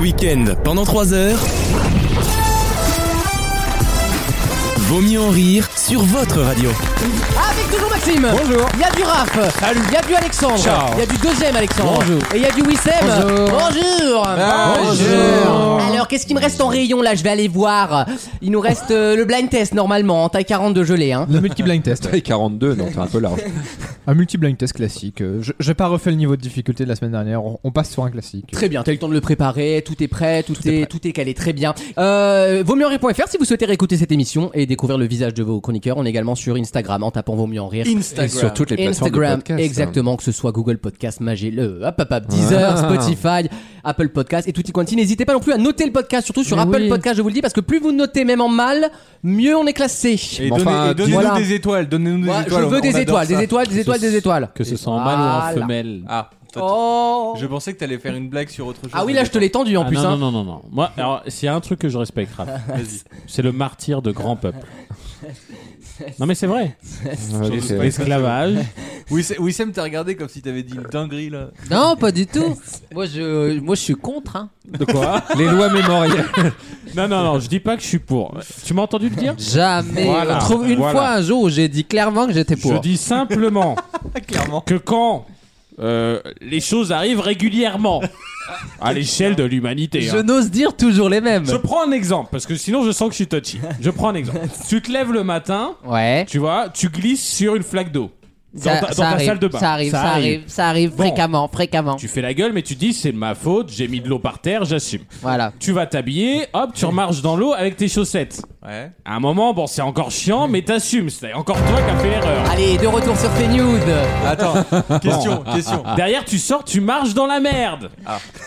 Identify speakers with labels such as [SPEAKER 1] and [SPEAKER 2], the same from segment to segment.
[SPEAKER 1] week-end pendant 3 heures. Vaut mieux en rire sur votre radio.
[SPEAKER 2] Avec toujours Maxime.
[SPEAKER 3] Bonjour.
[SPEAKER 2] Il y a du Raph.
[SPEAKER 3] Salut.
[SPEAKER 2] Il y a du Alexandre.
[SPEAKER 3] Ciao.
[SPEAKER 2] Il y a du deuxième Alexandre.
[SPEAKER 3] Bonjour.
[SPEAKER 2] Et il y a du Wissem.
[SPEAKER 3] Bonjour.
[SPEAKER 2] Bonjour.
[SPEAKER 3] Bonjour.
[SPEAKER 2] Alors, qu'est-ce qui me reste en rayon là Je vais aller voir. Il nous reste euh, le blind test normalement en taille 42 gelée. Hein.
[SPEAKER 4] Le multi-blind test.
[SPEAKER 3] Taille 42, non, c'est un peu large.
[SPEAKER 4] Un multi-blind test classique. Euh, Je n'ai pas refait le niveau de difficulté de la semaine dernière. On, on passe sur un classique.
[SPEAKER 2] Très bien, t'as eu le temps de le préparer, tout est prêt, tout, est, tout est calé, très bien. Euh, vaut mieux en rire.fr si vous souhaitez réécouter cette émission et découvrir le visage de vos chroniqueurs. On est également sur Instagram en tapant Vaut mieux en rire.
[SPEAKER 3] Et sur toutes les plateformes de
[SPEAKER 2] Instagram,
[SPEAKER 5] hein.
[SPEAKER 3] podcast.
[SPEAKER 2] exactement, que ce soit Google Podcast, Magé, le hop, hop, hop, Deezer,
[SPEAKER 3] Ah.
[SPEAKER 2] Spotify, Apple Podcast et tutti quanti. N'hésitez pas non plus à noter le podcast, surtout sur
[SPEAKER 4] Mais
[SPEAKER 2] Apple
[SPEAKER 4] oui.
[SPEAKER 2] Podcast, je vous le dis, parce que plus vous notez même en mal, mieux on est classé.
[SPEAKER 6] Et
[SPEAKER 3] Bon,
[SPEAKER 6] donnez-
[SPEAKER 3] enfin,
[SPEAKER 6] et donnez-nous
[SPEAKER 2] voilà.
[SPEAKER 6] des étoiles, donnez-nous des
[SPEAKER 2] Moi,
[SPEAKER 6] étoiles.
[SPEAKER 2] je
[SPEAKER 6] on-
[SPEAKER 2] veux
[SPEAKER 6] on
[SPEAKER 2] des
[SPEAKER 6] adore
[SPEAKER 2] étoiles,
[SPEAKER 6] ça.
[SPEAKER 2] des étoiles, des étoiles, des étoiles.
[SPEAKER 5] Que ce soit en mâle
[SPEAKER 2] Voilà.
[SPEAKER 5] ou en femelle.
[SPEAKER 6] Ah, toi,
[SPEAKER 2] Oh.
[SPEAKER 6] je pensais que t'allais faire une blague sur autre chose.
[SPEAKER 2] Ah oui, là je te l'ai tendu en
[SPEAKER 5] Ah
[SPEAKER 2] plus.
[SPEAKER 5] non,
[SPEAKER 2] hein.
[SPEAKER 5] non, non, non, non. Moi, alors, s'il y a un truc que je respecte, Raph,
[SPEAKER 6] Vas-y.
[SPEAKER 5] c'est le martyr de grand peuple. Non, mais c'est vrai.
[SPEAKER 3] Allez, c'est-
[SPEAKER 5] L'esclavage.
[SPEAKER 6] Wissem, Wissem t'as regardé comme si t'avais dit une dinguerie là.
[SPEAKER 2] Non, pas du tout. moi, je, moi, je suis contre. Hein.
[SPEAKER 5] De quoi
[SPEAKER 3] Les lois mémorielles.
[SPEAKER 5] Non, non, non, je dis pas que je suis pour. Tu m'as entendu le dire
[SPEAKER 7] Jamais.
[SPEAKER 5] Voilà,
[SPEAKER 7] On trouve une
[SPEAKER 5] voilà.
[SPEAKER 7] fois un jour où j'ai dit clairement que j'étais
[SPEAKER 5] Je
[SPEAKER 7] pour.
[SPEAKER 5] dis simplement
[SPEAKER 6] Clairement.
[SPEAKER 5] que quand euh, les choses arrivent régulièrement à l'échelle de l'humanité.
[SPEAKER 7] Je
[SPEAKER 5] hein.
[SPEAKER 7] n'ose dire toujours les mêmes.
[SPEAKER 5] Je prends un exemple parce que sinon je sens que je suis touchy. Je prends un exemple. tu te lèves le matin,
[SPEAKER 7] Ouais.
[SPEAKER 5] tu vois, tu glisses sur une flaque d'eau dans
[SPEAKER 7] Ça,
[SPEAKER 5] ta, dans
[SPEAKER 7] ça
[SPEAKER 5] ta
[SPEAKER 7] arrive,
[SPEAKER 5] salle de bain.
[SPEAKER 7] ça arrive, ça arrive, ça arrive
[SPEAKER 5] Bon.
[SPEAKER 7] fréquemment, fréquemment.
[SPEAKER 5] Tu fais la gueule, mais tu te dis c'est ma faute, j'ai mis de l'eau par terre, j'assume.
[SPEAKER 7] Voilà.
[SPEAKER 5] Tu vas t'habiller, hop, tu remarches dans l'eau avec tes chaussettes.
[SPEAKER 6] Ouais.
[SPEAKER 5] À un moment, bon, c'est encore chiant, mais t'assumes. C'est encore toi qui as fait l'erreur.
[SPEAKER 2] Allez, de retour sur CNews.
[SPEAKER 6] Attends,
[SPEAKER 2] Ah,
[SPEAKER 6] question, question.
[SPEAKER 5] Derrière, tu sors, tu marches dans la merde.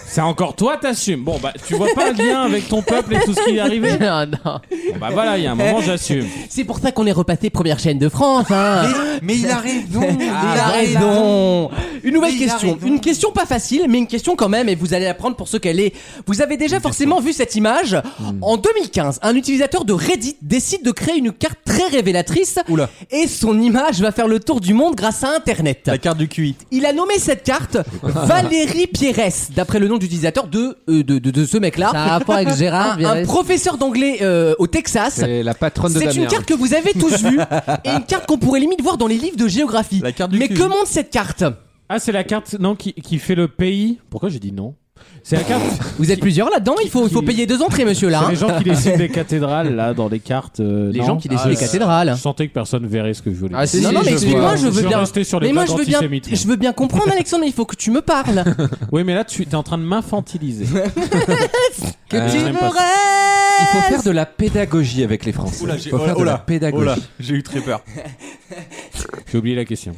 [SPEAKER 5] C'est encore toi, t'assumes. Bon, bah, tu vois pas un lien avec ton peuple et tout ce qui est arrivé
[SPEAKER 7] Non, non.
[SPEAKER 5] Bon, bah voilà, il y a un moment, j'assume.
[SPEAKER 2] C'est pour ça qu'on est repassé première chaîne de France. Hein.
[SPEAKER 6] Mais il a raison.
[SPEAKER 2] Il a raison. Une nouvelle question. Une question pas facile, mais une question quand même, et vous allez la prendre pour ce qu'elle est. Vous avez déjà forcément vu cette image.
[SPEAKER 5] Hmm.
[SPEAKER 2] En 2015, un utilisateur de Reddit décide de créer une carte très révélatrice.
[SPEAKER 6] Oula.
[SPEAKER 2] Et son image va faire le tour du monde grâce à Internet.
[SPEAKER 5] Bah,
[SPEAKER 6] La carte du QI.
[SPEAKER 2] Il a nommé cette carte Valérie Pierres, d'après le nom d'utilisateur de, euh, de, de- de ce mec-là.
[SPEAKER 7] Ça a un rapport avec Gérard.
[SPEAKER 2] un, un
[SPEAKER 7] Virès.
[SPEAKER 2] professeur d'anglais euh, au Texas.
[SPEAKER 3] C'est la patronne de
[SPEAKER 2] C'est une
[SPEAKER 3] Damien.
[SPEAKER 2] carte que vous avez tous vue et une carte qu'on pourrait limite voir dans les livres de géographie.
[SPEAKER 6] La carte du
[SPEAKER 2] Mais
[SPEAKER 6] cul.
[SPEAKER 2] que montre cette carte
[SPEAKER 5] Ah, c'est la carte, non, qui, qui fait le pays. Pourquoi j'ai dit non C'est la carte.
[SPEAKER 2] Vous êtes plusieurs là-dedans, il faut, il faut
[SPEAKER 5] qui-
[SPEAKER 2] payer deux entrées, monsieur là.
[SPEAKER 5] C'est
[SPEAKER 2] hein.
[SPEAKER 5] les gens qui dessinent des cathédrales, là, dans les cartes. euh,
[SPEAKER 2] Les
[SPEAKER 5] non
[SPEAKER 2] gens qui dessinent
[SPEAKER 5] Ah,
[SPEAKER 2] les
[SPEAKER 5] euh,
[SPEAKER 2] cathédrales.
[SPEAKER 5] Je sentais que personne verrait ce que je voulais.
[SPEAKER 3] Ah,
[SPEAKER 5] dire.
[SPEAKER 3] si,
[SPEAKER 2] non, non,
[SPEAKER 3] si,
[SPEAKER 2] mais
[SPEAKER 3] je
[SPEAKER 2] excuse-moi,
[SPEAKER 3] vois.
[SPEAKER 2] je veux
[SPEAKER 5] suis
[SPEAKER 2] bien.
[SPEAKER 5] resté sur les
[SPEAKER 2] mais moi, je
[SPEAKER 5] blagues
[SPEAKER 2] veux bien,
[SPEAKER 5] antisémites.
[SPEAKER 2] je veux bien comprendre, Alexandre, mais il faut que tu me parles.
[SPEAKER 5] Oui, mais là, tu es en train de m'infantiliser.
[SPEAKER 2] que
[SPEAKER 5] Euh,
[SPEAKER 2] tu
[SPEAKER 5] j'aime
[SPEAKER 2] me
[SPEAKER 5] pas ça.
[SPEAKER 3] Il
[SPEAKER 2] rêves.
[SPEAKER 3] faut faire de la pédagogie avec les Français.
[SPEAKER 6] Oula,
[SPEAKER 3] Il
[SPEAKER 6] j'ai
[SPEAKER 3] faut faire de
[SPEAKER 6] oula,
[SPEAKER 3] la
[SPEAKER 6] oula, oula,
[SPEAKER 3] pédagogie.
[SPEAKER 6] j'ai eu très peur.
[SPEAKER 5] J'ai oublié la question.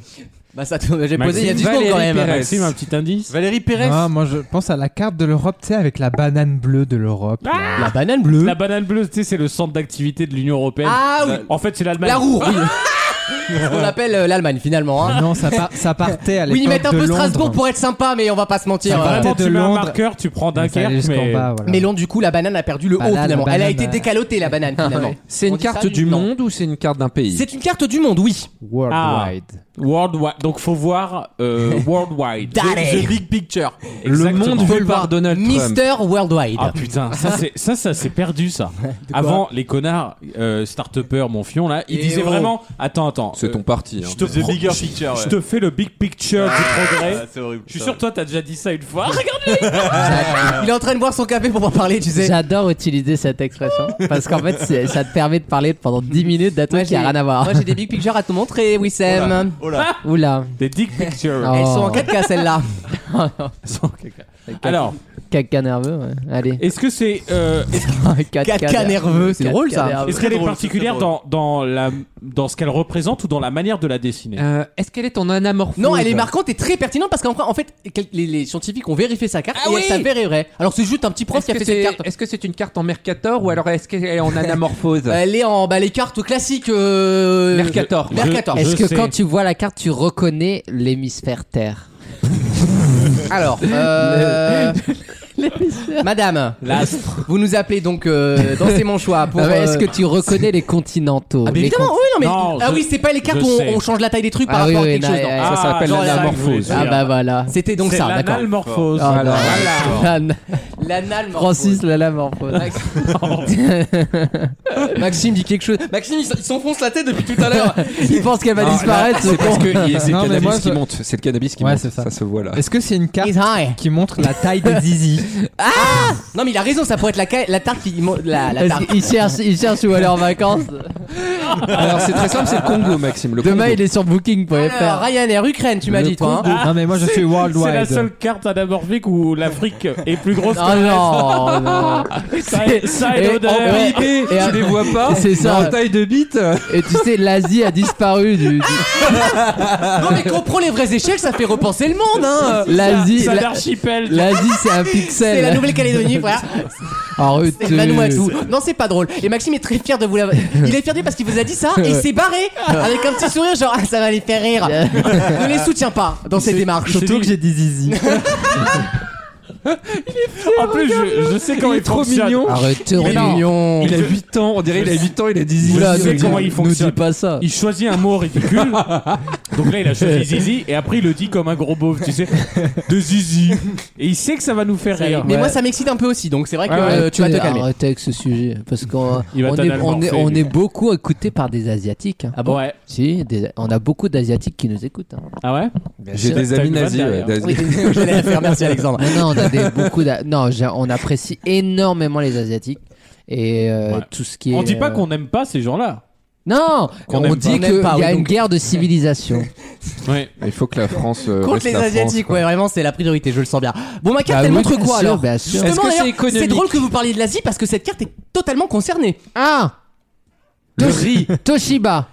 [SPEAKER 2] Bah, ça, j'ai
[SPEAKER 5] Maxime
[SPEAKER 2] posé il y a 10 secondes quand
[SPEAKER 3] Valérie
[SPEAKER 2] même. hein.
[SPEAKER 3] Pérez.
[SPEAKER 5] Maxime, un petit indice
[SPEAKER 6] Valérie Pérez.
[SPEAKER 4] Ah, moi, je pense à la carte de l'Europe, tu sais, avec la banane bleue de l'Europe. là.
[SPEAKER 2] La banane bleue.
[SPEAKER 5] La banane bleue, tu sais, c'est le centre d'activité de l'Union Européenne.
[SPEAKER 2] Ah oui,
[SPEAKER 5] En fait, c'est l'Allemagne.
[SPEAKER 2] la roue. oui. Ce qu'on appelle euh, l'Allemagne finalement. hein.
[SPEAKER 4] Ah. Non, ça, par- ça partait à l'époque
[SPEAKER 2] Oui, ils mettent un
[SPEAKER 4] de
[SPEAKER 2] peu
[SPEAKER 4] Londres.
[SPEAKER 2] Strasbourg pour être sympa, mais on va pas se mentir.
[SPEAKER 4] Ça
[SPEAKER 2] euh,
[SPEAKER 4] va.
[SPEAKER 5] Vraiment,
[SPEAKER 4] Tête de
[SPEAKER 5] tu mets un
[SPEAKER 4] Londres.
[SPEAKER 5] marqueur, tu prends
[SPEAKER 4] Ça allait
[SPEAKER 5] Dunkerque,
[SPEAKER 4] jusqu'en
[SPEAKER 5] mais...
[SPEAKER 4] bas, voilà.
[SPEAKER 2] Mais long du coup, la banane a perdu le haut
[SPEAKER 4] Bah là, la
[SPEAKER 2] finalement. Elle a
[SPEAKER 4] banane,
[SPEAKER 2] été
[SPEAKER 4] euh,
[SPEAKER 2] décalotée la banane
[SPEAKER 7] Ah
[SPEAKER 2] finalement.
[SPEAKER 3] C'est
[SPEAKER 2] On
[SPEAKER 3] une
[SPEAKER 2] dit ça,
[SPEAKER 3] carte du
[SPEAKER 2] non.
[SPEAKER 3] monde ou c'est une carte d'un pays
[SPEAKER 2] C'est une carte du monde, oui.
[SPEAKER 8] Ah.
[SPEAKER 4] Worldwide.
[SPEAKER 5] Worldwide. Donc, faut voir euh, Worldwide.
[SPEAKER 2] Daddy.
[SPEAKER 6] Big Picture.
[SPEAKER 3] Le monde
[SPEAKER 5] Exactement.
[SPEAKER 3] vu par Donald Trump.
[SPEAKER 2] Mister Worldwide.
[SPEAKER 5] Ah putain, ça c'est ça ça c'est perdu ça. Avant les connards euh, start-uppers mon fion là, ils
[SPEAKER 2] Eh
[SPEAKER 5] disaient
[SPEAKER 2] oh.
[SPEAKER 5] vraiment attends attends.
[SPEAKER 3] C'est
[SPEAKER 5] euh,
[SPEAKER 3] ton parti. hein.
[SPEAKER 5] je te,
[SPEAKER 6] The
[SPEAKER 5] pro-
[SPEAKER 6] bigger
[SPEAKER 5] je-
[SPEAKER 6] picture,
[SPEAKER 5] je
[SPEAKER 6] ouais.
[SPEAKER 5] te fais le big picture du progrès.
[SPEAKER 6] Ah, c'est horrible.
[SPEAKER 5] Je suis
[SPEAKER 6] ça.
[SPEAKER 5] sûr que toi t'as déjà dit ça une fois. Regarde
[SPEAKER 2] Il est en train de boire son café pour en parler, tu sais.
[SPEAKER 7] J'adore utiliser cette expression parce qu'en fait, c'est- ça te permet de parler pendant 10 minutes d'un
[SPEAKER 2] Moi,
[SPEAKER 7] truc qui a
[SPEAKER 2] j'ai-
[SPEAKER 7] rien à voir.
[SPEAKER 2] Moi j'ai des big pictures à te montrer, Wissem.
[SPEAKER 6] Oh là.
[SPEAKER 7] Oula.
[SPEAKER 5] des dick pictures.
[SPEAKER 7] Oh.
[SPEAKER 2] Elles sont en 4K celles-là.
[SPEAKER 5] Alors,
[SPEAKER 7] Caca nerveux, ouais. Allez.
[SPEAKER 5] est-ce que c'est euh, est-ce
[SPEAKER 2] Caca nerveux, c'est drôle, ça.
[SPEAKER 7] nerveux.
[SPEAKER 5] est-ce qu'elle est
[SPEAKER 6] drôle,
[SPEAKER 5] particulière
[SPEAKER 6] c'est très
[SPEAKER 5] dans dans la dans ce qu'elle représente ou dans la manière de la dessiner
[SPEAKER 3] Euh, Est-ce qu'elle est ton anamorphose
[SPEAKER 2] Non, elle est marquante et très pertinente parce qu'en en fait, quel- les, les scientifiques ont vérifié sa carte
[SPEAKER 3] Ah
[SPEAKER 2] et
[SPEAKER 3] oui
[SPEAKER 2] elle s'avérait vraie. Alors c'est juste un petit prof
[SPEAKER 3] Est-ce
[SPEAKER 2] qui a
[SPEAKER 3] que
[SPEAKER 2] fait
[SPEAKER 3] c'est
[SPEAKER 2] cette carte.
[SPEAKER 3] est-ce que c'est une carte en mercator ou alors est-ce qu'elle est en anamorphose
[SPEAKER 2] Elle est en bah, les cartes classiques. Euh...
[SPEAKER 3] Mercator.
[SPEAKER 5] Je-
[SPEAKER 2] Mercator.
[SPEAKER 7] Est-ce
[SPEAKER 5] Je
[SPEAKER 7] que
[SPEAKER 5] sais.
[SPEAKER 7] quand tu vois la carte, tu reconnais l'hémisphère Terre
[SPEAKER 2] Alors, euh, Madame,
[SPEAKER 5] L'astre.
[SPEAKER 2] vous nous appelez donc euh, dans C'est mon choix pour.
[SPEAKER 7] Non, mais Ah Est-ce
[SPEAKER 2] euh,
[SPEAKER 7] que tu reconnais les continentaux
[SPEAKER 2] Ah, mais
[SPEAKER 7] les
[SPEAKER 2] évidemment,
[SPEAKER 7] con-
[SPEAKER 2] oui, non, mais.
[SPEAKER 5] Non,
[SPEAKER 2] ah
[SPEAKER 5] je-
[SPEAKER 2] oui, c'est pas les cartes
[SPEAKER 5] je
[SPEAKER 2] où
[SPEAKER 5] sais.
[SPEAKER 2] on, on change la taille des trucs par
[SPEAKER 7] Ah
[SPEAKER 2] rapport
[SPEAKER 7] oui,
[SPEAKER 2] à
[SPEAKER 7] oui,
[SPEAKER 2] quelque
[SPEAKER 7] non,
[SPEAKER 2] chose. non. ah,
[SPEAKER 7] oui,
[SPEAKER 5] Ah,
[SPEAKER 3] Ça s'appelle
[SPEAKER 5] genre
[SPEAKER 3] l'anamorphose.
[SPEAKER 5] l'anamorphose.
[SPEAKER 7] Ah bah voilà.
[SPEAKER 2] C'était donc
[SPEAKER 5] C'est
[SPEAKER 2] ça, d'accord.
[SPEAKER 5] l'anamorphose.
[SPEAKER 7] Ah,
[SPEAKER 3] Voilà.
[SPEAKER 7] la-
[SPEAKER 2] L'anal
[SPEAKER 7] Francis Lalamorphose.
[SPEAKER 2] Maxime dit quelque chose. Maxime, il s- il s'enfonce la tête depuis tout à l'heure.
[SPEAKER 7] Il pense qu'elle va disparaître. ce
[SPEAKER 8] C'est parce
[SPEAKER 7] con.
[SPEAKER 8] que il- c'est le
[SPEAKER 4] Non, mais
[SPEAKER 8] cannabis
[SPEAKER 4] moi,
[SPEAKER 8] qui
[SPEAKER 4] je-
[SPEAKER 8] monte. C'est le cannabis qui
[SPEAKER 4] Ouais,
[SPEAKER 8] monte.
[SPEAKER 4] c'est ça.
[SPEAKER 8] se voit là.
[SPEAKER 4] Est-ce que c'est une carte
[SPEAKER 2] He's high.
[SPEAKER 4] qui montre la taille des zizi
[SPEAKER 2] Non, mais il a raison, ça pourrait être la, ca- la tarte qui. mo- La, la
[SPEAKER 7] Parce
[SPEAKER 2] tarte.
[SPEAKER 7] qu'il cherche, il cherche où aller en vacances.
[SPEAKER 8] Alors c'est très simple, c'est le Congo, Maxime. Le
[SPEAKER 7] Ah. Demain,
[SPEAKER 8] Congo.
[SPEAKER 7] il est sur
[SPEAKER 2] Alors,
[SPEAKER 7] Booking.fr.
[SPEAKER 2] Ryanair, Ukraine, tu m'as
[SPEAKER 4] Le
[SPEAKER 2] dit, toi. hein.
[SPEAKER 4] Non, mais moi je
[SPEAKER 5] c'est-
[SPEAKER 4] suis
[SPEAKER 5] C'est la
[SPEAKER 4] worldwide.
[SPEAKER 5] seule carte anamorphique où l'Afrique est plus grosse
[SPEAKER 7] Oh
[SPEAKER 2] Ah
[SPEAKER 5] que
[SPEAKER 7] non, non.
[SPEAKER 5] ça. et- Ça et
[SPEAKER 7] Et-
[SPEAKER 5] l'odeur.
[SPEAKER 7] oh, ouais.
[SPEAKER 8] PIB,
[SPEAKER 7] Et-
[SPEAKER 8] tu les vois pas
[SPEAKER 7] C'est ça.
[SPEAKER 8] En taille de bite
[SPEAKER 7] Et tu sais, l'Asie a disparu du. du-
[SPEAKER 2] Non, mais qu'on prend les vraies échelles, ça fait repenser le monde, hein.
[SPEAKER 7] L'Asie,
[SPEAKER 5] C'est un
[SPEAKER 7] la-
[SPEAKER 5] archipel.
[SPEAKER 7] l'Asie, c'est un
[SPEAKER 2] C'est
[SPEAKER 7] pixel.
[SPEAKER 2] la Nouvelle-Calédonie, voilà.
[SPEAKER 7] En route.
[SPEAKER 2] C'est Vanuatu. Non, c'est pas drôle. Et Maxime est très fier de vous l'avoir. Il est fier de lui parce qu'il vous a dit ça et il s'est barré avec un petit sourire, genre ah, ça va les faire rire. ne les soutiens pas dans ces démarches.
[SPEAKER 4] Surtout que j'ai des zizi.
[SPEAKER 5] En plus, je, je sais comment il,
[SPEAKER 8] trop
[SPEAKER 5] fonctionne.
[SPEAKER 8] mignon.
[SPEAKER 7] Un retour
[SPEAKER 5] Mais non.
[SPEAKER 7] mignon.
[SPEAKER 8] Il a 8 ans, on dirait il a 8 ans, il a 10
[SPEAKER 5] Oula,
[SPEAKER 8] ans.
[SPEAKER 5] sais comment il fonctionne.
[SPEAKER 7] Nous dis pas ça.
[SPEAKER 5] Il choisit un mot ridicule. Donc là, il a choisi Zizi et après, il le dit comme un gros beauf, tu sais. De Zizi. Et il sait que ça va nous faire rire.
[SPEAKER 2] Mais
[SPEAKER 7] Ouais.
[SPEAKER 2] moi ça m'excite un peu aussi, donc c'est vrai que
[SPEAKER 5] Ouais,
[SPEAKER 2] euh, tu vas te
[SPEAKER 7] Arrêtez-
[SPEAKER 2] calmer.
[SPEAKER 7] Arrêtez avec ce sujet. Parce qu'on
[SPEAKER 5] Il va
[SPEAKER 7] on est, on
[SPEAKER 5] t'analmorpher,
[SPEAKER 7] est, on
[SPEAKER 5] lui.
[SPEAKER 7] est beaucoup écouté par des Asiatiques. hein.
[SPEAKER 5] Ouais.
[SPEAKER 7] Si, des- on a beaucoup d'Asiatiques qui nous écoutent. hein.
[SPEAKER 5] Ah ouais
[SPEAKER 8] J'ai des
[SPEAKER 5] T'as
[SPEAKER 8] amis
[SPEAKER 5] une vanne
[SPEAKER 8] nazis. ouais,
[SPEAKER 5] derrière.
[SPEAKER 8] nazis.
[SPEAKER 2] Oui, j'allais la faire, merci Alexandre.
[SPEAKER 7] Non, non, on a des- beaucoup d'a- Non, j'ai- on apprécie énormément les Asiatiques. Et euh,
[SPEAKER 5] Ouais.
[SPEAKER 7] tout ce qui est.
[SPEAKER 5] On dit pas
[SPEAKER 7] euh,
[SPEAKER 5] qu'on n'aime pas ces gens-là.
[SPEAKER 7] Non
[SPEAKER 5] qu'on
[SPEAKER 7] On
[SPEAKER 5] aime
[SPEAKER 7] dit
[SPEAKER 2] pas.
[SPEAKER 7] qu'il
[SPEAKER 2] On aime pas,
[SPEAKER 7] y a
[SPEAKER 2] oui,
[SPEAKER 7] une
[SPEAKER 2] donc.
[SPEAKER 7] guerre de civilisation.
[SPEAKER 5] Ouais.
[SPEAKER 8] Il faut que la France. euh,
[SPEAKER 2] Contre
[SPEAKER 8] reste
[SPEAKER 2] les
[SPEAKER 8] la France,
[SPEAKER 2] Asiatiques,
[SPEAKER 8] quoi.
[SPEAKER 2] ouais, vraiment, c'est la priorité, je le sens bien. Bon, ma carte,
[SPEAKER 7] Bah
[SPEAKER 2] elle
[SPEAKER 7] oui,
[SPEAKER 2] montre
[SPEAKER 7] bien
[SPEAKER 2] quoi
[SPEAKER 7] sûr,
[SPEAKER 2] alors
[SPEAKER 7] bien sûr.
[SPEAKER 2] Justement,
[SPEAKER 8] Est-ce que c'est
[SPEAKER 2] d'ailleurs, c'est
[SPEAKER 8] économique
[SPEAKER 2] drôle que vous parliez de l'Asie parce que cette carte est totalement concernée.
[SPEAKER 7] Ah
[SPEAKER 8] Le riz.
[SPEAKER 7] Toshiba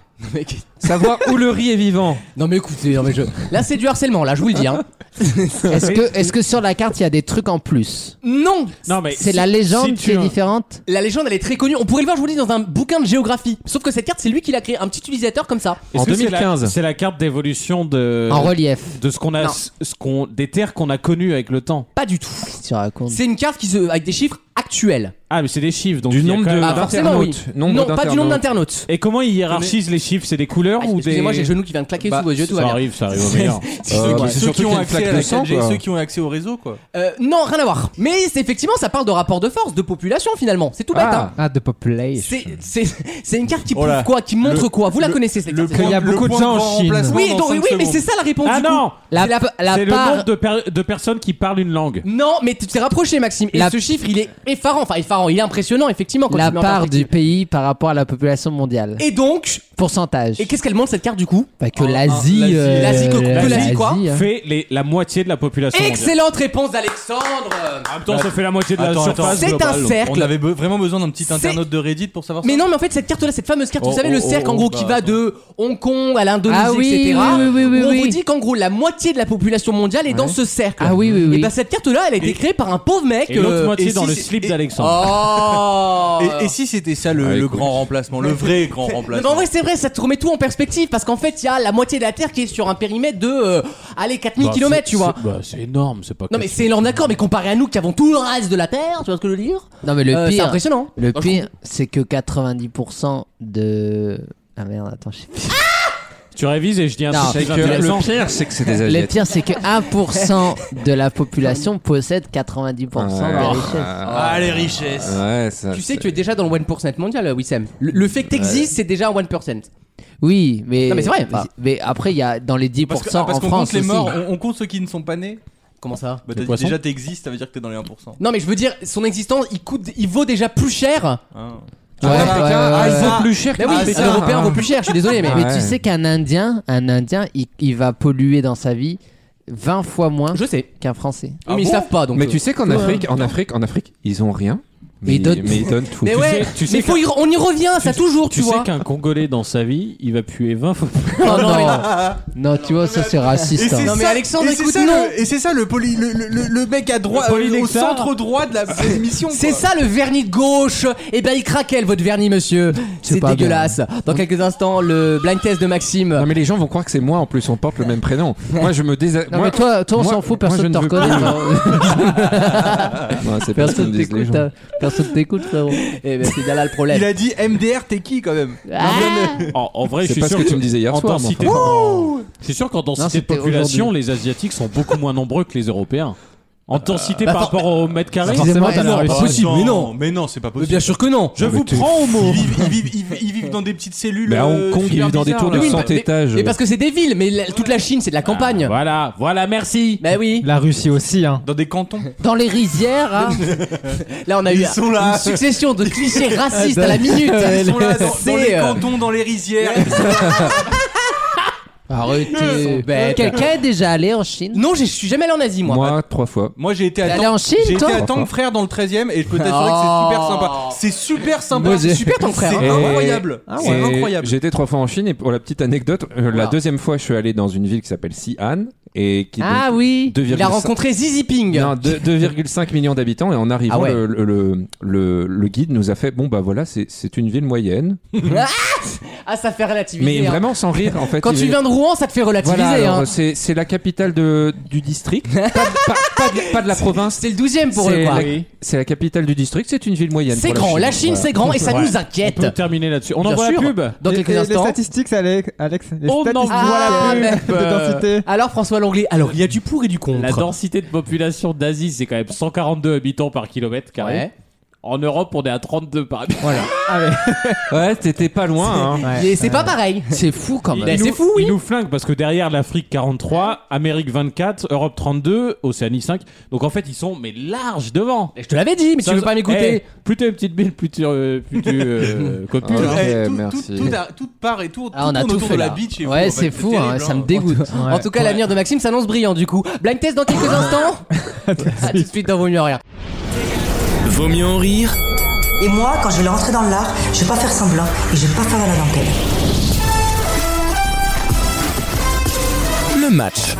[SPEAKER 8] Savoir où le riz est vivant.
[SPEAKER 2] Non, mais écoutez, non, mais je... là, c'est du harcèlement, là, je vous le dis. Hein.
[SPEAKER 7] Est-ce que, est que sur la carte il y a des trucs en plus
[SPEAKER 2] Non
[SPEAKER 5] Non, mais.
[SPEAKER 7] C'est
[SPEAKER 5] si-
[SPEAKER 7] la légende
[SPEAKER 5] si
[SPEAKER 7] qui
[SPEAKER 5] tu
[SPEAKER 7] est
[SPEAKER 5] as-
[SPEAKER 7] différente
[SPEAKER 2] La légende, elle est très connue. On pourrait le voir, je vous le dis, dans un bouquin de géographie. Sauf que cette carte, c'est lui qui l'a créée, un petit utilisateur comme ça.
[SPEAKER 5] Est-ce
[SPEAKER 8] En
[SPEAKER 5] que c'est la-
[SPEAKER 8] 2015.
[SPEAKER 5] C'est la carte d'évolution de.
[SPEAKER 7] En relief,
[SPEAKER 5] de ce qu'on a,
[SPEAKER 2] Non.
[SPEAKER 5] ce qu'on, des terres qu'on a connues avec le temps.
[SPEAKER 2] Pas du tout.
[SPEAKER 7] tu racontes.
[SPEAKER 2] C'est une carte qui se... avec des chiffres actuels.
[SPEAKER 5] Ah, mais c'est des chiffres. Donc
[SPEAKER 8] Du
[SPEAKER 5] il y a
[SPEAKER 8] nombre
[SPEAKER 5] quand
[SPEAKER 8] de-
[SPEAKER 5] même-
[SPEAKER 2] Ah, forcément, oui.
[SPEAKER 8] d'internautes. Nombre
[SPEAKER 2] non, pas du nombre
[SPEAKER 8] d'internautes.
[SPEAKER 2] d'internautes.
[SPEAKER 5] Et comment ils hiérarchisent les chiffres C'est des couleurs
[SPEAKER 2] Ah,
[SPEAKER 5] ou des.
[SPEAKER 2] Excusez-moi, j'ai le genou qui vient de claquer
[SPEAKER 5] Bah,
[SPEAKER 2] sous vos yeux, tout
[SPEAKER 5] ça
[SPEAKER 2] va bien.
[SPEAKER 5] arrive, ça arrive au meilleur.
[SPEAKER 8] Euh,
[SPEAKER 6] Ceux,
[SPEAKER 8] bah,
[SPEAKER 6] qui,
[SPEAKER 8] c'est
[SPEAKER 6] ceux
[SPEAKER 8] surtout
[SPEAKER 6] qui
[SPEAKER 8] qu'il y
[SPEAKER 6] ont
[SPEAKER 8] a une
[SPEAKER 6] accès
[SPEAKER 8] plaque
[SPEAKER 6] à la
[SPEAKER 8] de sang,
[SPEAKER 6] 4G,
[SPEAKER 8] quoi.
[SPEAKER 6] ceux qui ont accès au réseau, quoi.
[SPEAKER 2] Euh, non, rien à voir. Mais c'est effectivement, ça parle de rapport de force, de population finalement. C'est tout bête. hein.
[SPEAKER 4] Ah, de population.
[SPEAKER 2] C'est- C'est c'est une carte qui prouve
[SPEAKER 6] Oh là.
[SPEAKER 2] quoi Qui montre
[SPEAKER 6] Le-
[SPEAKER 2] quoi Vous la connaissez cette carte
[SPEAKER 4] point- y a beaucoup de
[SPEAKER 6] point
[SPEAKER 4] gens en
[SPEAKER 6] grand
[SPEAKER 4] Chine.
[SPEAKER 6] remplacement
[SPEAKER 2] Oui,
[SPEAKER 6] dans
[SPEAKER 2] donc, oui,
[SPEAKER 6] cinq
[SPEAKER 2] mais
[SPEAKER 6] secondes.
[SPEAKER 2] c'est ça la réponse
[SPEAKER 5] Ah
[SPEAKER 2] du coup.
[SPEAKER 5] non
[SPEAKER 7] La,
[SPEAKER 2] c'est la-
[SPEAKER 7] la
[SPEAKER 5] C'est le
[SPEAKER 7] part-
[SPEAKER 5] nombre de, per- de personnes qui parlent une langue.
[SPEAKER 2] Non, mais tu t'es rapproché, Maxime. Et
[SPEAKER 7] La-
[SPEAKER 2] ce chiffre, il est effarant. Enfin, effarant, il est impressionnant, effectivement. Quand
[SPEAKER 7] la
[SPEAKER 2] tu le mets en
[SPEAKER 7] part du
[SPEAKER 2] perspective.
[SPEAKER 7] pays par rapport à la population mondiale.
[SPEAKER 2] Et donc,
[SPEAKER 7] Pourcentage.
[SPEAKER 2] et qu'est-ce qu'elle montre cette carte du coup
[SPEAKER 7] Bah, que
[SPEAKER 6] Un- un-
[SPEAKER 7] l'Asie.
[SPEAKER 6] l'Asie-
[SPEAKER 7] euh,
[SPEAKER 2] Ah, l'Asie, que- que l'Asie, quoi
[SPEAKER 7] hein.
[SPEAKER 5] Fait les- la moitié de la population. mondiale.
[SPEAKER 2] Excellente réponse d'Alexandre
[SPEAKER 5] En même temps, ça fait la moitié de la
[SPEAKER 6] Attends,
[SPEAKER 5] surface.
[SPEAKER 2] C'est
[SPEAKER 5] globale.
[SPEAKER 2] un cercle.
[SPEAKER 6] On avait be- vraiment besoin d'un petit
[SPEAKER 2] C'est-
[SPEAKER 6] internaute de Reddit pour savoir
[SPEAKER 2] Mais
[SPEAKER 6] ça.
[SPEAKER 2] non, mais en fait, cette carte-là, cette fameuse carte, vous
[SPEAKER 6] Oh,
[SPEAKER 2] savez,
[SPEAKER 6] oh,
[SPEAKER 2] le cercle,
[SPEAKER 6] oh,
[SPEAKER 2] en gros,
[SPEAKER 6] oh,
[SPEAKER 2] qui
[SPEAKER 6] bah,
[SPEAKER 2] va
[SPEAKER 6] attends.
[SPEAKER 2] de Hong Kong à l'Indonésie,
[SPEAKER 7] Ah oui,
[SPEAKER 2] etc.
[SPEAKER 7] oui, oui, oui,
[SPEAKER 2] où on
[SPEAKER 7] oui,
[SPEAKER 2] vous
[SPEAKER 7] oui.
[SPEAKER 2] dit qu'en gros, la moitié de la population mondiale est dans ce cercle.
[SPEAKER 7] Ah oui, oui,
[SPEAKER 2] Et
[SPEAKER 7] oui.
[SPEAKER 2] bah, cette carte-là, elle a été
[SPEAKER 6] Et-
[SPEAKER 2] créée par un pauvre mec.
[SPEAKER 5] Et l'autre
[SPEAKER 2] euh,
[SPEAKER 5] moitié
[SPEAKER 6] et
[SPEAKER 5] dans
[SPEAKER 6] si
[SPEAKER 5] le
[SPEAKER 6] c'est-
[SPEAKER 5] slip
[SPEAKER 6] et-
[SPEAKER 5] d'Alexandre.
[SPEAKER 2] Oh
[SPEAKER 6] Et, et si c'était ça le,
[SPEAKER 8] Ah,
[SPEAKER 6] le
[SPEAKER 8] écoute.
[SPEAKER 6] grand remplacement, le vrai grand
[SPEAKER 2] Non, mais en
[SPEAKER 6] remplacement
[SPEAKER 2] vrai, c'est vrai, ça te remet tout en perspective parce qu'en fait, il y a la moitié de la Terre qui est sur un périmètre de euh, allez 4000
[SPEAKER 5] Bah,
[SPEAKER 2] km,
[SPEAKER 5] c'est-
[SPEAKER 2] tu vois.
[SPEAKER 5] c'est- bah, C'est énorme, c'est pas
[SPEAKER 2] Non, mais c'est énorme, d'accord, mais comparé à nous qui avons tout le reste de la Terre, tu vois ce que je veux dire
[SPEAKER 7] Non, mais le
[SPEAKER 2] Euh, C'est
[SPEAKER 7] pire,
[SPEAKER 2] impressionnant. Moi,
[SPEAKER 7] le
[SPEAKER 2] je
[SPEAKER 7] pire, c'est que 90% de. Ah merde, attends, je sais plus.
[SPEAKER 5] Tu révises et je dis un
[SPEAKER 7] Non,
[SPEAKER 5] truc
[SPEAKER 8] C'est
[SPEAKER 5] plus
[SPEAKER 8] que
[SPEAKER 5] intéressant.
[SPEAKER 8] le pire, c'est que c'est des
[SPEAKER 7] Le
[SPEAKER 8] Asiatiques.
[SPEAKER 7] pire, c'est que 1% de la population possède 90% de la
[SPEAKER 8] Ouais.
[SPEAKER 7] richesse.
[SPEAKER 6] Ah, les richesses
[SPEAKER 8] Ouais, ça.
[SPEAKER 2] Tu sais, tu es déjà dans le 1% mondial, euh, Wissem. Le, le fait que t'existes, c'est déjà un 1%.
[SPEAKER 7] Oui, mais.
[SPEAKER 2] Non, mais c'est vrai.
[SPEAKER 7] Mais, mais après, il y a dans les 10%
[SPEAKER 6] Parce que- ah, parce
[SPEAKER 7] en
[SPEAKER 6] qu'on
[SPEAKER 7] France.
[SPEAKER 6] compte les
[SPEAKER 7] aussi.
[SPEAKER 6] morts, on, on compte ceux qui ne sont pas nés.
[SPEAKER 2] Comment ça
[SPEAKER 6] Bah,
[SPEAKER 5] Les
[SPEAKER 6] t'as-
[SPEAKER 5] poissons.
[SPEAKER 6] déjà t'existes, ça veut dire que t'es dans les 1%.
[SPEAKER 2] Non, mais je veux dire, son existence, il, coûte, il vaut déjà plus cher.
[SPEAKER 6] hein.
[SPEAKER 7] Ouais, ouais, ouais,
[SPEAKER 8] Ah,
[SPEAKER 7] ouais.
[SPEAKER 8] ils sont plus chers
[SPEAKER 2] Mais Ben hein. oui,
[SPEAKER 8] que
[SPEAKER 2] mais
[SPEAKER 8] ça.
[SPEAKER 2] l'européen vaut plus cher, je suis désolé, mais.
[SPEAKER 8] Ah
[SPEAKER 7] Mais
[SPEAKER 8] ouais.
[SPEAKER 7] tu sais qu'un Indien, un Indien, il, il va polluer dans sa vie 20 fois moins
[SPEAKER 2] Je sais. Ah
[SPEAKER 7] qu'un Français.
[SPEAKER 2] mais ils
[SPEAKER 6] bon
[SPEAKER 2] savent pas donc. euh.
[SPEAKER 8] Mais tu sais qu'en Afrique, en Afrique, en Afrique, ils ont rien. Mais
[SPEAKER 7] ils donnent
[SPEAKER 8] mais ils donnent tout.
[SPEAKER 2] mais
[SPEAKER 5] tu
[SPEAKER 2] ouais,
[SPEAKER 5] sais- tu sais
[SPEAKER 2] mais faut y re- on y revient, ça toujours, tu,
[SPEAKER 5] Tu sais
[SPEAKER 2] vois.
[SPEAKER 5] qu'un Congolais dans sa vie, il va puer 20 fois.
[SPEAKER 7] Oh non, non, tu vois, ça c'est
[SPEAKER 6] Et
[SPEAKER 7] raciste.
[SPEAKER 6] c'est
[SPEAKER 7] hein.
[SPEAKER 2] Non, mais
[SPEAKER 6] ça-
[SPEAKER 2] Alexandre,
[SPEAKER 6] et c'est
[SPEAKER 2] écoute,
[SPEAKER 6] ça
[SPEAKER 2] non.
[SPEAKER 6] le- Et c'est ça le, poly- le, le- le- le mec à droite,
[SPEAKER 5] Le
[SPEAKER 6] euh, au
[SPEAKER 5] polynectar.
[SPEAKER 6] centre droit de la de l'émission.
[SPEAKER 2] C'est
[SPEAKER 6] quoi.
[SPEAKER 2] ça le vernis de gauche Et ben il craquelle votre vernis monsieur C'est
[SPEAKER 7] pas
[SPEAKER 2] dégueulasse Dans quelques instants le blind test de Maxime
[SPEAKER 8] Non mais les gens vont croire que c'est moi en plus on porte le même prénom. Moi je me désa...
[SPEAKER 7] Non,
[SPEAKER 8] moi-
[SPEAKER 7] mais toi, toi on
[SPEAKER 8] moi-
[SPEAKER 7] s'en fout,
[SPEAKER 8] moi, je
[SPEAKER 7] personne
[SPEAKER 8] ne
[SPEAKER 7] te
[SPEAKER 8] veux plus.
[SPEAKER 7] reconnaît.
[SPEAKER 8] Ouais, c'est parce qu'on
[SPEAKER 7] Personne
[SPEAKER 8] me dise les
[SPEAKER 7] t'écoute,
[SPEAKER 8] gens.
[SPEAKER 7] hein. personne t'écoute, frérot.
[SPEAKER 2] Eh ben c'est bien là le problème Ah.
[SPEAKER 6] Il a dit MDR, t'es qui quand même
[SPEAKER 5] En, en vrai, je
[SPEAKER 8] C'est
[SPEAKER 5] suis
[SPEAKER 8] pas ce
[SPEAKER 5] sûr
[SPEAKER 8] que tu me disais hier
[SPEAKER 5] en
[SPEAKER 8] soir. mais
[SPEAKER 5] densité-
[SPEAKER 8] enfin.
[SPEAKER 5] C'est sûr qu'en densité de
[SPEAKER 7] c'était
[SPEAKER 5] population,
[SPEAKER 7] aujourd'hui.
[SPEAKER 5] les Asiatiques sont beaucoup moins nombreux que les Européens. En En densité
[SPEAKER 2] bah,
[SPEAKER 5] par
[SPEAKER 2] for-
[SPEAKER 5] rapport au mètre carré
[SPEAKER 7] Excusez-moi,
[SPEAKER 2] mais
[SPEAKER 7] t'as
[SPEAKER 2] non,
[SPEAKER 7] la
[SPEAKER 2] pas
[SPEAKER 7] réussite.
[SPEAKER 2] possible, mais non.
[SPEAKER 6] Mais non, c'est pas
[SPEAKER 2] Mais
[SPEAKER 6] possible.
[SPEAKER 2] bien sûr que non.
[SPEAKER 5] Je vous prends au mot.
[SPEAKER 6] Ils vivent, ils vivent- ils vivent- ils vivent dans des petites cellules.
[SPEAKER 8] Mais à
[SPEAKER 6] euh,
[SPEAKER 8] Hong Kong, ils
[SPEAKER 6] super
[SPEAKER 8] vivent dans des
[SPEAKER 6] bizarres,
[SPEAKER 8] tours de
[SPEAKER 6] là.
[SPEAKER 2] Oui, mais-
[SPEAKER 8] 100 étages.
[SPEAKER 2] Mais parce que c'est des villes, mais la- toute la Chine, c'est de la campagne.
[SPEAKER 8] Ah,
[SPEAKER 5] Voilà, voilà, merci.
[SPEAKER 2] Bah oui.
[SPEAKER 4] La Russie aussi, hein.
[SPEAKER 6] Dans des cantons.
[SPEAKER 7] Dans les rizières, hein.
[SPEAKER 2] Là, on a eu
[SPEAKER 6] Ils sont là.
[SPEAKER 2] une succession de clichés racistes à la minute.
[SPEAKER 6] Ils sont là, dans, dans
[SPEAKER 2] C'est,
[SPEAKER 6] les
[SPEAKER 2] euh,
[SPEAKER 6] cantons, dans les rizières.
[SPEAKER 7] Arrêtez.
[SPEAKER 2] bêtes.
[SPEAKER 7] Quelqu'un est déjà allé en Chine
[SPEAKER 2] Non, j'ai- je suis jamais allé en Asie, moi.
[SPEAKER 8] Moi, trois fois.
[SPEAKER 6] Moi, j'ai été
[SPEAKER 7] T'es
[SPEAKER 6] à
[SPEAKER 7] allé en
[SPEAKER 6] J'ai été
[SPEAKER 7] Chine, toi
[SPEAKER 6] à Tang Frère dans le 13 e et je peux
[SPEAKER 2] Oh.
[SPEAKER 6] t'assurer que c'est super sympa. C'est super sympa.
[SPEAKER 7] Moi, j'ai-
[SPEAKER 2] Super, ton frère. hein.
[SPEAKER 6] C'est
[SPEAKER 8] Et- ah
[SPEAKER 6] incroyable.
[SPEAKER 1] Ah
[SPEAKER 8] Et
[SPEAKER 6] C'est incroyable.
[SPEAKER 8] J'ai été trois fois en Chine et pour la petite anecdote, euh, la deuxième fois, je suis allé dans une ville qui s'appelle Xi'an et qui est
[SPEAKER 7] Ah oui.
[SPEAKER 8] donc
[SPEAKER 2] Il a
[SPEAKER 8] 2,5
[SPEAKER 2] rencontré Zizi Ping.
[SPEAKER 8] Non, deux- 2,5 millions d'habitants et en arrivant,
[SPEAKER 2] Ah ouais.
[SPEAKER 8] le, le- le- le- le guide nous a fait bon bah voilà, c'est- c'est une ville moyenne,
[SPEAKER 2] Ah, ça fait relativiser.
[SPEAKER 8] mais
[SPEAKER 2] hein.
[SPEAKER 8] vraiment sans rire en fait.
[SPEAKER 2] Quand
[SPEAKER 8] Il
[SPEAKER 2] tu
[SPEAKER 8] est-
[SPEAKER 2] viens de Rouen, ça te fait relativiser.
[SPEAKER 8] voilà, alors,
[SPEAKER 2] hein.
[SPEAKER 8] c'est c'est la capitale de, du district, pas, de- pas- pas de, pas de la province.
[SPEAKER 2] C'est le 12 e pour
[SPEAKER 8] C'est
[SPEAKER 2] eux, quoi.
[SPEAKER 8] la, c'est la capitale du district, c'est une ville moyenne.
[SPEAKER 2] C'est
[SPEAKER 8] pour
[SPEAKER 2] grand. La Chine,
[SPEAKER 8] Voilà.
[SPEAKER 2] c'est grand et ça
[SPEAKER 5] Ouais.
[SPEAKER 2] nous
[SPEAKER 5] On
[SPEAKER 2] inquiète.
[SPEAKER 5] peut terminer là-dessus. On
[SPEAKER 2] Bien
[SPEAKER 5] envoie la
[SPEAKER 2] sûr.
[SPEAKER 5] pub.
[SPEAKER 2] Dans
[SPEAKER 4] Les-
[SPEAKER 2] quelques
[SPEAKER 4] les,
[SPEAKER 2] instants.
[SPEAKER 4] statistiques, Alex. Alex les
[SPEAKER 5] On en
[SPEAKER 4] statistiques
[SPEAKER 2] voit la
[SPEAKER 4] euh,
[SPEAKER 2] pub.
[SPEAKER 4] de densité.
[SPEAKER 2] Alors, François Langlais, alors il y a du pour et du contre.
[SPEAKER 5] La densité de population d'Asie, c'est quand même 142 habitants par kilomètre carré.
[SPEAKER 2] Ouais.
[SPEAKER 5] En Europe, on est à 32 par habitant.
[SPEAKER 8] Ouais, t'étais pas loin. hein.
[SPEAKER 2] Et c'est pas pareil.
[SPEAKER 7] C'est fou quand
[SPEAKER 5] Il-
[SPEAKER 7] même.
[SPEAKER 5] il
[SPEAKER 2] c'est
[SPEAKER 5] nous-
[SPEAKER 2] bah, fou, oui.
[SPEAKER 5] Il nous flingue parce que derrière l'Afrique 43, Amérique 24, Europe 32, Océanie 5. Donc en fait, ils sont mais large devant.
[SPEAKER 2] Je te l'avais dit, mais tu
[SPEAKER 5] Ça-
[SPEAKER 2] veux pas m'écouter.
[SPEAKER 5] Eh, plus t'es une petite bille, plus tu, euh, plus tu euh, copules,
[SPEAKER 8] Ouais.
[SPEAKER 5] hein.
[SPEAKER 6] Eh,
[SPEAKER 8] Ok,
[SPEAKER 6] tout-
[SPEAKER 8] merci.
[SPEAKER 6] tout- tout a- Toute part et tout, tout
[SPEAKER 7] Ah, on a
[SPEAKER 6] tourne
[SPEAKER 7] tout
[SPEAKER 6] autour
[SPEAKER 7] fait
[SPEAKER 6] de la
[SPEAKER 7] là.
[SPEAKER 6] beach. chez vous, en
[SPEAKER 7] Ouais,
[SPEAKER 6] fait.
[SPEAKER 7] c'est fou,
[SPEAKER 6] terrible,
[SPEAKER 7] hein, ça
[SPEAKER 6] hein.
[SPEAKER 7] me dégoûte.
[SPEAKER 2] En tout cas, l'avenir de Maxime s'annonce brillant du coup. Blind test dans quelques instants. à tout de suite dans Vaut mieux en rire.
[SPEAKER 1] Vaut mieux en rire
[SPEAKER 9] Et moi, quand je vais rentrer dans l'art, je vais pas faire semblant et je vais pas faire la dentelle.
[SPEAKER 1] le match.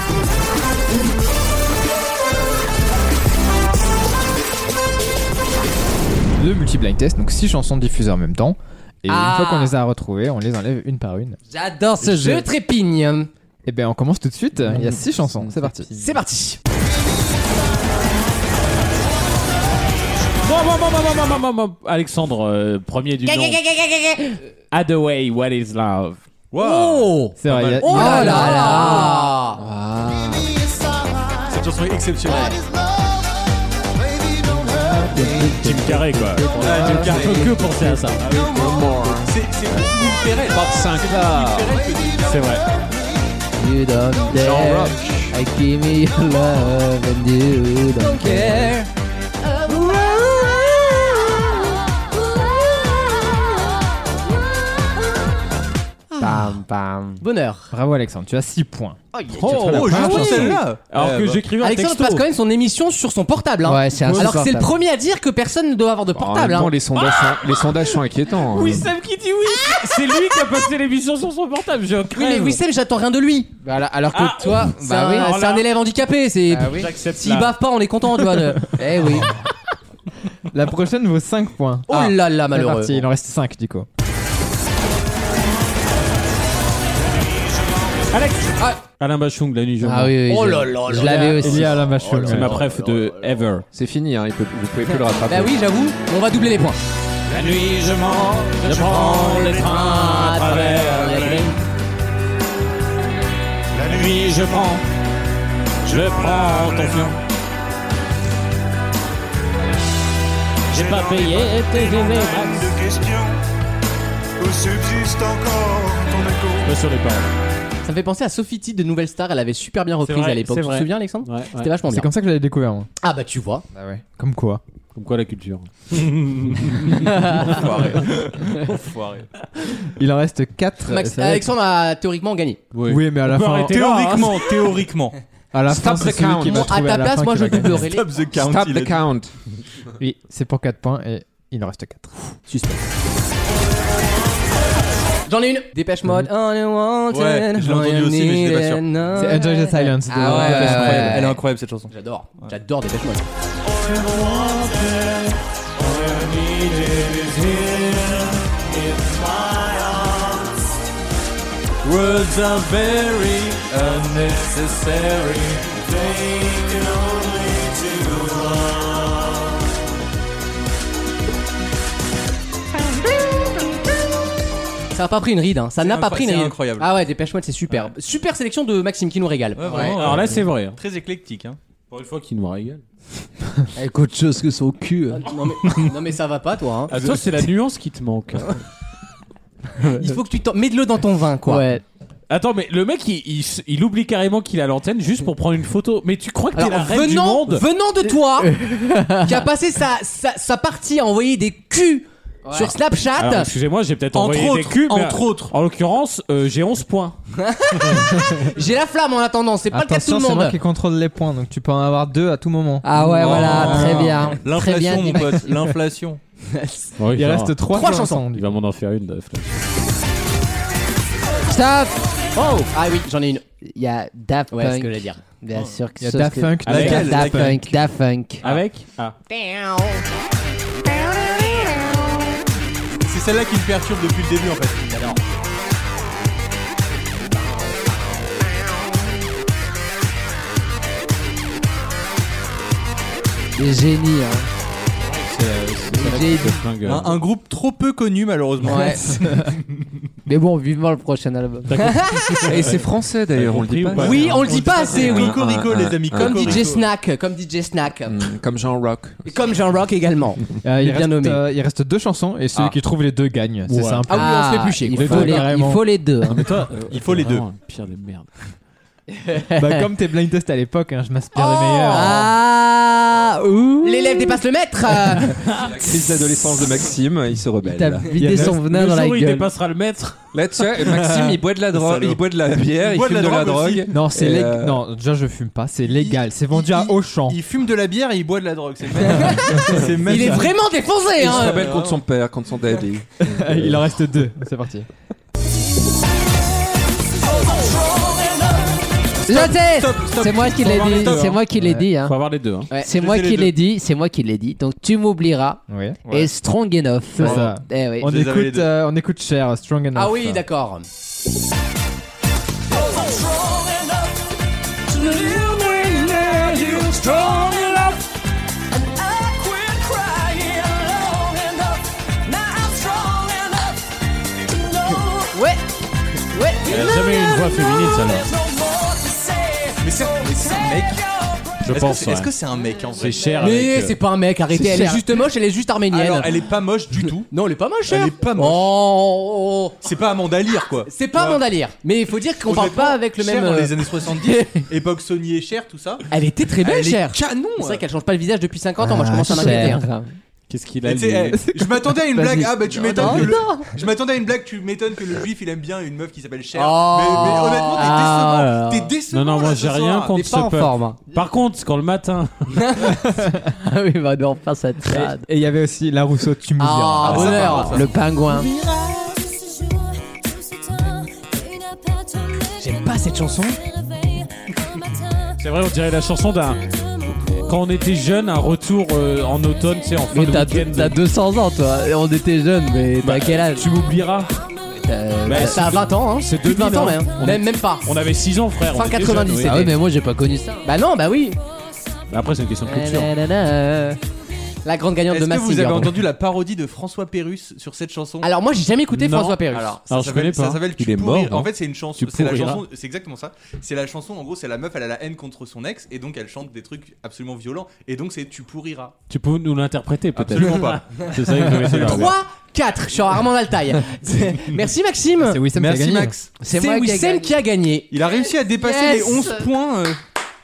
[SPEAKER 4] Le multi-blind test, donc 6 chansons diffusées en même temps. Et
[SPEAKER 2] Ah.
[SPEAKER 4] une fois qu'on les a retrouvées, on les enlève une par une.
[SPEAKER 2] J'adore ce jeu. Je trépigne.
[SPEAKER 4] Et bien, on commence tout de suite. Il y a 6 chansons. C'est parti.
[SPEAKER 2] C'est parti.
[SPEAKER 5] Bon, bon, bon, bon, bon, bon, bon, bon. Alexandre, euh, premier du nom. Hathaway, what is love?
[SPEAKER 2] Oh.
[SPEAKER 4] C'est vrai. il y a-
[SPEAKER 2] Oh
[SPEAKER 4] il y a-
[SPEAKER 2] là là.
[SPEAKER 6] Cette chanson est exceptionnelle.
[SPEAKER 5] Jim Carrey, quoi. Ah, Jim Carrey, Ah on peut que penser à ça. hein.
[SPEAKER 6] C'est c'est plus Will Ferrell. C'est plus Will Ferrell que Jim Carrey.
[SPEAKER 5] C'est vrai.
[SPEAKER 7] You don't dare. I give me your love and you don't care.
[SPEAKER 2] Ah.
[SPEAKER 4] Pam, pam.
[SPEAKER 2] Bonheur.
[SPEAKER 4] Bravo, Alexandre. Tu as 6 points.
[SPEAKER 5] Oh,
[SPEAKER 6] Oh,
[SPEAKER 5] ah
[SPEAKER 6] je
[SPEAKER 5] oui.
[SPEAKER 6] joue celle-là.
[SPEAKER 5] Alors
[SPEAKER 6] Euh,
[SPEAKER 5] que
[SPEAKER 6] bah,
[SPEAKER 5] j'écrivais un
[SPEAKER 2] Alexandre
[SPEAKER 5] texto.
[SPEAKER 2] passe quand même son émission sur son portable. Hein.
[SPEAKER 7] Ouais, c'est
[SPEAKER 2] Alors que c'est le
[SPEAKER 7] insupportable.
[SPEAKER 2] premier à dire que personne ne doit avoir de
[SPEAKER 8] En même
[SPEAKER 2] portable.
[SPEAKER 8] temps,
[SPEAKER 2] hein.
[SPEAKER 8] les sondages, sont, les sondages sont inquiétants. hein.
[SPEAKER 5] Wissem qui dit oui C'est lui qui a passé l'émission sur son portable, je
[SPEAKER 2] Oui,
[SPEAKER 5] crève.
[SPEAKER 2] mais Wissem, j'attends rien de lui.
[SPEAKER 7] Voilà, alors que
[SPEAKER 5] Ah,
[SPEAKER 7] toi,
[SPEAKER 2] C'est
[SPEAKER 7] bah
[SPEAKER 2] un,
[SPEAKER 7] oui.
[SPEAKER 5] alors
[SPEAKER 2] c'est un
[SPEAKER 5] là-
[SPEAKER 2] élève handicapé. C'est
[SPEAKER 8] Bah
[SPEAKER 7] Ah oui.
[SPEAKER 5] J'accepte
[SPEAKER 2] s'il
[SPEAKER 5] la-
[SPEAKER 2] bave pas, on est content, tu vois. de-
[SPEAKER 7] Eh oui.
[SPEAKER 4] La prochaine vaut 5 points.
[SPEAKER 2] Oh là là,
[SPEAKER 4] C'est
[SPEAKER 2] malheureux.
[SPEAKER 4] parti. Il en reste 5, du coup.
[SPEAKER 5] Alex Alain Bachung, la nuit je
[SPEAKER 7] Ah
[SPEAKER 5] mens.
[SPEAKER 7] oui, oui.
[SPEAKER 2] Oh
[SPEAKER 7] je-
[SPEAKER 2] là là
[SPEAKER 7] Je
[SPEAKER 2] là
[SPEAKER 7] l'avais
[SPEAKER 2] là.
[SPEAKER 7] aussi.
[SPEAKER 4] Il y a la machine.
[SPEAKER 5] C'est ma préf de Ever.
[SPEAKER 8] C'est fini, hein, il peut- vous pouvez plus le rattraper.
[SPEAKER 2] Bah oui, j'avoue, on va doubler les points.
[SPEAKER 5] La nuit je mens, je prends les trains à travers les rues. La nuit je prends, je prends ton fion. J'ai pas payé tes vénéraces.
[SPEAKER 10] de questions où subsiste encore ton écho.
[SPEAKER 5] Pas sur les paroles.
[SPEAKER 2] Ça me fait penser à Sophie Tidd de Nouvelle Star, elle avait super bien reprise
[SPEAKER 5] vrai,
[SPEAKER 2] à l'époque.
[SPEAKER 5] c'est
[SPEAKER 2] Tu te
[SPEAKER 5] vrai.
[SPEAKER 2] souviens, Alexandre
[SPEAKER 5] Ouais,
[SPEAKER 2] C'était vachement bien.
[SPEAKER 4] C'est comme ça que j'avais découvert, moi.
[SPEAKER 2] Ah bah tu vois.
[SPEAKER 4] Ah ouais. Comme quoi
[SPEAKER 5] Comme quoi la culture.
[SPEAKER 4] Il en reste 4.
[SPEAKER 2] Euh, Max- Alexandre a théoriquement gagné.
[SPEAKER 4] Oui, mais à la
[SPEAKER 5] peut
[SPEAKER 4] fin,
[SPEAKER 5] arrêter. T'es là,
[SPEAKER 6] Théoriquement, théoriquement.
[SPEAKER 4] à la
[SPEAKER 8] Stop
[SPEAKER 4] fin, c'est
[SPEAKER 8] the
[SPEAKER 4] celui qui
[SPEAKER 8] count.
[SPEAKER 4] va
[SPEAKER 2] Bon, à
[SPEAKER 4] trouver
[SPEAKER 2] ta
[SPEAKER 4] la
[SPEAKER 2] place,
[SPEAKER 4] fin
[SPEAKER 2] moi
[SPEAKER 4] qui
[SPEAKER 2] je
[SPEAKER 4] va gagner.
[SPEAKER 2] doublerai les.
[SPEAKER 6] Stop the count.
[SPEAKER 8] Stop
[SPEAKER 6] il a
[SPEAKER 8] the
[SPEAKER 6] dit.
[SPEAKER 8] count.
[SPEAKER 4] Oui, c'est pour 4 points et il en reste 4.
[SPEAKER 2] J'en ai une. Dépêche mode.
[SPEAKER 6] Ouais, je l'ai entendu aussi, mais j'étais pas sûr.
[SPEAKER 4] C'est Enjoy the Silence. de-
[SPEAKER 7] Ah ouais,
[SPEAKER 4] de-
[SPEAKER 7] ouais, ouais.
[SPEAKER 6] Elle est incroyable cette chanson.
[SPEAKER 2] J'adore. J'adore Dépêche mode.
[SPEAKER 6] Words are very unnecessary. They can only do love.
[SPEAKER 2] Ça a pas pris une ride, hein. Ça n'a pas
[SPEAKER 6] incro-
[SPEAKER 2] pris une
[SPEAKER 6] c'est
[SPEAKER 2] ride.
[SPEAKER 6] incroyable.
[SPEAKER 2] Ah ouais, Dépêche mode, c'est superbe. Super sélection de Maxime qui nous régale.
[SPEAKER 6] Ouais, vraiment,
[SPEAKER 5] Alors là, c'est vrai. hein.
[SPEAKER 6] Très éclectique. Hein.
[SPEAKER 5] Pour une fois qu'il nous régale.
[SPEAKER 7] Avec autre chose que son cul. hein.
[SPEAKER 2] Ah, Non mais, non, mais ça va pas toi. hein.
[SPEAKER 5] Attention, Ah, c'est la nuance qui te manque.
[SPEAKER 2] Il faut que tu t'en... Mets-le dans ton vin quoi.
[SPEAKER 7] Ouais.
[SPEAKER 5] Attends, mais le mec, il, il s- il oublie carrément qu'il a l'antenne juste pour prendre une photo. Mais tu crois que t'es
[SPEAKER 2] Alors,
[SPEAKER 5] la reine du
[SPEAKER 2] venant,
[SPEAKER 5] monde
[SPEAKER 2] venant de toi, qui a passé sa, sa, sa partie à envoyer des culs sur Snapchat,
[SPEAKER 5] Alors, Ah, Excusez-moi, j'ai peut-être
[SPEAKER 6] Entre
[SPEAKER 5] envoyé des
[SPEAKER 6] autres,
[SPEAKER 5] cubes. mais-
[SPEAKER 6] entre autres.
[SPEAKER 5] En l'occurrence, euh, j'ai 11 points.
[SPEAKER 2] j'ai la flamme en attendant, c'est pas
[SPEAKER 4] Attention,
[SPEAKER 2] le cas de
[SPEAKER 4] c'est
[SPEAKER 2] tout le
[SPEAKER 4] moi
[SPEAKER 2] monde.
[SPEAKER 4] qui contrôle les points, donc tu peux en avoir deux à tout moment.
[SPEAKER 7] Ah ouais,
[SPEAKER 6] Oh.
[SPEAKER 7] voilà, très bien. Très bien.
[SPEAKER 6] L'inflation,
[SPEAKER 7] dit
[SPEAKER 6] mon pote, l'inflation.
[SPEAKER 4] Il reste trois,
[SPEAKER 2] Trois
[SPEAKER 4] chansons.
[SPEAKER 2] chansons.
[SPEAKER 5] Il va m'en en faire une.
[SPEAKER 7] Stop
[SPEAKER 2] Oh Ah oui, j'en ai une.
[SPEAKER 7] Il y a Daft
[SPEAKER 2] Ouais, c'est ce
[SPEAKER 7] Punk.
[SPEAKER 2] que j'allais dire.
[SPEAKER 7] Bien sûr que
[SPEAKER 4] Il y a
[SPEAKER 7] ça,
[SPEAKER 4] Daft
[SPEAKER 7] c'est-
[SPEAKER 4] Punk.
[SPEAKER 5] Avec
[SPEAKER 7] Daft
[SPEAKER 6] elle,
[SPEAKER 7] Daft
[SPEAKER 6] Daft
[SPEAKER 7] Punk, Daft Punk.
[SPEAKER 5] Avec Ah.
[SPEAKER 6] C'est celle-là qui me perturbe depuis le début en fait. Alors,
[SPEAKER 7] Des génies, hein. Des génies.
[SPEAKER 6] un, un groupe trop peu connu malheureusement.
[SPEAKER 7] Ouais. Mais bon, vivement le prochain album.
[SPEAKER 8] Et c'est français d'ailleurs, on le dit
[SPEAKER 5] compris ou
[SPEAKER 8] pas.
[SPEAKER 5] pas
[SPEAKER 2] Oui, on le dit pas assez, oui.
[SPEAKER 6] Cocorico,
[SPEAKER 8] Un, un,
[SPEAKER 6] les amis,
[SPEAKER 8] un,
[SPEAKER 2] Comme
[SPEAKER 6] Cocorico.
[SPEAKER 2] DJ Snack, comme DJ Snack.
[SPEAKER 8] un, Mm, Comme Jean Rock.
[SPEAKER 2] Et Comme Jean Rock également.
[SPEAKER 4] Euh, il,
[SPEAKER 2] Il est bien
[SPEAKER 4] reste,
[SPEAKER 2] nommé.
[SPEAKER 4] euh, il reste deux chansons et celui
[SPEAKER 8] Ah.
[SPEAKER 4] qui trouve les deux gagne. C'est
[SPEAKER 5] Ouais.
[SPEAKER 4] simple.
[SPEAKER 2] Ah oui, on se fait plus chier, quoi.
[SPEAKER 7] Il faut
[SPEAKER 4] Les deux,
[SPEAKER 7] les, il
[SPEAKER 4] carrément.
[SPEAKER 7] faut les deux. hein.
[SPEAKER 5] Mais toi,
[SPEAKER 6] il faut les deux.
[SPEAKER 5] Pire des merdes.
[SPEAKER 4] Bah, comme tes blind tests à l'époque, hein, je m'inspire
[SPEAKER 2] Oh.
[SPEAKER 4] des meilleurs.
[SPEAKER 7] Ah, ouh.
[SPEAKER 2] L'élève dépasse le maître. euh.
[SPEAKER 8] La crise d'adolescence de Maxime, il se
[SPEAKER 7] Il t'a
[SPEAKER 8] rebelle.
[SPEAKER 4] Il y
[SPEAKER 7] vidé
[SPEAKER 4] a
[SPEAKER 7] son venin
[SPEAKER 5] le
[SPEAKER 7] dans
[SPEAKER 5] jour
[SPEAKER 7] la
[SPEAKER 5] où il
[SPEAKER 7] gueule.
[SPEAKER 5] dépassera le maître.
[SPEAKER 8] Là, tu vois, Maxime, il boit de la drogue,
[SPEAKER 6] Salaud.
[SPEAKER 8] il boit de la bière,
[SPEAKER 6] Il
[SPEAKER 8] il,
[SPEAKER 6] boit de
[SPEAKER 8] fume
[SPEAKER 6] la
[SPEAKER 8] de la
[SPEAKER 6] drogue
[SPEAKER 8] drogue.
[SPEAKER 6] aussi.
[SPEAKER 4] Non, c'est
[SPEAKER 8] Et,
[SPEAKER 4] lég-
[SPEAKER 8] euh,
[SPEAKER 4] Non, déjà, je fume pas. C'est légal. C'est vendu
[SPEAKER 6] il-
[SPEAKER 4] à Auchan.
[SPEAKER 6] Il fume de la bière et il boit de la drogue. C'est magnifique. C'est
[SPEAKER 2] Il est
[SPEAKER 6] magnifique.
[SPEAKER 2] vraiment défoncé.
[SPEAKER 8] Il se
[SPEAKER 2] Hein.
[SPEAKER 8] rebelle contre son père, contre son daddy.
[SPEAKER 4] il en reste deux. C'est parti.
[SPEAKER 7] Je sais
[SPEAKER 6] Stop, stop.
[SPEAKER 7] C'est moi qui
[SPEAKER 6] Faut
[SPEAKER 7] l'ai
[SPEAKER 6] avoir
[SPEAKER 7] dit.
[SPEAKER 6] les deux,
[SPEAKER 7] C'est
[SPEAKER 6] hein.
[SPEAKER 7] moi qui l'ai dit. hein.
[SPEAKER 5] Faut avoir les deux. Hein.
[SPEAKER 7] Ouais, C'est
[SPEAKER 6] Je
[SPEAKER 7] moi
[SPEAKER 6] les ai les
[SPEAKER 7] qui l'ai dit. C'est moi qui l'ai dit. Donc tu m'oublieras.
[SPEAKER 4] Oui.
[SPEAKER 7] Et Strong Enough.
[SPEAKER 4] C'est ça.
[SPEAKER 7] Eh oui.
[SPEAKER 4] On
[SPEAKER 6] Je les avais les
[SPEAKER 4] écoute,
[SPEAKER 6] deux.
[SPEAKER 4] euh, on écoute Cher, Strong Enough.
[SPEAKER 2] Ah oui, d'accord. Ouais. Ouais.
[SPEAKER 5] Il a jamais eu une voix féminine, ça là.
[SPEAKER 6] Mais c'est mais c'est un mec.
[SPEAKER 5] Je
[SPEAKER 6] Est-ce que
[SPEAKER 5] pense.
[SPEAKER 6] c'est- Est-ce que c'est un mec en vrai
[SPEAKER 5] c'est cher
[SPEAKER 2] Mais c'est euh, pas un mec, arrêtez.
[SPEAKER 7] c'est
[SPEAKER 2] Elle est
[SPEAKER 7] cher.
[SPEAKER 2] juste moche, elle est juste arménienne.
[SPEAKER 6] euh, Alors, elle est pas moche du tout.
[SPEAKER 2] Non, elle est pas moche.
[SPEAKER 6] Elle
[SPEAKER 2] hein.
[SPEAKER 6] est pas moche.
[SPEAKER 2] Oh, oh, oh.
[SPEAKER 6] C'est pas Amanda Lear quoi.
[SPEAKER 2] C'est pas
[SPEAKER 6] Ouais.
[SPEAKER 2] mon délire. Mais il faut dire qu'on parle
[SPEAKER 6] Honnêtement,
[SPEAKER 2] pas avec le
[SPEAKER 6] Cher
[SPEAKER 2] même.
[SPEAKER 6] dans
[SPEAKER 2] euh,
[SPEAKER 6] les années 70, époque Sony et Cher, tout ça.
[SPEAKER 2] Elle était très belle,
[SPEAKER 6] Elle est
[SPEAKER 2] Cher.
[SPEAKER 6] canon.
[SPEAKER 2] C'est vrai qu'elle change pas le visage depuis 50 ans. Moi, je
[SPEAKER 7] Ah,
[SPEAKER 2] commence à m'inquiéter.
[SPEAKER 7] cher.
[SPEAKER 2] hein.
[SPEAKER 5] Qu'est-ce qu'il a
[SPEAKER 6] Mais tu sais, eh, je m'attendais à une
[SPEAKER 7] Vas-y.
[SPEAKER 6] blague. Ah bah tu m'étonnes
[SPEAKER 7] Oh non,
[SPEAKER 6] que le... Je m'attendais à une blague. Tu m'étonnes que le juif il aime bien une meuf qui s'appelle Cher.
[SPEAKER 2] Oh.
[SPEAKER 6] mais, mais honnêtement t'es
[SPEAKER 7] Ah,
[SPEAKER 6] décevant.
[SPEAKER 7] alors.
[SPEAKER 6] T'es décevant.
[SPEAKER 5] Non, non, moi,
[SPEAKER 6] là,
[SPEAKER 5] j'ai
[SPEAKER 6] ce
[SPEAKER 5] rien
[SPEAKER 6] soir.
[SPEAKER 5] contre-
[SPEAKER 7] T'es pas en
[SPEAKER 5] Stop.
[SPEAKER 7] forme. hein.
[SPEAKER 5] Par contre, quand le matin.
[SPEAKER 7] Ah oui, bah non, pas ça. trad.
[SPEAKER 4] Et il y avait aussi La Rousseau, tu me diras.
[SPEAKER 2] Ah,
[SPEAKER 6] Ah, ça, par
[SPEAKER 2] bonheur.
[SPEAKER 6] contre, ça.
[SPEAKER 7] Le pingouin.
[SPEAKER 2] J'aime pas cette chanson.
[SPEAKER 5] C'est vrai, on dirait la chanson d'un. Quand on était jeune, un retour euh, en automne, c'est en fin
[SPEAKER 7] Mais
[SPEAKER 5] de
[SPEAKER 7] t'as
[SPEAKER 5] week-end.
[SPEAKER 7] t'as 200 ans, toi. On était jeunes, mais
[SPEAKER 5] Bah,
[SPEAKER 7] t'as quel âge
[SPEAKER 5] Tu m'oublieras.
[SPEAKER 2] Euh,
[SPEAKER 7] T'as-
[SPEAKER 5] Bah,
[SPEAKER 2] Ça a 20 ans, hein.
[SPEAKER 5] C'est
[SPEAKER 2] Plus de 20 ans,
[SPEAKER 5] 2000 ans.
[SPEAKER 2] même.
[SPEAKER 5] On-
[SPEAKER 2] Même, même pas.
[SPEAKER 5] On avait 6 ans, frère.
[SPEAKER 2] Fin
[SPEAKER 5] on était
[SPEAKER 2] 97.
[SPEAKER 5] jeunes,
[SPEAKER 7] Ah
[SPEAKER 5] oui.
[SPEAKER 7] oui, mais moi j'ai pas connu ça.
[SPEAKER 2] Bah non, bah oui.
[SPEAKER 5] Bah Après, c'est une question de culture.
[SPEAKER 2] Eh La grande gagnante de
[SPEAKER 6] Est-ce que vous
[SPEAKER 2] Massinger.
[SPEAKER 6] avez entendu la parodie de François Pérus sur cette chanson
[SPEAKER 2] Alors moi, j'ai jamais écouté
[SPEAKER 5] Non.
[SPEAKER 2] François Perrus.
[SPEAKER 6] Alors,
[SPEAKER 5] Alors,
[SPEAKER 6] ça
[SPEAKER 5] je connais
[SPEAKER 6] s'appelle
[SPEAKER 5] pas.
[SPEAKER 6] ça s'appelle
[SPEAKER 8] Il
[SPEAKER 6] Tu
[SPEAKER 8] est mort,
[SPEAKER 6] pourris-
[SPEAKER 8] non
[SPEAKER 6] En fait, c'est une chanson.
[SPEAKER 5] Tu
[SPEAKER 6] C'est la
[SPEAKER 5] pourriras.
[SPEAKER 6] chanson. C'est exactement ça. C'est la chanson. En gros, c'est la meuf. Elle a la haine contre son ex, et donc elle chante des trucs absolument violents. Et donc c'est Tu pourriras.
[SPEAKER 5] Tu peux nous l'interpréter peut-être.
[SPEAKER 6] Absolument pas.
[SPEAKER 5] C'est ça que je vais faire.
[SPEAKER 2] 3, 4. Je suis Armand Altaï. Merci,
[SPEAKER 4] C'est
[SPEAKER 2] Maxime.
[SPEAKER 4] Wissem qui a
[SPEAKER 6] Merci
[SPEAKER 4] gagné.
[SPEAKER 6] Max.
[SPEAKER 2] C'est
[SPEAKER 7] moi qui ai
[SPEAKER 2] Wissem
[SPEAKER 7] gagné.
[SPEAKER 2] qui a gagné.
[SPEAKER 6] Il a réussi à dépasser
[SPEAKER 2] Yes.
[SPEAKER 6] les 11 points. euh,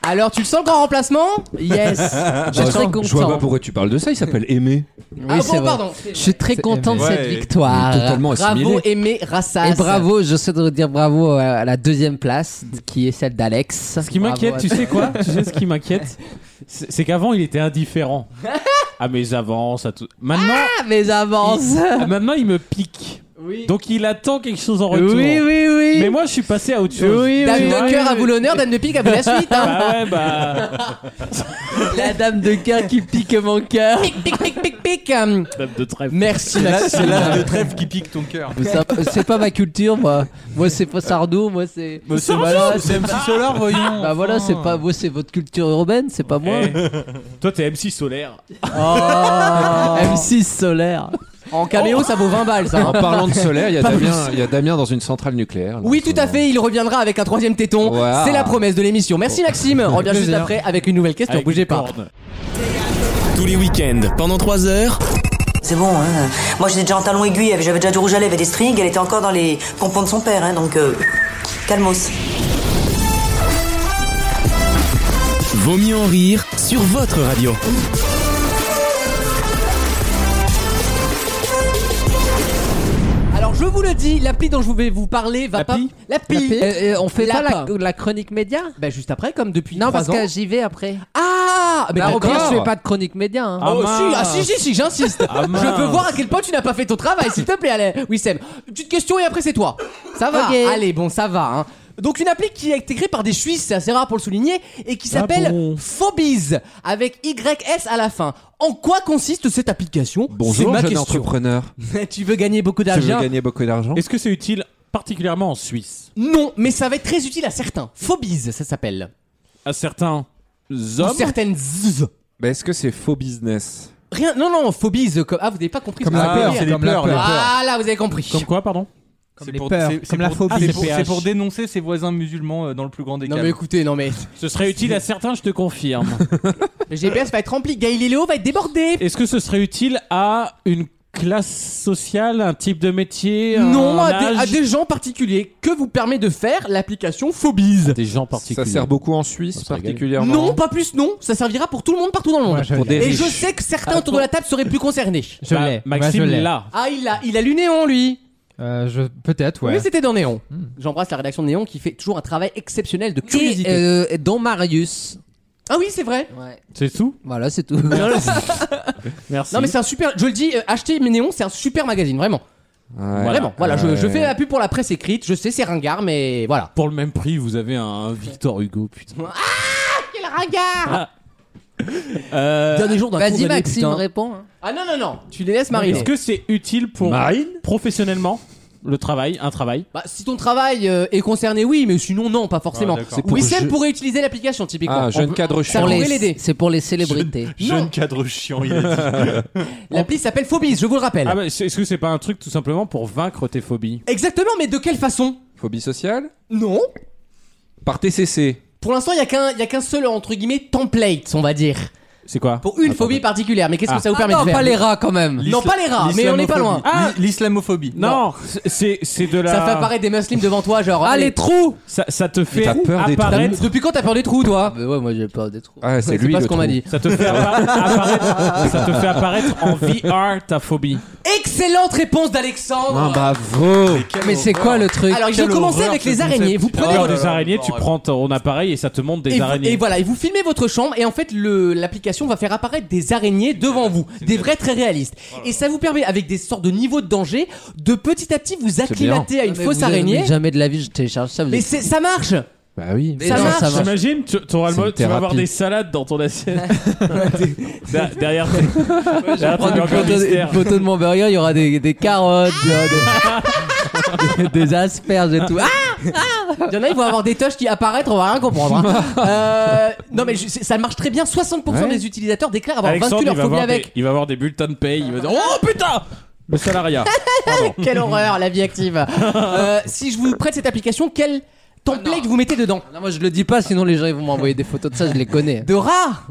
[SPEAKER 2] Alors, tu le sens le grand remplacement
[SPEAKER 7] Yes, je suis très
[SPEAKER 8] Je vois pas
[SPEAKER 7] content.
[SPEAKER 8] pourquoi tu parles de ça, il s'appelle Aimé.
[SPEAKER 7] Oui,
[SPEAKER 2] Ah
[SPEAKER 7] c'est
[SPEAKER 2] bon,
[SPEAKER 7] vrai.
[SPEAKER 2] pardon.
[SPEAKER 7] Je suis très content de
[SPEAKER 6] Ouais.
[SPEAKER 7] cette victoire.
[SPEAKER 8] Totalement assimilé.
[SPEAKER 2] Bravo, Aimé Rassas.
[SPEAKER 7] Et bravo, je souhaite redire bravo à la deuxième place, qui est celle d'Alex.
[SPEAKER 2] Ah,
[SPEAKER 5] Ce qui m'inquiète, tu sais quoi Tu sais ce qui m'inquiète C'est c'est qu'avant, il était indifférent. À mes avances, à tout. Maintenant,
[SPEAKER 7] mes avances.
[SPEAKER 5] il, maintenant, il me pique.
[SPEAKER 2] Ah, Oui.
[SPEAKER 5] Donc, il attend quelque chose en
[SPEAKER 7] Oui,
[SPEAKER 5] retour.
[SPEAKER 7] oui, oui.
[SPEAKER 5] Mais moi, je suis passé à autre chose.
[SPEAKER 7] oui,
[SPEAKER 2] Dame
[SPEAKER 7] oui.
[SPEAKER 5] oui,
[SPEAKER 2] de
[SPEAKER 5] oui,
[SPEAKER 2] cœur à
[SPEAKER 5] oui.
[SPEAKER 2] vous l'honneur, dame de pique à vous la suite. hein.
[SPEAKER 5] Bah ouais, bah.
[SPEAKER 7] La dame de cœur qui pique mon cœur.
[SPEAKER 2] Pic, pic, pic, pic, pic. Hum,
[SPEAKER 5] Dame de trèfle.
[SPEAKER 2] Merci,
[SPEAKER 6] Là,
[SPEAKER 2] Maxime.
[SPEAKER 6] c'est l'âge de trêve qui pique ton cœur.
[SPEAKER 7] Ça- C'est pas ma culture, moi. Moi, c'est pas Sardou, moi, c'est.
[SPEAKER 6] Monsieur
[SPEAKER 7] Voilà,
[SPEAKER 6] c'est MC Solar, voyons.
[SPEAKER 7] Bah voilà, c'est pas vous, c'est votre culture urbaine, c'est pas moi.
[SPEAKER 5] Eh, Toi, t'es MC solaire.
[SPEAKER 7] M6 solaire.
[SPEAKER 2] Ah.
[SPEAKER 7] Oh.
[SPEAKER 2] En caméo, ça vaut 20 balles, ça. hein.
[SPEAKER 8] En parlant de solaire, il y a
[SPEAKER 2] Pas
[SPEAKER 8] Damien,
[SPEAKER 2] plus.
[SPEAKER 8] il y a Damien dans une centrale nucléaire. là,
[SPEAKER 2] Oui,
[SPEAKER 8] en
[SPEAKER 2] tout
[SPEAKER 8] ce
[SPEAKER 2] à
[SPEAKER 8] moment.
[SPEAKER 2] fait, il reviendra avec un troisième téton.
[SPEAKER 8] Voilà.
[SPEAKER 2] C'est la promesse de l'émission. Merci Maxime. On revient juste après avec une nouvelle question.
[SPEAKER 5] Avec
[SPEAKER 2] Bougez
[SPEAKER 5] des
[SPEAKER 2] pas.
[SPEAKER 5] cornes.
[SPEAKER 1] Tous les week-ends, pendant 3 heures,
[SPEAKER 9] C'est bon, hein. Moi, j'étais déjà en talon aiguille, j'avais déjà du rouge à lèvres et des strings, elle était encore dans les pompons de son père, hein, donc euh, calmos.
[SPEAKER 1] Vaut mieux en rire sur votre radio.
[SPEAKER 2] Alors, je vous le dis, l'appli dont je vais vous parler va pas.
[SPEAKER 5] L'appli
[SPEAKER 2] L'appli
[SPEAKER 7] Et- et Euh, on fait pas la,
[SPEAKER 2] Lapin.
[SPEAKER 7] la chronique média
[SPEAKER 2] Bah, juste après, comme depuis
[SPEAKER 7] Non,
[SPEAKER 2] trois
[SPEAKER 7] parce
[SPEAKER 2] ans.
[SPEAKER 7] que j'y vais après.
[SPEAKER 2] Ah Mais
[SPEAKER 7] Bah, au pire,
[SPEAKER 2] d'accord.
[SPEAKER 7] je fais pas de chronique média. hein.
[SPEAKER 5] Ah
[SPEAKER 2] Oh,
[SPEAKER 5] mince.
[SPEAKER 2] si, ah, si, si, si, j'insiste.
[SPEAKER 5] Ah mince.
[SPEAKER 2] je veux voir à quel point tu n'as pas fait ton travail, s'il te plaît, allez. Oui, Seb. Une petite question et après, c'est toi. Ça va.
[SPEAKER 7] Ok.
[SPEAKER 2] Allez, bon, ça va. hein. Donc, une appli qui a été créée par des Suisses, c'est assez rare pour le souligner, et qui
[SPEAKER 5] Ah
[SPEAKER 2] s'appelle
[SPEAKER 5] bon
[SPEAKER 2] Phobies, avec YS à la fin. En quoi consiste cette application
[SPEAKER 8] Bonjour,
[SPEAKER 2] C'est ma
[SPEAKER 8] jeune
[SPEAKER 2] question. Ah,
[SPEAKER 8] entrepreneur.
[SPEAKER 2] tu veux gagner beaucoup
[SPEAKER 8] Tu veux
[SPEAKER 2] d'argent
[SPEAKER 8] gagner beaucoup d'argent
[SPEAKER 5] Est-ce que c'est utile particulièrement en Suisse
[SPEAKER 2] Non, mais ça va être très utile à certains. Phobies, ça s'appelle.
[SPEAKER 5] À certains
[SPEAKER 2] Ou
[SPEAKER 5] hommes
[SPEAKER 2] certaines zzz.
[SPEAKER 8] Bah, Est-ce que c'est faux business
[SPEAKER 2] Rien, non, non, phobies, euh, comme, ah, vous n'avez pas compris
[SPEAKER 4] Comme
[SPEAKER 2] ce que
[SPEAKER 4] la
[SPEAKER 2] ça
[SPEAKER 4] peur,
[SPEAKER 2] veut dire.
[SPEAKER 4] c'est comme la peur.
[SPEAKER 2] Ah, là, vous avez compris.
[SPEAKER 5] Comme quoi, pardon
[SPEAKER 4] les peurs,
[SPEAKER 6] c'est- c'est
[SPEAKER 4] comme la
[SPEAKER 6] pour-
[SPEAKER 4] phobie.
[SPEAKER 6] C'est pour,
[SPEAKER 5] Ah,
[SPEAKER 6] c'est
[SPEAKER 5] c'est
[SPEAKER 6] pour
[SPEAKER 5] PH.
[SPEAKER 6] dénoncer ses voisins musulmans euh, dans le plus grand des
[SPEAKER 2] non,
[SPEAKER 6] cas.
[SPEAKER 2] mais écoutez, non, mais.
[SPEAKER 5] Ce serait utile à certains, je te confirme.
[SPEAKER 2] Le GPS va être rempli, Galiléo va être débordé.
[SPEAKER 5] Est-ce que ce serait utile à une classe sociale, un type de métier
[SPEAKER 4] euh,
[SPEAKER 5] un
[SPEAKER 2] non, à
[SPEAKER 5] âge
[SPEAKER 2] des, à des gens particuliers. Que vous permet de faire l'application Phobies
[SPEAKER 5] Des gens
[SPEAKER 8] Ça
[SPEAKER 5] particuliers.
[SPEAKER 8] sert beaucoup en Suisse,
[SPEAKER 5] se régale.
[SPEAKER 8] particulièrement.
[SPEAKER 2] Non, pas plus non. Ça servira pour tout le monde partout dans le monde.
[SPEAKER 4] Moi, je
[SPEAKER 8] Pour
[SPEAKER 4] l'ai.
[SPEAKER 8] des
[SPEAKER 2] Et
[SPEAKER 8] riches.
[SPEAKER 2] je sais que certains autour de la table seraient plus concernés.
[SPEAKER 4] Je
[SPEAKER 5] Bah,
[SPEAKER 4] l'ai. Moi,
[SPEAKER 5] Maxime,
[SPEAKER 4] je l'ai.
[SPEAKER 5] là.
[SPEAKER 2] Ah, il a, il a lu Néon, lui.
[SPEAKER 4] Euh, je- Peut-être, ouais.
[SPEAKER 2] Oui, c'était dans Néon. J'embrasse la rédaction de Néon qui fait toujours un travail exceptionnel de
[SPEAKER 7] Et,
[SPEAKER 2] curiosité.
[SPEAKER 7] euh, et dont Marius.
[SPEAKER 2] Ah oui, c'est vrai.
[SPEAKER 7] Ouais.
[SPEAKER 5] C'est tout
[SPEAKER 7] Voilà, c'est tout.
[SPEAKER 5] Merci.
[SPEAKER 2] Non, mais c'est un super. Je le dis, euh, achetez Néon, c'est un super magazine, vraiment.
[SPEAKER 8] Ouais.
[SPEAKER 2] Vraiment. Voilà, je,
[SPEAKER 8] Ouais.
[SPEAKER 2] je fais la pub pour la presse écrite. Je sais, c'est ringard, mais voilà.
[SPEAKER 5] Pour le même prix, vous avez un Victor Hugo, putain.
[SPEAKER 2] Quel ringard
[SPEAKER 5] Ah. Euh,
[SPEAKER 2] Dernier jour d'un cours
[SPEAKER 7] Vas-y,
[SPEAKER 2] d'année,
[SPEAKER 7] Maxime,
[SPEAKER 2] putain.
[SPEAKER 7] réponds. hein.
[SPEAKER 2] Ah non, non, non. Tu les laisses mariner.
[SPEAKER 5] Est-ce que c'est utile pour professionnellement le travail, un travail
[SPEAKER 2] Bah, si ton travail euh, est concerné, oui, mais sinon, non, pas forcément.
[SPEAKER 6] Ah, d'accord.
[SPEAKER 8] C'est pour
[SPEAKER 2] Wissem
[SPEAKER 8] je-
[SPEAKER 2] pourrait utiliser l'application, typiquement.
[SPEAKER 8] Ah,
[SPEAKER 2] On
[SPEAKER 8] jeune
[SPEAKER 2] peut-
[SPEAKER 8] cadre
[SPEAKER 2] Ça
[SPEAKER 8] chiant.
[SPEAKER 2] pourrait
[SPEAKER 7] Les-
[SPEAKER 2] l'aider.
[SPEAKER 7] C'est pour les célébrités.
[SPEAKER 2] Non.
[SPEAKER 6] Jeune cadre chiant, il a dit.
[SPEAKER 2] L'appli s'appelle Phobies, je vous le rappelle.
[SPEAKER 5] Ah bah, c'est- Est-ce que c'est pas un truc tout simplement pour vaincre tes phobies
[SPEAKER 2] Exactement, mais de quelle façon
[SPEAKER 8] Phobie sociale
[SPEAKER 2] Non.
[SPEAKER 8] Par TCC.
[SPEAKER 2] Pour l'instant, il n'y a qu'un y a qu'un seul, entre guillemets, template, on va dire.
[SPEAKER 5] C'est quoi
[SPEAKER 2] Pour une phobie particulière, mais qu'est-ce que
[SPEAKER 5] Ah.
[SPEAKER 2] ça vous
[SPEAKER 7] Ah
[SPEAKER 2] permet
[SPEAKER 7] non,
[SPEAKER 2] de faire
[SPEAKER 7] pas les rats quand même.
[SPEAKER 2] Non, pas les rats, mais on n'est pas loin.
[SPEAKER 6] Ah L'islamophobie.
[SPEAKER 5] Non, c'est c'est de
[SPEAKER 8] bah.
[SPEAKER 5] la.
[SPEAKER 2] Ça fait apparaître des musulmans devant toi, genre.
[SPEAKER 7] Ah, les
[SPEAKER 2] allez,
[SPEAKER 7] trous
[SPEAKER 5] Ça, ça te fait
[SPEAKER 8] t'as peur des
[SPEAKER 2] t'as-
[SPEAKER 5] apparaître.
[SPEAKER 2] Depuis quand t'as peur des trous, toi
[SPEAKER 7] Ah, Mais ouais, moi j'ai peur des trous.
[SPEAKER 8] Ah, c'est
[SPEAKER 2] C'est
[SPEAKER 8] lui
[SPEAKER 2] pas
[SPEAKER 8] le
[SPEAKER 2] ce qu'on m'a
[SPEAKER 8] trou.
[SPEAKER 2] dit.
[SPEAKER 5] Ça te, fait appa- apparaître, ça te fait apparaître en VR ta phobie.
[SPEAKER 2] Excellente réponse d'Alexandre.
[SPEAKER 8] Ah, bah. bravo
[SPEAKER 7] Mais c'est quoi le truc
[SPEAKER 2] Alors, je vais commencer avec les araignées. Vous
[SPEAKER 8] Ah,
[SPEAKER 2] prenez
[SPEAKER 5] Alors,
[SPEAKER 2] votre
[SPEAKER 5] des araignées, tu prends ton appareil et ça te montre des
[SPEAKER 2] et, vous-
[SPEAKER 5] araignées.
[SPEAKER 2] et voilà, et vous filmez votre chambre et en fait le- l'application va faire apparaître des araignées devant vous, des vraies très réalistes. Et ça vous permet avec des sortes de niveaux de danger de petit à petit vous acclimater à une
[SPEAKER 7] Ah, Mais
[SPEAKER 2] fausse
[SPEAKER 7] vous avez-
[SPEAKER 2] araignée.
[SPEAKER 7] mais Jamais de la vie je télécharge ça. vous
[SPEAKER 2] Mais
[SPEAKER 7] êtes-
[SPEAKER 2] c'est- ça marche.
[SPEAKER 8] Bah oui.
[SPEAKER 7] Mais
[SPEAKER 2] ça
[SPEAKER 7] non,
[SPEAKER 2] marche.
[SPEAKER 5] J'imagine, tu, t'auras le
[SPEAKER 8] C'est
[SPEAKER 5] mode,
[SPEAKER 8] une
[SPEAKER 5] tu vas avoir
[SPEAKER 8] thérapie.
[SPEAKER 5] des salades dans ton assiette. Der- derrière tes- derrière tes
[SPEAKER 7] Une
[SPEAKER 5] burgers
[SPEAKER 7] photo, une
[SPEAKER 5] mystères.
[SPEAKER 7] photo de mon burger, il y aura des, des carottes, il y aura des, des asperges et tout. Ah
[SPEAKER 2] Ah Il y en a, ils vont avoir des touches qui apparaissent, on va rien comprendre. hein. Euh, non mais je- c'est- ça marche très bien. 60%
[SPEAKER 8] Ouais.
[SPEAKER 2] des utilisateurs déclarent avoir
[SPEAKER 5] Alexandre,
[SPEAKER 2] vaincu
[SPEAKER 5] il
[SPEAKER 2] leur
[SPEAKER 5] va,
[SPEAKER 2] phobie
[SPEAKER 5] avoir des,
[SPEAKER 2] avec.
[SPEAKER 5] il va avoir des bulletins de paye. Il va dire Oh putain Le salariat. Pardon.
[SPEAKER 2] Quelle horreur la vie active. Euh, si je vous prête cette application, quel template vous mettez dedans
[SPEAKER 7] Ah non, moi je le dis pas, sinon les gens ils vont m'envoyer des photos de ça, je les connais.
[SPEAKER 2] De rats.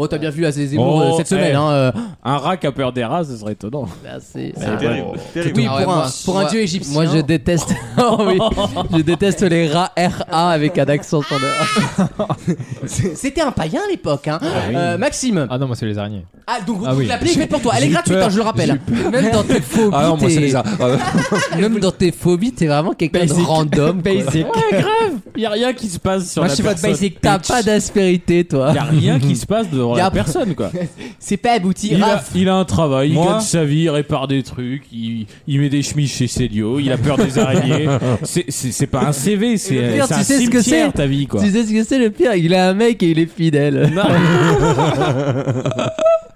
[SPEAKER 2] Oh t'as bien vu à ces
[SPEAKER 5] Oh,
[SPEAKER 2] cette semaine.
[SPEAKER 5] eh.
[SPEAKER 2] hein, euh.
[SPEAKER 5] Un rat qui a peur des rats, ce serait étonnant.
[SPEAKER 7] Bah, c'est-
[SPEAKER 6] C'est terrible. terrible.
[SPEAKER 2] Oui,
[SPEAKER 7] Ah ouais,
[SPEAKER 2] pour, un,
[SPEAKER 7] moi-
[SPEAKER 2] pour un
[SPEAKER 7] moi-
[SPEAKER 2] dieu égyptien.
[SPEAKER 7] Moi je déteste. Oh oui, je déteste les rats RA avec un accent sur le A.
[SPEAKER 2] C'était un païen à l'époque, hein. Euh, Maxime.
[SPEAKER 4] Ah non, moi, c'est les araignées.
[SPEAKER 2] Ah, donc
[SPEAKER 4] Ah oui.
[SPEAKER 2] l'appli est faite pour toi. Elle est
[SPEAKER 4] J'ai eu
[SPEAKER 2] gratuite,
[SPEAKER 4] peur.
[SPEAKER 2] hein, je le rappelle.
[SPEAKER 7] Même dans tes phobies,
[SPEAKER 8] Ah non, moi c'est
[SPEAKER 7] t'es-
[SPEAKER 8] les a- Ah,
[SPEAKER 7] même dans tes phobies, t'es vraiment quelqu'un de
[SPEAKER 5] Basic.
[SPEAKER 7] random. quoi.
[SPEAKER 5] Il y a rien qui se passe sur
[SPEAKER 7] Moi je
[SPEAKER 5] la
[SPEAKER 7] suis
[SPEAKER 5] personne.
[SPEAKER 7] basic. T'as pas d'aspérité, toi.
[SPEAKER 5] Il y a rien qui se passe devant
[SPEAKER 2] Y a-
[SPEAKER 5] la personne quoi.
[SPEAKER 2] C'est pas abouti.
[SPEAKER 5] Il a,
[SPEAKER 2] Raph,
[SPEAKER 5] il a un travail,
[SPEAKER 8] Moi
[SPEAKER 5] il gagne sa vie, il répare des trucs, il, il met des chemises chez Célio, il a peur des araignées. C'est- C'est c'est pas un CV,
[SPEAKER 7] Et le
[SPEAKER 5] c'est
[SPEAKER 7] pire,
[SPEAKER 5] c'est
[SPEAKER 7] tu
[SPEAKER 5] un
[SPEAKER 7] sais ce que
[SPEAKER 5] cimetière
[SPEAKER 7] c'est
[SPEAKER 5] ta vie quoi.
[SPEAKER 7] Tu sais ce que c'est le pire Il a un mec et il est fidèle.
[SPEAKER 5] Non.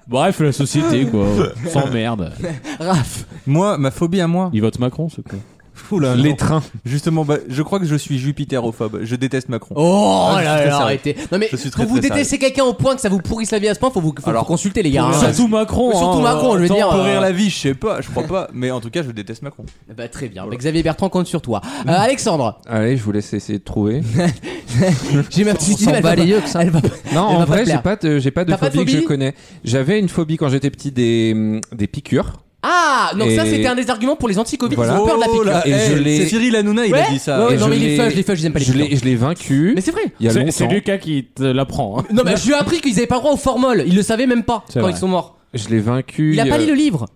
[SPEAKER 5] Bref, la société quoi, s'emmerde.
[SPEAKER 2] Raph.
[SPEAKER 6] Moi, ma phobie à moi.
[SPEAKER 5] Il vote Macron ce quoi.
[SPEAKER 6] fou là.
[SPEAKER 8] Les
[SPEAKER 6] Non.
[SPEAKER 8] trains.
[SPEAKER 6] Justement, bah, je crois que je suis jupitérophobe. Je déteste Macron.
[SPEAKER 2] Oh
[SPEAKER 6] Ah, je suis
[SPEAKER 2] là
[SPEAKER 6] très
[SPEAKER 2] là,
[SPEAKER 6] sérieux.
[SPEAKER 2] arrêtez. Non mais
[SPEAKER 6] Je suis
[SPEAKER 2] quand
[SPEAKER 6] très,
[SPEAKER 2] vous
[SPEAKER 6] très
[SPEAKER 2] détestez quelqu'un au point que ça vous pourrisse la vie à ce point, faut vous faut
[SPEAKER 6] Alors,
[SPEAKER 2] vous consulter les gars.
[SPEAKER 6] pour-
[SPEAKER 2] hein.
[SPEAKER 5] Surtout Macron.
[SPEAKER 2] Surtout
[SPEAKER 5] hein,
[SPEAKER 2] Macron, je veux
[SPEAKER 5] attends,
[SPEAKER 2] dire.
[SPEAKER 6] Pour
[SPEAKER 2] euh,
[SPEAKER 6] rire la vie, je sais pas, je crois pas, mais en tout cas, je déteste Macron.
[SPEAKER 2] Bah, très bien. Bah, Xavier Bertrand compte sur toi. Euh, Alexandre,
[SPEAKER 8] Allez, je vous laisse essayer de trouver.
[SPEAKER 2] j'ai ma petite idée.
[SPEAKER 7] s'en
[SPEAKER 2] elle
[SPEAKER 7] bat
[SPEAKER 2] va
[SPEAKER 7] les
[SPEAKER 2] pas-
[SPEAKER 7] yeux que ça.
[SPEAKER 2] elle va pas-
[SPEAKER 8] Non,
[SPEAKER 2] Elle va
[SPEAKER 8] en
[SPEAKER 2] pas
[SPEAKER 8] vrai,
[SPEAKER 2] te
[SPEAKER 8] j'ai
[SPEAKER 2] plaire.
[SPEAKER 8] pas de, j'ai pas de
[SPEAKER 2] T'as pas de
[SPEAKER 8] phobie que je
[SPEAKER 2] phobie
[SPEAKER 8] connais. J'avais une phobie quand j'étais petit des, hum, des piqûres.
[SPEAKER 2] Ah, donc ça
[SPEAKER 8] Et-
[SPEAKER 2] c'était un des arguments pour les anti-Covid.
[SPEAKER 8] Voilà. eh,
[SPEAKER 2] Ils ont peur de la piqûre.
[SPEAKER 8] Et je l'ai-
[SPEAKER 6] Ah, C'est Cyril Hanouna, il a
[SPEAKER 2] Ouais.
[SPEAKER 6] dit ça.
[SPEAKER 2] Ouais, ouais,
[SPEAKER 8] Et
[SPEAKER 2] non,
[SPEAKER 8] je
[SPEAKER 2] mais les
[SPEAKER 8] l'ai-
[SPEAKER 2] feuilles, les feuilles, je les aime pas les
[SPEAKER 8] Je
[SPEAKER 2] piqûres.
[SPEAKER 8] l'ai, je l'ai vaincu.
[SPEAKER 2] Mais c'est vrai.
[SPEAKER 8] Il y a
[SPEAKER 5] C'est c'est
[SPEAKER 8] longtemps.
[SPEAKER 5] Lucas qui te l'apprend. hein.
[SPEAKER 2] Non mais je lui ai appris qu'ils avaient pas le droit au formol. Ils le savaient même pas
[SPEAKER 5] C'est
[SPEAKER 2] quand
[SPEAKER 5] vrai.
[SPEAKER 2] ils sont morts.
[SPEAKER 8] Je l'ai vaincu. euh,
[SPEAKER 2] Il a pas lu le livre.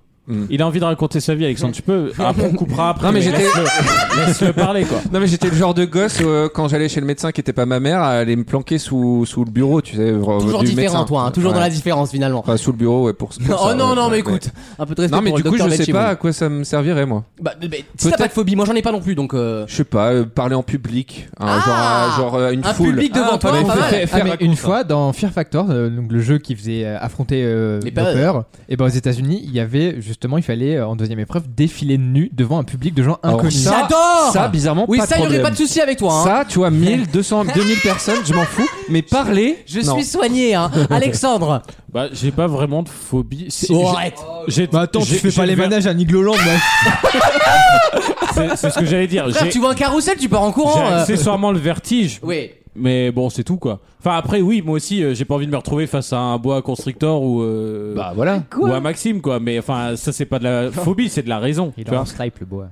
[SPEAKER 5] Il a envie de raconter sa vie, Alexandre. Tu peux. Après, on coupera après.
[SPEAKER 8] Non, mais j'étais-
[SPEAKER 5] laisse-le- Laisse-le parler, quoi.
[SPEAKER 8] Non mais j'étais le genre de gosse euh, quand j'allais chez le médecin qui était pas ma mère à aller me planquer sous, sous le bureau tu sais vra-
[SPEAKER 2] Toujours
[SPEAKER 8] du
[SPEAKER 2] différent
[SPEAKER 8] médecin.
[SPEAKER 2] toi, hein, toujours
[SPEAKER 8] Ouais.
[SPEAKER 2] dans la différence finalement.
[SPEAKER 8] Enfin, sous le bureau ouais pour, pour
[SPEAKER 2] oh
[SPEAKER 8] ça,
[SPEAKER 2] non
[SPEAKER 8] ouais,
[SPEAKER 2] non mais
[SPEAKER 8] ouais.
[SPEAKER 2] écoute, un peu de respect
[SPEAKER 8] non mais
[SPEAKER 2] pour
[SPEAKER 8] du
[SPEAKER 2] le
[SPEAKER 8] coup
[SPEAKER 2] docteur
[SPEAKER 8] je sais
[SPEAKER 2] Belchier,
[SPEAKER 8] pas
[SPEAKER 2] oui.
[SPEAKER 8] à quoi ça me servirait moi
[SPEAKER 2] Bah, mais- mais si t'as pas de phobie, moi j'en ai pas non plus donc. euh,
[SPEAKER 8] je sais pas euh, parler en public hein,
[SPEAKER 2] Ah
[SPEAKER 8] genre à- genre euh, à une
[SPEAKER 2] Un
[SPEAKER 8] foule
[SPEAKER 2] public devant
[SPEAKER 8] Ah,
[SPEAKER 2] toi,
[SPEAKER 8] pas
[SPEAKER 2] pas
[SPEAKER 8] mal.
[SPEAKER 2] mal.
[SPEAKER 4] Fait-
[SPEAKER 8] Ah,
[SPEAKER 4] faire
[SPEAKER 8] mais
[SPEAKER 4] une fois dans Fear Factor, euh, donc le jeu qui faisait euh, affronter euh,
[SPEAKER 2] Les
[SPEAKER 4] nos
[SPEAKER 2] peurs.
[SPEAKER 4] peurs, et ben aux États-Unis, il y avait justement, il fallait euh, en deuxième épreuve défiler nu devant un public de gens
[SPEAKER 8] Alors,
[SPEAKER 4] inconnus.
[SPEAKER 8] ça-
[SPEAKER 2] J'adore
[SPEAKER 8] ça bizarrement
[SPEAKER 2] Oui,
[SPEAKER 8] pas de
[SPEAKER 2] ça, il y aurait
[SPEAKER 8] problème.
[SPEAKER 2] pas de souci avec toi. Hein.
[SPEAKER 8] ça tu vois 1000 200 2000 personnes je m'en fous mais parler
[SPEAKER 2] je
[SPEAKER 8] non.
[SPEAKER 2] suis soigné, hein. Alexandre.
[SPEAKER 5] Bah, j'ai pas vraiment de phobie. Si,
[SPEAKER 2] Oh,
[SPEAKER 5] j'ai-
[SPEAKER 2] arrête.
[SPEAKER 5] j'ai-
[SPEAKER 4] Bah attends, tu
[SPEAKER 5] j'ai-
[SPEAKER 4] fais
[SPEAKER 5] j'ai
[SPEAKER 4] pas les
[SPEAKER 5] ver-
[SPEAKER 4] manages à Nigloland, moi.
[SPEAKER 5] C'est c'est ce que j'allais dire.
[SPEAKER 2] Frère,
[SPEAKER 5] J'ai-
[SPEAKER 2] tu vois un carrousel, tu pars en
[SPEAKER 5] J'ai
[SPEAKER 2] courant. euh.
[SPEAKER 5] accessoirement le vertige,
[SPEAKER 2] Oui.
[SPEAKER 5] mais bon, c'est tout quoi. Enfin, après, oui, moi aussi, euh, j'ai pas envie de me retrouver face à un boa constrictor ou, euh,
[SPEAKER 4] Bah voilà.
[SPEAKER 5] ou à Maxime quoi. Mais enfin, ça, c'est pas de la phobie, c'est de la raison. tu vois.
[SPEAKER 4] Stripe le bois.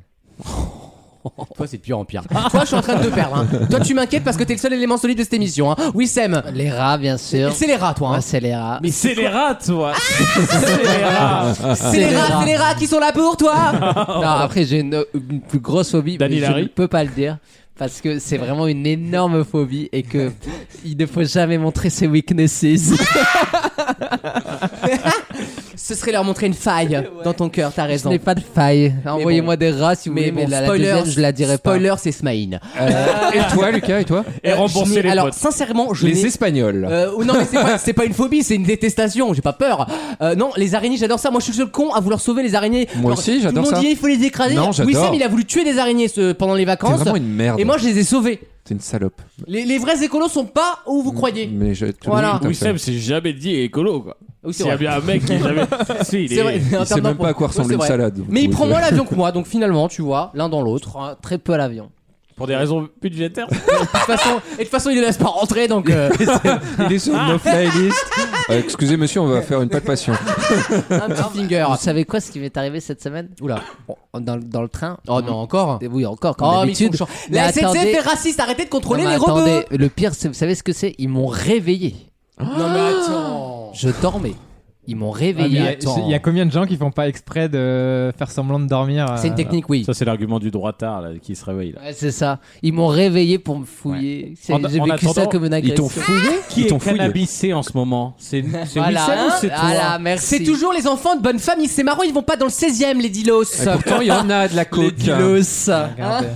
[SPEAKER 2] Toi, c'est de pire en pire. Toi, je suis en train de te perdre. hein. Toi, tu m'inquiètes parce que t'es le seul élément solide de cette émission. Hein. Oui, Sam.
[SPEAKER 7] Les rats, bien sûr.
[SPEAKER 2] C'est les rats, toi.
[SPEAKER 7] Ah,
[SPEAKER 2] hein.
[SPEAKER 7] c'est les rats.
[SPEAKER 5] Mais c'est Ah les rats, toi C'est les rats
[SPEAKER 2] C'est les rats, c'est les rats qui sont là pour toi.
[SPEAKER 7] Non, après, j'ai une, une plus grosse phobie, mais
[SPEAKER 5] Dany
[SPEAKER 7] je
[SPEAKER 5] Larry.
[SPEAKER 7] ne peux pas le dire. Parce que c'est vraiment une énorme phobie et que il ne faut jamais montrer ses weaknesses.
[SPEAKER 2] Ce serait leur montrer une faille dans ton cœur, t'as
[SPEAKER 7] Je
[SPEAKER 2] raison.
[SPEAKER 7] n'ai pas de faille. Envoyez-moi des rats si vous
[SPEAKER 2] Mais
[SPEAKER 7] voulez, mais
[SPEAKER 2] bon,
[SPEAKER 7] la, la
[SPEAKER 2] spoiler,
[SPEAKER 7] deuxième, je la dirai pas.
[SPEAKER 2] Spoiler, c'est Smaïn. Euh,
[SPEAKER 8] Euh, et toi Lucas et toi
[SPEAKER 5] Et rembourser les
[SPEAKER 2] Alors,
[SPEAKER 5] potes.
[SPEAKER 2] sincèrement, je
[SPEAKER 8] les
[SPEAKER 2] n'ai-
[SPEAKER 8] espagnols
[SPEAKER 2] Euh, oh non, mais c'est pas, c'est pas une phobie, c'est une détestation. J'ai pas peur. Euh, non, les araignées, j'adore ça. Moi, je suis le seul con à vouloir sauver les araignées.
[SPEAKER 8] Moi aussi,
[SPEAKER 2] Tout le
[SPEAKER 8] j'adore
[SPEAKER 2] monde
[SPEAKER 8] ça.
[SPEAKER 2] dit, il faut les écraser.
[SPEAKER 8] Non, j'adore.
[SPEAKER 2] oui, Sam, il a voulu tuer des araignées ce- pendant les
[SPEAKER 8] t'es
[SPEAKER 2] vacances.
[SPEAKER 8] vraiment une merde
[SPEAKER 2] Et moi, je les ai sauvées.
[SPEAKER 8] t'es une salope
[SPEAKER 2] Les, les vrais écolos sont pas où vous croyez.
[SPEAKER 8] mais je tout le
[SPEAKER 2] Voilà.
[SPEAKER 8] monde est comme ça.
[SPEAKER 5] Wissem, c'est jamais dit écolo quoi.
[SPEAKER 2] Oui, c'est
[SPEAKER 5] S'il y a
[SPEAKER 2] vrai.
[SPEAKER 5] bien un mec qui est jamais. si, il est.
[SPEAKER 2] C'est vrai. En
[SPEAKER 8] il sait
[SPEAKER 2] termes
[SPEAKER 8] même pas à
[SPEAKER 2] d'emploi.
[SPEAKER 8] quoi ressemble
[SPEAKER 2] Oui,
[SPEAKER 8] une
[SPEAKER 2] c'est vrai.
[SPEAKER 8] salade
[SPEAKER 2] Mais il
[SPEAKER 8] Donc,
[SPEAKER 2] prend
[SPEAKER 8] euh,
[SPEAKER 2] moins l'avion que moi, donc finalement, tu vois, l'un dans
[SPEAKER 7] Je
[SPEAKER 2] l'autre.
[SPEAKER 7] prends très peu à l'avion.
[SPEAKER 5] Pour des raisons budgétaires.
[SPEAKER 2] De toute façon, et de toute façon, il ne laisse pas rentrer, donc. euh,
[SPEAKER 8] Il est sur nos playlists. Ah. Euh, excusez monsieur, on va faire une palpation.
[SPEAKER 2] un petit finger.
[SPEAKER 7] Vous savez quoi ce qui m'est arrivé cette semaine
[SPEAKER 2] Oula.
[SPEAKER 7] dans, le- dans le train
[SPEAKER 2] Oh non, encore.
[SPEAKER 7] Et Oui, encore, comme
[SPEAKER 2] Oh, mais ils sont
[SPEAKER 7] d'habitude.
[SPEAKER 2] chiants.
[SPEAKER 7] Mais
[SPEAKER 2] La SNCF
[SPEAKER 7] attendez-
[SPEAKER 2] est raciste, arrêtez de
[SPEAKER 7] Non,
[SPEAKER 2] contrôler
[SPEAKER 7] mais
[SPEAKER 2] les robots.
[SPEAKER 7] attendez, le pire, c'est- vous savez ce que c'est Ils m'ont réveillé.
[SPEAKER 2] Non, mais attends.
[SPEAKER 7] Je dormais. Ils m'ont
[SPEAKER 4] Ah, Il y,
[SPEAKER 7] réveillé.
[SPEAKER 4] a- il y a combien de gens qui font pas exprès de faire semblant de dormir euh,
[SPEAKER 2] C'est une technique, oui.
[SPEAKER 5] Ça, c'est l'argument du droitard là, qui se réveille là.
[SPEAKER 7] Ouais, c'est ça. Ils m'ont réveillé pour me fouiller. C'est-
[SPEAKER 5] En-
[SPEAKER 7] J'ai
[SPEAKER 5] en
[SPEAKER 7] vécu ça
[SPEAKER 5] attendant,
[SPEAKER 7] comme une
[SPEAKER 8] Ils
[SPEAKER 7] agression.
[SPEAKER 8] t'ont fouillé
[SPEAKER 5] Qui
[SPEAKER 8] Ils t'ont
[SPEAKER 5] est
[SPEAKER 8] fouillé
[SPEAKER 5] cannabisé en ce moment C'est c'est
[SPEAKER 7] Voilà,
[SPEAKER 5] Wissem ou
[SPEAKER 7] hein,
[SPEAKER 5] c'est toi
[SPEAKER 7] voilà, merci.
[SPEAKER 2] C'est toujours les enfants de bonne famille. C'est marrant, ils vont pas dans le 16ème, les dilos.
[SPEAKER 8] Et Pourtant, il y en a de la coke.
[SPEAKER 4] regarde, euh,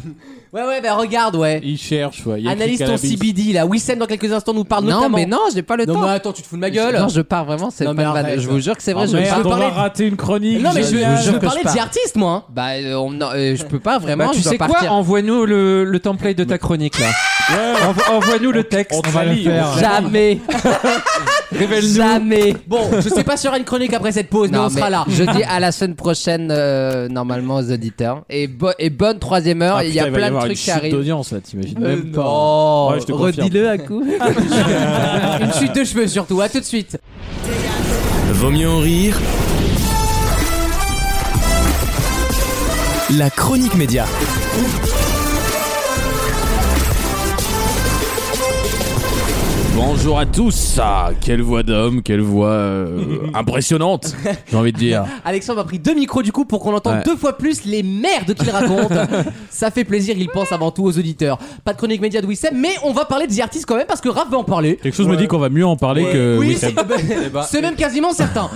[SPEAKER 2] Ouais, ouais, bah regarde, ouais.
[SPEAKER 5] Il cherche, ouais. il y a écrit
[SPEAKER 2] Analyse ton
[SPEAKER 5] cannabis.
[SPEAKER 2] CBD là. Wissem, dans quelques instants, nous parle
[SPEAKER 7] Non,
[SPEAKER 2] notamment.
[SPEAKER 7] mais non, j'ai pas le
[SPEAKER 2] Non,
[SPEAKER 7] temps.
[SPEAKER 2] mais attends, tu te fous de ma gueule.
[SPEAKER 7] Non, je pars vraiment, c'est
[SPEAKER 2] Non, mais
[SPEAKER 7] pas une vanne.
[SPEAKER 2] arrête.
[SPEAKER 7] Je vous jure que c'est vrai,
[SPEAKER 5] Ah,
[SPEAKER 7] je
[SPEAKER 5] merde, on
[SPEAKER 7] pars.
[SPEAKER 5] va rater une chronique.
[SPEAKER 2] Non, mais je,
[SPEAKER 7] je-
[SPEAKER 2] je
[SPEAKER 7] je-
[SPEAKER 2] parlais
[SPEAKER 7] je pars.
[SPEAKER 2] d'artiste, moi. hein.
[SPEAKER 7] Bah, euh, on- non, euh, je peux pas vraiment,
[SPEAKER 8] Bah, tu
[SPEAKER 7] je dois
[SPEAKER 8] sais quoi
[SPEAKER 7] partir.
[SPEAKER 8] Envoie-nous le, le template de ta chronique là. Envo- Envoie-nous le texte.
[SPEAKER 4] on va le faire.
[SPEAKER 7] Jamais, jamais.
[SPEAKER 2] Bon, je sais pas s'il y aura une chronique après cette pause, mais on
[SPEAKER 7] mais
[SPEAKER 2] sera là.
[SPEAKER 7] Je dis à la semaine prochaine, euh, normalement, aux auditeurs. Et, bo- et bonne troisième heure,
[SPEAKER 5] Ah,
[SPEAKER 7] il y a
[SPEAKER 5] putain, va
[SPEAKER 7] plein de
[SPEAKER 5] avoir une
[SPEAKER 7] trucs qui
[SPEAKER 5] chute
[SPEAKER 7] arrivent.
[SPEAKER 5] d'audience là, t'imagines
[SPEAKER 7] Euh,
[SPEAKER 5] même pas.
[SPEAKER 7] non.
[SPEAKER 5] Ouais, je te confirme.
[SPEAKER 7] Redis-le à coup.
[SPEAKER 2] Une chute de cheveux surtout. À tout de suite.
[SPEAKER 1] Euh, Vaut mieux en rire. La chronique média.
[SPEAKER 5] Bonjour à tous. Ah, quelle voix d'homme, quelle voix euh, impressionnante, j'ai envie de dire.
[SPEAKER 2] Alexandre a pris deux micros du coup pour qu'on entende
[SPEAKER 5] Ouais.
[SPEAKER 2] deux fois plus les merdes qu'il raconte. Ça fait plaisir, il pense avant tout aux auditeurs. Pas de chronique média de Wissem, mais on va parler des artistes quand même parce que Raph va en parler.
[SPEAKER 5] Quelque chose me dit qu'on va mieux en parler que
[SPEAKER 2] oui,
[SPEAKER 6] Eh
[SPEAKER 5] Wissem.
[SPEAKER 6] ben,
[SPEAKER 2] c'est bah, c'est même quasiment certain.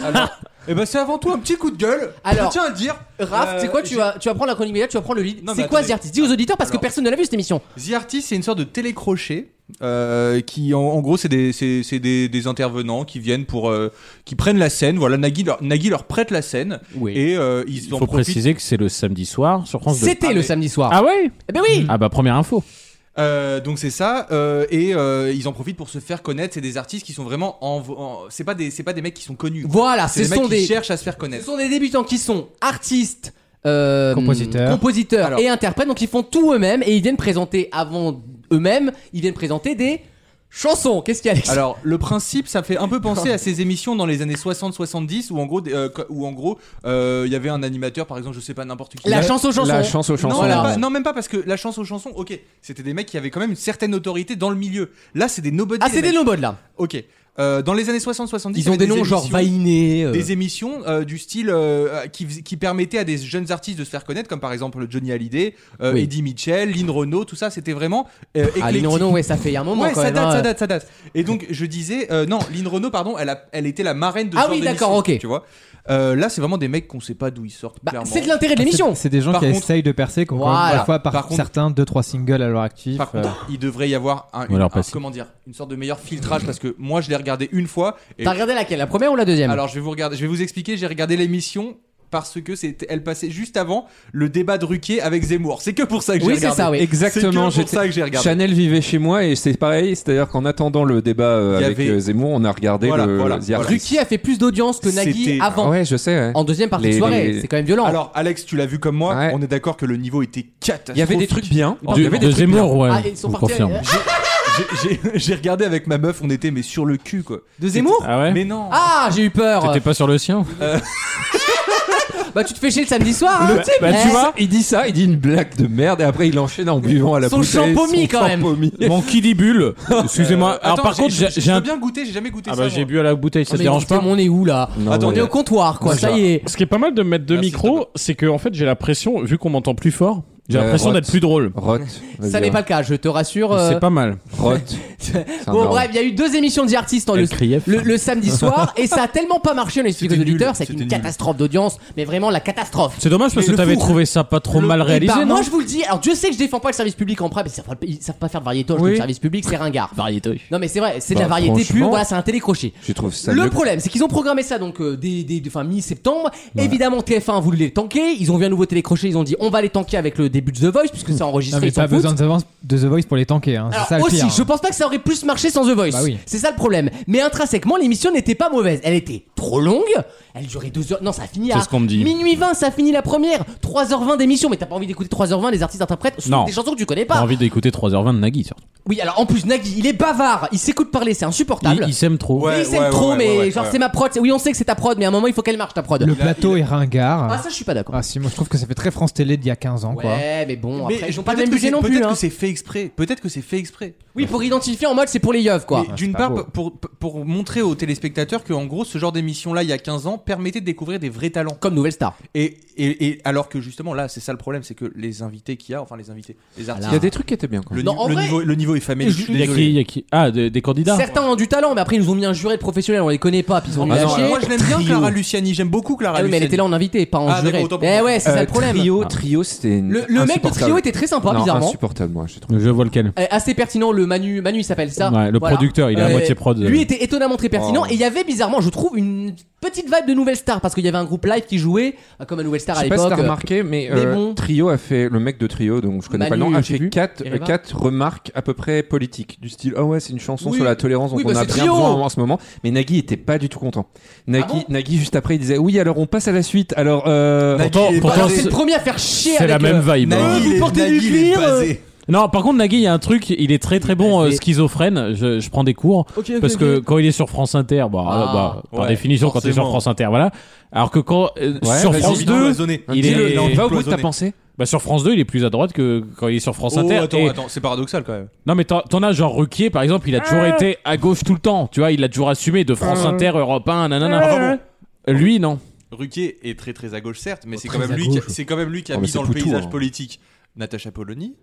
[SPEAKER 6] Et ben c'est avant tout un petit coup de gueule.
[SPEAKER 2] Alors,
[SPEAKER 6] je tiens à le dire.
[SPEAKER 2] Raph,
[SPEAKER 6] Euh,
[SPEAKER 2] tu sais quoi, tu
[SPEAKER 6] j'ai-
[SPEAKER 2] vas, tu vas prendre la chronique média, tu vas prendre le lead.
[SPEAKER 6] Non,
[SPEAKER 2] C'est
[SPEAKER 6] mais
[SPEAKER 2] quoi The
[SPEAKER 6] attendez.
[SPEAKER 2] Artist Dis aux auditeurs parce que
[SPEAKER 6] Alors.
[SPEAKER 2] personne ne l'a vu cette émission.
[SPEAKER 6] Euh, The Artist, c'est une sorte de télécrochet. euh, qui en, en gros c'est des, c'est- c'est des, des intervenants qui viennent pour euh, qui prennent la scène voilà Nagui leur, Nagui leur prête la scène
[SPEAKER 5] Oui.
[SPEAKER 6] et euh, ils
[SPEAKER 5] Il
[SPEAKER 6] en
[SPEAKER 5] faut
[SPEAKER 6] profitent.
[SPEAKER 5] préciser que c'est le samedi soir sur France 2.
[SPEAKER 2] C'était le
[SPEAKER 6] mais-
[SPEAKER 2] samedi soir.
[SPEAKER 5] Ah ouais
[SPEAKER 2] Eh ben oui
[SPEAKER 5] Ah bah première info.
[SPEAKER 6] Euh, donc c'est ça euh, et euh, ils en profitent pour se faire connaître c'est des artistes qui sont vraiment en, en- c'est pas des c'est pas des mecs qui sont connus
[SPEAKER 2] Voilà, ce
[SPEAKER 6] c'est des
[SPEAKER 2] sont
[SPEAKER 6] mecs
[SPEAKER 2] des,
[SPEAKER 6] qui cherchent à se faire
[SPEAKER 2] ce
[SPEAKER 6] connaître
[SPEAKER 2] sont des débutants qui sont artistes. euh,
[SPEAKER 4] Compositeurs.
[SPEAKER 2] compositeurs
[SPEAKER 6] Alors.
[SPEAKER 2] et interprètes, donc ils font tout eux-mêmes et ils viennent présenter avant eux-mêmes, ils viennent présenter des chansons. Qu'est-ce qu'il y a, Alex
[SPEAKER 6] Alors le principe, ça fait un peu penser à ces émissions dans les années 60-70 où en gros, des- euh, co- où en gros, euh, il y avait un animateur, par exemple, je sais pas n'importe qui.
[SPEAKER 2] La chance aux chansons.
[SPEAKER 8] La chance aux
[SPEAKER 6] non,
[SPEAKER 8] chansons.
[SPEAKER 6] même
[SPEAKER 2] voilà.
[SPEAKER 6] pas- non, même pas parce que la chance aux chansons, ok, c'était des mecs qui avaient quand même une certaine autorité dans le milieu. Là, c'est des nobody.
[SPEAKER 2] ah,
[SPEAKER 6] les
[SPEAKER 2] c'est des
[SPEAKER 6] mecs.
[SPEAKER 2] nobodes là.
[SPEAKER 6] Ok. Euh, dans les années 60-70, il y
[SPEAKER 2] Ils ont
[SPEAKER 6] avait
[SPEAKER 2] des noms genre
[SPEAKER 6] émissions-
[SPEAKER 2] Vainé. euh,
[SPEAKER 6] Des émissions euh, du style euh, qui, fais- qui permettaient à des jeunes artistes de se faire connaître, comme par exemple Johnny Hallyday, euh,
[SPEAKER 2] Oui.
[SPEAKER 6] Eddie Mitchell, Lynn Renault, tout ça, c'était vraiment.
[SPEAKER 2] Ah,
[SPEAKER 6] Euh, éclectique.
[SPEAKER 2] Lino Renaud, ouais, ça fait un moment
[SPEAKER 6] Ouais,
[SPEAKER 2] quand
[SPEAKER 6] ça
[SPEAKER 2] même.
[SPEAKER 6] date,
[SPEAKER 2] hein.
[SPEAKER 6] ça date, ça date. Et donc, je disais, euh, non, Lynn Renault, pardon, elle, a, elle était la marraine de ce
[SPEAKER 2] Ah
[SPEAKER 6] genre
[SPEAKER 2] oui,
[SPEAKER 6] d'émission,
[SPEAKER 2] d'accord, ok.
[SPEAKER 6] Tu vois Euh, Là, c'est vraiment des mecs qu'on sait pas d'où ils sortent,
[SPEAKER 2] Bah,
[SPEAKER 6] clairement. Ah,
[SPEAKER 2] c'est de l'intérêt de l'émission.
[SPEAKER 4] C'est c'est des gens
[SPEAKER 6] Par
[SPEAKER 4] qui
[SPEAKER 6] contre-
[SPEAKER 4] essayent de percer, qui ont encore
[SPEAKER 2] Voilà.
[SPEAKER 4] une fois par,
[SPEAKER 6] Par contre-
[SPEAKER 4] certains 2-3 singles à leur actif.
[SPEAKER 6] Par
[SPEAKER 4] euh,
[SPEAKER 6] contre, il devrait y avoir un,
[SPEAKER 5] va leur
[SPEAKER 6] un-
[SPEAKER 5] passer.
[SPEAKER 6] comment dire, une sorte de meilleur filtrage parce que moi, je l'ai regardé une fois. Et
[SPEAKER 2] T'as regardé laquelle La première ou la deuxième
[SPEAKER 6] alors, je vais vous regarder, je vais vous expliquer. J'ai regardé l'émission parce que c'était, elle passait juste avant le débat de Ruquier avec Zemmour. C'est que pour ça que
[SPEAKER 2] Oui,
[SPEAKER 6] j'ai
[SPEAKER 2] c'est
[SPEAKER 6] regardé.
[SPEAKER 2] ça, oui.
[SPEAKER 8] Exactement,
[SPEAKER 6] C'est que pour
[SPEAKER 8] j'étais-
[SPEAKER 6] ça que j'ai regardé.
[SPEAKER 8] Chanel vivait chez moi et c'est pareil, c'est-à-dire qu'en attendant le débat euh,
[SPEAKER 6] Il y
[SPEAKER 8] avec
[SPEAKER 6] avait-
[SPEAKER 8] euh, Zemmour, on a regardé
[SPEAKER 6] Voilà,
[SPEAKER 8] le
[SPEAKER 6] voilà,
[SPEAKER 8] The
[SPEAKER 6] voilà.
[SPEAKER 8] Artist.
[SPEAKER 2] Ruki a fait plus d'audience que Nagui
[SPEAKER 6] C'était- Ah
[SPEAKER 2] avant,
[SPEAKER 8] Ouais, je sais. ouais.
[SPEAKER 2] en deuxième partie de
[SPEAKER 8] Les-
[SPEAKER 2] soirée.
[SPEAKER 8] les-
[SPEAKER 2] C'est quand même violent.
[SPEAKER 6] Alors, Alex, tu l'as vu comme moi.
[SPEAKER 8] Ouais.
[SPEAKER 6] On est d'accord que le niveau était catastrophique.
[SPEAKER 8] Il y avait des trucs bien.
[SPEAKER 2] Oh,
[SPEAKER 8] Il
[SPEAKER 5] de
[SPEAKER 8] y avait des
[SPEAKER 5] de
[SPEAKER 8] trucs
[SPEAKER 5] Zemmour, ouais.
[SPEAKER 2] ah, ils sont
[SPEAKER 5] je vous
[SPEAKER 2] partis.
[SPEAKER 5] confirme.
[SPEAKER 2] euh,
[SPEAKER 6] J'ai- j'ai- J'ai regardé avec ma meuf. On était mais sur le cul quoi.
[SPEAKER 2] De Zemmour
[SPEAKER 5] Ah ouais
[SPEAKER 6] Mais non.
[SPEAKER 2] Ah, j'ai eu peur.
[SPEAKER 5] T'étais pas sur le sien
[SPEAKER 2] Bah, tu te fais chier le samedi soir. hein.
[SPEAKER 8] Bah, bah,
[SPEAKER 2] Eh,
[SPEAKER 8] tu vois, il dit ça, il dit une blague de merde et après il enchaîne en buvant à la
[SPEAKER 2] Son
[SPEAKER 8] bouteille.
[SPEAKER 2] champomis, quand même.
[SPEAKER 8] champomis.
[SPEAKER 5] Mon kidibule Excusez-moi.
[SPEAKER 6] Euh,
[SPEAKER 5] Alors
[SPEAKER 6] attends,
[SPEAKER 5] par contre, j'ai
[SPEAKER 6] j'ai
[SPEAKER 5] j'ai
[SPEAKER 6] j'ai
[SPEAKER 5] un.
[SPEAKER 6] bien goûté. J'ai jamais goûté
[SPEAKER 5] Ah
[SPEAKER 6] ça.
[SPEAKER 5] bah
[SPEAKER 6] moi.
[SPEAKER 5] j'ai bu à la bouteille, ça
[SPEAKER 2] Ah, mais
[SPEAKER 5] te dérange pas
[SPEAKER 2] Guillaume, On est où là
[SPEAKER 8] Attends,
[SPEAKER 2] On est au comptoir quoi, ça y est.
[SPEAKER 5] Ce qui est pas mal de me mettre deux
[SPEAKER 6] Merci,
[SPEAKER 5] micros, c'est que en fait j'ai la pression, vu qu'on m'entend plus fort, j'ai
[SPEAKER 8] Euh,
[SPEAKER 5] l'impression
[SPEAKER 8] Roth.
[SPEAKER 5] d'être plus drôle.
[SPEAKER 8] Rot.
[SPEAKER 2] Ça
[SPEAKER 8] hein.
[SPEAKER 2] n'est pas le cas, je te rassure. euh,
[SPEAKER 5] C'est pas mal.
[SPEAKER 8] Rot.
[SPEAKER 2] Bon, bref, il y a eu deux émissions d'artistes en
[SPEAKER 5] Elle
[SPEAKER 2] le,
[SPEAKER 5] criait.
[SPEAKER 2] le, le samedi soir et ça a tellement pas marché, on explique aux
[SPEAKER 6] C'était nul,
[SPEAKER 2] auditeurs, c'est
[SPEAKER 6] c'était
[SPEAKER 2] une
[SPEAKER 6] nul.
[SPEAKER 2] catastrophe d'audience, mais vraiment la catastrophe.
[SPEAKER 5] C'est dommage parce
[SPEAKER 2] Mais
[SPEAKER 5] que
[SPEAKER 2] le
[SPEAKER 5] t'avais
[SPEAKER 2] four.
[SPEAKER 5] trouvé ça pas trop mal
[SPEAKER 2] Eh
[SPEAKER 5] réalisé,
[SPEAKER 2] ben,
[SPEAKER 5] non
[SPEAKER 2] Moi je vous le dis, alors Dieu sait que je défends pas le service public en prêt, mais ils savent pas, ils savent pas faire de variété,
[SPEAKER 5] Oui.
[SPEAKER 2] le service public c'est ringard.
[SPEAKER 5] Variété.
[SPEAKER 2] Non mais c'est vrai, c'est de
[SPEAKER 8] Bah,
[SPEAKER 2] la variété pure,
[SPEAKER 8] franchement.
[SPEAKER 2] voilà c'est un télécrochet.
[SPEAKER 8] Je trouve ça
[SPEAKER 2] Le
[SPEAKER 8] mieux.
[SPEAKER 2] problème, c'est qu'ils ont programmé ça donc euh, dès, dès- fin mi-septembre. Évidemment, TF1 a voulu les tanker. Ils ont vu un nouveau télécrochet. Ils ont dit on va les tanker avec le début de The Voice puisque c'est
[SPEAKER 4] Non,
[SPEAKER 2] enregistré.
[SPEAKER 4] mais
[SPEAKER 2] ils s'en
[SPEAKER 4] pas besoin
[SPEAKER 2] foutent.
[SPEAKER 4] de The Voice- de The Voice pour les tanker. hein,
[SPEAKER 2] Alors
[SPEAKER 4] c'est ça le
[SPEAKER 2] aussi,
[SPEAKER 4] pire.
[SPEAKER 2] je pense pas que ça aurait plus marché sans The Voice.
[SPEAKER 4] Bah oui.
[SPEAKER 2] C'est ça le problème. Mais intrinsèquement, l'émission n'était pas mauvaise. Elle était trop longue. Elle durait deux heures. Non, ça finit à
[SPEAKER 5] ce qu'on me dit.
[SPEAKER 2] minuit 20. Ça finit la première. 3h20 d'émission. Mais t'as pas envie d'écouter 3h20 les artistes interprètes sauf
[SPEAKER 5] Non.
[SPEAKER 2] des chansons que tu connais
[SPEAKER 5] J'ai
[SPEAKER 2] pas.
[SPEAKER 5] envie d'écouter 3h20 de Nagui, surtout.
[SPEAKER 2] Oui, alors en plus Nagui, il est bavard. Il s'écoute parler, c'est insupportable.
[SPEAKER 5] Il, il s'aime trop.
[SPEAKER 6] Ouais,
[SPEAKER 2] Mais il s'aime
[SPEAKER 6] ouais,
[SPEAKER 2] trop,
[SPEAKER 6] ouais,
[SPEAKER 2] mais
[SPEAKER 6] ouais, ouais,
[SPEAKER 2] genre
[SPEAKER 6] ouais.
[SPEAKER 2] c'est ma prod. Oui, on sait que c'est ta prod, mais à un moment il faut qu'elle marche ta prod.
[SPEAKER 4] Le plateau est ringard.
[SPEAKER 2] Ah ça je suis pas d'accord.
[SPEAKER 4] Ah si, moi je trouve que ça fait très France Télé d'il y a 15 ans quoi.
[SPEAKER 2] Ouais, mais bon,
[SPEAKER 6] Mais
[SPEAKER 2] après, ils ont
[SPEAKER 6] peut-être
[SPEAKER 2] pas le même
[SPEAKER 6] que
[SPEAKER 2] budget
[SPEAKER 6] c'est-
[SPEAKER 2] non plus.
[SPEAKER 6] Peut-être
[SPEAKER 2] hein.
[SPEAKER 6] que c'est fait exprès. Peut-être que c'est fait exprès.
[SPEAKER 2] Oui, pour identifier en mode c'est pour les yeux quoi.
[SPEAKER 6] Mais d'une
[SPEAKER 4] pas
[SPEAKER 6] part,
[SPEAKER 4] beau.
[SPEAKER 6] pour, pour- pour montrer aux téléspectateurs que, en gros, ce genre d'émission-là, il y a 15 ans, permettait de découvrir des vrais talents.
[SPEAKER 2] Comme Nouvelle Star.
[SPEAKER 6] Et, et, et alors que, justement, là, c'est ça le problème, c'est que les invités qu'il y a, enfin, les invités, les artistes.
[SPEAKER 8] Il y a des trucs qui étaient bien. Quand
[SPEAKER 6] Le,
[SPEAKER 8] même.
[SPEAKER 2] Non,
[SPEAKER 6] ni-
[SPEAKER 2] en
[SPEAKER 6] le
[SPEAKER 2] vrai-
[SPEAKER 6] niveau, le niveau est famélique. je suis
[SPEAKER 5] Il y a qui,
[SPEAKER 6] désolé.
[SPEAKER 5] il y a qui Ah, des, des candidats
[SPEAKER 2] Certains ont du talent, mais après ils nous ont mis un juré de professionnels, on les connaît pas, puis ils ont
[SPEAKER 6] Ah
[SPEAKER 2] lâché.
[SPEAKER 6] non, moi, je l'aime bien, Clara Luciani. J'aime beaucoup Clara
[SPEAKER 2] Ah oui, mais elle
[SPEAKER 6] Luciani.
[SPEAKER 2] était là en invité, pas en
[SPEAKER 6] Ah,
[SPEAKER 2] juré.
[SPEAKER 6] d'accord, autant pour
[SPEAKER 2] Eh
[SPEAKER 6] moi.
[SPEAKER 2] ouais, c'est ça le problème.
[SPEAKER 8] Euh, Trio, trio, c'était. une-
[SPEAKER 2] le le mec de
[SPEAKER 8] insupportable.
[SPEAKER 2] trio était très sympa,
[SPEAKER 8] Non,
[SPEAKER 2] bizarrement.
[SPEAKER 8] insupportable, moi, je trouve.
[SPEAKER 5] Je vois lequel.
[SPEAKER 2] Eh, Assez pertinent, le Manu, Manu il s'appelle ça.
[SPEAKER 5] Ouais, le
[SPEAKER 2] Voilà.
[SPEAKER 5] producteur, il est à
[SPEAKER 2] Euh,
[SPEAKER 5] moitié prod.
[SPEAKER 2] Lui était étonnamment très pertinent
[SPEAKER 8] Oh.
[SPEAKER 2] et il y avait bizarrement, je trouve, une petite vibe de Nouvelle Star parce qu'il y avait un groupe live qui jouait, euh, comme à Nouvelle Star
[SPEAKER 8] Je
[SPEAKER 2] à
[SPEAKER 8] sais pas si
[SPEAKER 2] l'époque.
[SPEAKER 8] t'as remarqué, mais,
[SPEAKER 2] mais
[SPEAKER 8] euh,
[SPEAKER 2] bon.
[SPEAKER 8] Trio a fait, le mec de Trio, donc je connais pas le
[SPEAKER 2] Manu,
[SPEAKER 8] nom, a
[SPEAKER 2] je sais
[SPEAKER 8] fait
[SPEAKER 2] plus.
[SPEAKER 8] quatre,
[SPEAKER 2] Herrera.
[SPEAKER 8] quatre remarques à peu près politiques. Du style, ah ouais, c'est une chanson
[SPEAKER 2] Oui.
[SPEAKER 8] sur la tolérance, donc
[SPEAKER 2] Oui,
[SPEAKER 8] on
[SPEAKER 2] bah,
[SPEAKER 8] a
[SPEAKER 2] c'est
[SPEAKER 8] bien
[SPEAKER 2] Trio. Ah
[SPEAKER 8] besoin en ce moment. Mais Nagui était pas du tout content. Nagui, Nagui juste après, il disait, oui, alors on passe à la suite. Alors, euh,
[SPEAKER 6] Nagui,
[SPEAKER 5] Pourtant-
[SPEAKER 6] il Bah, est
[SPEAKER 5] pourtant,
[SPEAKER 2] Alors,
[SPEAKER 6] basé.
[SPEAKER 2] c'est le premier à faire chier
[SPEAKER 5] C'est
[SPEAKER 2] avec
[SPEAKER 5] la même
[SPEAKER 2] euh,
[SPEAKER 5] vibe. hein.
[SPEAKER 6] Nagui, il est-
[SPEAKER 2] Vous portez du
[SPEAKER 6] Nagui, il est
[SPEAKER 2] cuir, euh.
[SPEAKER 6] basé.
[SPEAKER 5] Non, par contre, Nagui, il y a un truc, il est très très bon euh,
[SPEAKER 2] basé.
[SPEAKER 5] schizophrène. Je, je prends des cours.
[SPEAKER 2] Ok, ok,
[SPEAKER 5] Parce
[SPEAKER 2] ok.
[SPEAKER 5] que quand il est sur France Inter, bah,
[SPEAKER 2] Ah.
[SPEAKER 5] bah, par
[SPEAKER 6] Ouais,
[SPEAKER 5] définition, quand il est sur
[SPEAKER 6] forcément.
[SPEAKER 5] France Inter, voilà. Alors que quand euh,
[SPEAKER 8] Ouais,
[SPEAKER 5] sur
[SPEAKER 8] vas-y,
[SPEAKER 5] France
[SPEAKER 6] dis-le,
[SPEAKER 5] 2,
[SPEAKER 6] cloisonné.
[SPEAKER 5] il
[SPEAKER 8] dis-le,
[SPEAKER 5] est-
[SPEAKER 8] non, va au bout de ta
[SPEAKER 6] cloisonné.
[SPEAKER 8] pensée.
[SPEAKER 5] bah, sur France 2, il est plus à droite que quand il est sur France
[SPEAKER 6] Oh,
[SPEAKER 5] Inter.
[SPEAKER 6] attends,
[SPEAKER 5] Et-
[SPEAKER 6] attends, c'est paradoxal quand même.
[SPEAKER 5] Non, mais t'en t'en as genre Ruquier, par exemple, il a toujours été à gauche tout le temps. Tu vois, il a toujours assumé de France Inter, Europe 1, nanana. Euh,
[SPEAKER 6] Enfin
[SPEAKER 5] Lui, non.
[SPEAKER 6] Ruquier est très très à gauche, certes, mais c'est quand,
[SPEAKER 4] très
[SPEAKER 6] même
[SPEAKER 4] à
[SPEAKER 6] lui qui-
[SPEAKER 4] gauche.
[SPEAKER 6] c'est quand même lui qui a
[SPEAKER 8] Oh, mais
[SPEAKER 6] mis
[SPEAKER 8] c'est
[SPEAKER 6] dans le
[SPEAKER 8] Poutou,
[SPEAKER 6] paysage
[SPEAKER 8] hein.
[SPEAKER 6] politique Natacha Polony.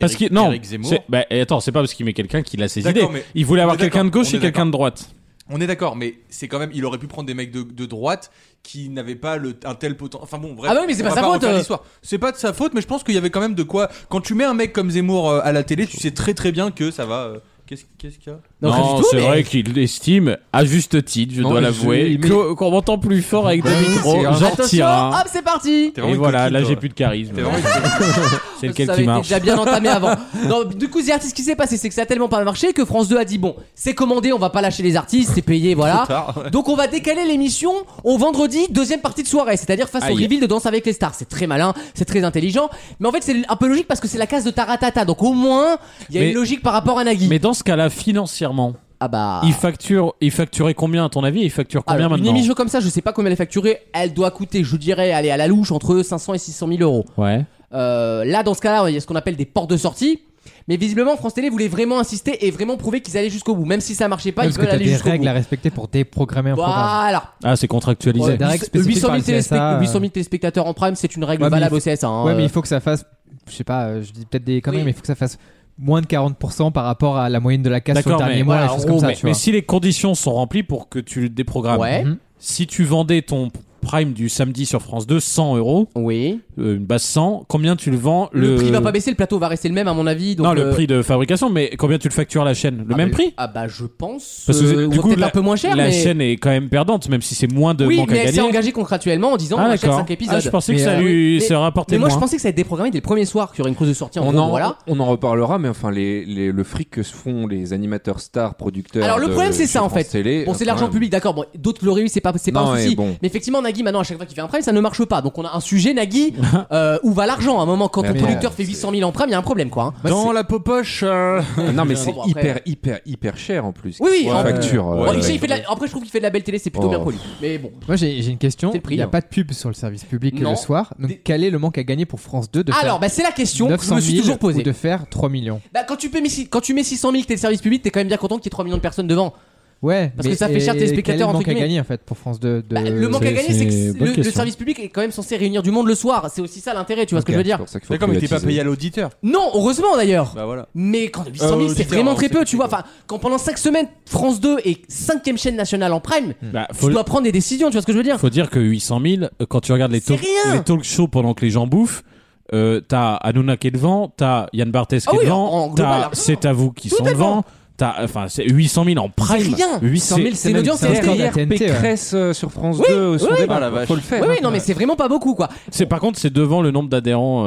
[SPEAKER 5] Parce
[SPEAKER 6] Éric-
[SPEAKER 5] qu'il non,
[SPEAKER 6] Éric Zemmour.
[SPEAKER 5] c'est- bah, et attends, c'est pas parce qu'il met quelqu'un qu'il a ses
[SPEAKER 6] D'accord,
[SPEAKER 5] idées.
[SPEAKER 6] mais-
[SPEAKER 5] Il voulait avoir
[SPEAKER 6] on est
[SPEAKER 5] quelqu'un de
[SPEAKER 6] d'accord,
[SPEAKER 5] gauche
[SPEAKER 6] on
[SPEAKER 5] et
[SPEAKER 6] est
[SPEAKER 5] quelqu'un de droite.
[SPEAKER 6] On est d'accord, mais c'est quand même. Il aurait pu prendre des mecs de, de droite qui n'avaient pas le, un tel potentiel. Enfin bon, bref.
[SPEAKER 2] Ah bah oui, mais c'est
[SPEAKER 6] on
[SPEAKER 2] pas
[SPEAKER 6] va
[SPEAKER 2] sa faute,
[SPEAKER 6] refaire
[SPEAKER 2] euh.
[SPEAKER 6] l'histoire. C'est pas de sa faute, mais je pense qu'il y avait quand même de quoi. Quand tu mets un mec comme Zemmour euh, à la télé, tu sais très très bien que ça va. euh, Qu'est-ce qu'est-ce qu'il y a
[SPEAKER 2] Non, pas du
[SPEAKER 5] Non,
[SPEAKER 2] tout,
[SPEAKER 5] c'est
[SPEAKER 2] mais-
[SPEAKER 5] vrai qu'il estime, à juste titre, je
[SPEAKER 4] Non,
[SPEAKER 5] dois
[SPEAKER 4] mais
[SPEAKER 5] l'avouer,
[SPEAKER 4] je- mais-
[SPEAKER 5] qu'o- qu'on m'entend plus fort avec
[SPEAKER 4] Ouais,
[SPEAKER 5] des micros,
[SPEAKER 4] c'est vrai.
[SPEAKER 5] j'en
[SPEAKER 2] Attention,
[SPEAKER 5] tire un.
[SPEAKER 2] hop, c'est parti
[SPEAKER 6] T'es vraiment
[SPEAKER 5] Et
[SPEAKER 6] une
[SPEAKER 5] voilà,
[SPEAKER 6] coquille,
[SPEAKER 5] là
[SPEAKER 6] toi.
[SPEAKER 5] j'ai plus de charisme.
[SPEAKER 6] T'es vraiment une coquille.
[SPEAKER 5] C'est lequel
[SPEAKER 2] Ça
[SPEAKER 5] qui
[SPEAKER 2] avait été
[SPEAKER 5] marche.
[SPEAKER 2] déjà bien entamé avant. Non, du coup, The Artist, ce qui s'est passé, c'est que ça a tellement pas marché que France 2 a dit bon, c'est commandé, on va pas lâcher les artistes, c'est payé, voilà.
[SPEAKER 6] tard, ouais.
[SPEAKER 2] Donc on va décaler l'émission au vendredi, deuxième partie de soirée, c'est-à-dire face au
[SPEAKER 5] Aïe.
[SPEAKER 2] reveal de Danse avec les stars. C'est très malin, c'est très intelligent, mais en fait c'est un peu logique parce que c'est la case de Taratata, donc au moins il y a
[SPEAKER 5] Mais-
[SPEAKER 2] une logique par rapport à Nagui.
[SPEAKER 5] Mais dans ce cas-là, financièrement,
[SPEAKER 2] ah bah.
[SPEAKER 5] il facture, il facturait combien à ton avis Il facture combien
[SPEAKER 2] Alors, une
[SPEAKER 5] maintenant
[SPEAKER 2] émission comme ça, je sais pas combien elle est facturée, elle doit coûter, je dirais, aller à la louche entre 500 et 600 000 euros.
[SPEAKER 5] Ouais.
[SPEAKER 2] Euh, là, dans ce cas-là, il y a ce qu'on appelle des portes de sortie. Mais visiblement, France Télé voulait vraiment insister et vraiment prouver qu'ils allaient jusqu'au bout. Même si ça marchait pas,
[SPEAKER 4] Parce
[SPEAKER 2] ils
[SPEAKER 4] que
[SPEAKER 2] veulent
[SPEAKER 4] t'as
[SPEAKER 2] aller
[SPEAKER 4] des
[SPEAKER 2] jusqu'au
[SPEAKER 4] règles
[SPEAKER 2] bout.
[SPEAKER 4] à respecter pour déprogrammer
[SPEAKER 2] Bah.
[SPEAKER 4] un programme.
[SPEAKER 2] Voilà.
[SPEAKER 5] Ah, c'est contractualisé.
[SPEAKER 4] Ouais, des règles spécifiques
[SPEAKER 2] 800
[SPEAKER 4] par
[SPEAKER 2] 000,
[SPEAKER 4] le CSA,
[SPEAKER 2] téléspect-
[SPEAKER 4] euh.
[SPEAKER 2] 800 000 téléspectateurs en prime, c'est une règle
[SPEAKER 4] Ouais, mais
[SPEAKER 2] valable
[SPEAKER 4] il
[SPEAKER 2] au CSA. hein.
[SPEAKER 4] Ouais, mais il faut que ça fasse, je sais pas, euh, je dis peut-être des conneries,
[SPEAKER 2] Oui.
[SPEAKER 4] mais il faut que ça fasse moins de 40% par rapport à la moyenne de la casse sur le
[SPEAKER 5] D'accord, mais
[SPEAKER 4] dernier mois,
[SPEAKER 2] voilà,
[SPEAKER 4] des
[SPEAKER 2] en
[SPEAKER 4] choses
[SPEAKER 2] gros,
[SPEAKER 4] comme ça,
[SPEAKER 5] mais,
[SPEAKER 4] tu
[SPEAKER 5] mais
[SPEAKER 4] vois.
[SPEAKER 5] si les conditions sont remplies pour que tu le déprogrammes,
[SPEAKER 2] Ouais.
[SPEAKER 4] Mhm.
[SPEAKER 5] si tu vendais ton prime du samedi sur France 2 100 euros,
[SPEAKER 2] Oui.
[SPEAKER 5] euh, une base 100, combien tu le vends
[SPEAKER 2] Le... prix va pas baisser, le plateau va rester le même, à mon avis. Donc
[SPEAKER 5] Non, le
[SPEAKER 2] euh,
[SPEAKER 5] prix de fabrication, mais combien tu le factures à la chaîne Le
[SPEAKER 2] ah,
[SPEAKER 5] même
[SPEAKER 2] bah,
[SPEAKER 5] prix
[SPEAKER 2] Ah bah je pense.
[SPEAKER 5] Parce que
[SPEAKER 2] euh,
[SPEAKER 5] du
[SPEAKER 2] ou
[SPEAKER 5] coup,
[SPEAKER 2] peut-être
[SPEAKER 5] la-
[SPEAKER 2] un peu moins cher.
[SPEAKER 5] La
[SPEAKER 2] mais...
[SPEAKER 5] chaîne est quand même perdante, même si c'est moins de
[SPEAKER 2] Oui,
[SPEAKER 5] manque
[SPEAKER 2] mais
[SPEAKER 5] à
[SPEAKER 2] elle s'est
[SPEAKER 5] gagner.
[SPEAKER 2] engagée contractuellement en disant
[SPEAKER 5] Ah,
[SPEAKER 2] on achète
[SPEAKER 5] d'accord.
[SPEAKER 2] 5 épisodes.
[SPEAKER 5] Ah, je pensais que
[SPEAKER 4] Mais,
[SPEAKER 5] ça
[SPEAKER 4] euh,
[SPEAKER 5] lui
[SPEAKER 2] mais-
[SPEAKER 5] se rapportait
[SPEAKER 2] mais moi je
[SPEAKER 5] moins. Oh
[SPEAKER 2] pensais que ça allait être déprogrammé dès le premier soir, qu'il y aurait une cause de sortie en
[SPEAKER 8] On
[SPEAKER 2] gros,
[SPEAKER 8] en,
[SPEAKER 2] voilà.
[SPEAKER 8] on en reparlera, mais enfin, les, les- le fric que se font les animateurs stars, producteurs.
[SPEAKER 2] Alors, le
[SPEAKER 8] de-
[SPEAKER 2] problème, c'est
[SPEAKER 8] chez
[SPEAKER 2] ça, en
[SPEAKER 8] France
[SPEAKER 2] fait.
[SPEAKER 8] Télé,
[SPEAKER 2] Bon,
[SPEAKER 8] euh,
[SPEAKER 2] c'est l'argent
[SPEAKER 8] quand même.
[SPEAKER 2] public, d'accord. Bon, d'autres le réussissent, c'est pas, c'est pas
[SPEAKER 8] Non,
[SPEAKER 2] un
[SPEAKER 8] mais
[SPEAKER 2] souci.
[SPEAKER 8] bon.
[SPEAKER 2] Mais effectivement, Nagui, maintenant, à chaque fois qu'il fait un prime, ça ne marche pas. Donc, on a un sujet, Nagui, euh, où va l'argent À un moment, quand
[SPEAKER 8] Mais
[SPEAKER 2] ton
[SPEAKER 8] attends,
[SPEAKER 2] producteur fait 800 000 en prime, il y a un problème, quoi. hein.
[SPEAKER 6] Dans la popoche. euh.
[SPEAKER 8] Non, mais
[SPEAKER 2] Bon,
[SPEAKER 8] c'est
[SPEAKER 2] bon, après-
[SPEAKER 8] hyper, hyper, hyper cher en plus.
[SPEAKER 2] Oui, oui,
[SPEAKER 8] La
[SPEAKER 2] en-
[SPEAKER 8] facture.
[SPEAKER 6] Ouais,
[SPEAKER 2] Bon,
[SPEAKER 8] euh,
[SPEAKER 2] tu sais, il fait de la- Après, je trouve qu'il fait de la belle télé, c'est plutôt
[SPEAKER 8] Oh.
[SPEAKER 2] bien poli. Mais bon.
[SPEAKER 4] Moi j'ai j'ai une question,
[SPEAKER 2] C'est le prix,
[SPEAKER 4] il n'y a
[SPEAKER 2] hein.
[SPEAKER 4] pas de pub sur le service public
[SPEAKER 2] Non.
[SPEAKER 4] le soir, donc
[SPEAKER 2] Des-
[SPEAKER 4] quel est le manque à gagner pour France 2 de
[SPEAKER 2] Alors,
[SPEAKER 4] faire
[SPEAKER 2] bah, c'est la question que je
[SPEAKER 4] 900
[SPEAKER 2] me suis
[SPEAKER 4] 000
[SPEAKER 2] toujours
[SPEAKER 4] ou
[SPEAKER 2] posée.
[SPEAKER 4] de faire 3 millions
[SPEAKER 2] Bah, quand tu, peux, mis- quand tu mets 600 000 que t'es le service public, t'es quand même bien content qu'il y ait 3 millions de personnes devant.
[SPEAKER 4] Ouais,
[SPEAKER 2] Parce que
[SPEAKER 4] mais-
[SPEAKER 2] ça fait cher
[SPEAKER 4] et
[SPEAKER 2] téléspectateurs,
[SPEAKER 4] Quel est le
[SPEAKER 2] entre
[SPEAKER 4] manque à
[SPEAKER 2] guillemets
[SPEAKER 4] gagner en fait pour France 2 de...
[SPEAKER 2] Bah, le manque à
[SPEAKER 5] c'est-
[SPEAKER 2] gagner, c'est
[SPEAKER 5] c'est
[SPEAKER 2] que
[SPEAKER 5] bonne
[SPEAKER 2] le, le
[SPEAKER 5] question.
[SPEAKER 2] service public est quand même censé réunir du monde le soir. C'est aussi ça l'intérêt, tu vois ce que
[SPEAKER 4] Ok,
[SPEAKER 2] je veux
[SPEAKER 8] C'est
[SPEAKER 2] dire
[SPEAKER 8] pour ça qu'il faut
[SPEAKER 6] Mais comme il était pas
[SPEAKER 8] privatiser.
[SPEAKER 6] payé à l'auditeur.
[SPEAKER 2] Non, heureusement d'ailleurs.
[SPEAKER 6] Bah voilà.
[SPEAKER 2] Mais quand 800 000,
[SPEAKER 6] Euh,
[SPEAKER 2] c'est
[SPEAKER 6] auditeur,
[SPEAKER 2] vraiment
[SPEAKER 6] hein,
[SPEAKER 2] très
[SPEAKER 6] c'est
[SPEAKER 2] peu,
[SPEAKER 6] pas
[SPEAKER 2] tu vois.
[SPEAKER 6] très
[SPEAKER 2] Enfin, quand pendant 5 semaines, France 2 est 5ème chaîne nationale en prime,
[SPEAKER 5] Bah,
[SPEAKER 2] tu
[SPEAKER 5] faut,
[SPEAKER 2] dois prendre des décisions, tu vois ce que je veux dire
[SPEAKER 5] faut dire que 800 000, euh, quand tu regardes les
[SPEAKER 2] C'est
[SPEAKER 5] talk,
[SPEAKER 2] rien.
[SPEAKER 5] les talk shows pendant que les gens bouffent, euh, t'as Hanouna qui est devant, t'as Yann Barthès qui
[SPEAKER 2] Ah
[SPEAKER 5] est
[SPEAKER 2] oui, en- en
[SPEAKER 5] devant,
[SPEAKER 2] global,
[SPEAKER 5] t'as
[SPEAKER 2] largement.
[SPEAKER 5] C'est à vous qui sont
[SPEAKER 2] Totalement.
[SPEAKER 5] devant, t'as enfin c'est 800 000 en prime.
[SPEAKER 2] rien.
[SPEAKER 5] 800 000,
[SPEAKER 2] C'est une audience
[SPEAKER 4] c'est
[SPEAKER 2] extérieure.
[SPEAKER 4] encore la TNT, ouais.
[SPEAKER 8] Pécresse euh, sur France 2 au son
[SPEAKER 2] oui,
[SPEAKER 8] débat.
[SPEAKER 6] Ah, la vache.
[SPEAKER 8] Faut le faire. hein.
[SPEAKER 2] Oui, oui, non, mais c'est vraiment pas beaucoup, quoi.
[SPEAKER 5] C'est par contre c'est devant le nombre d'adhérents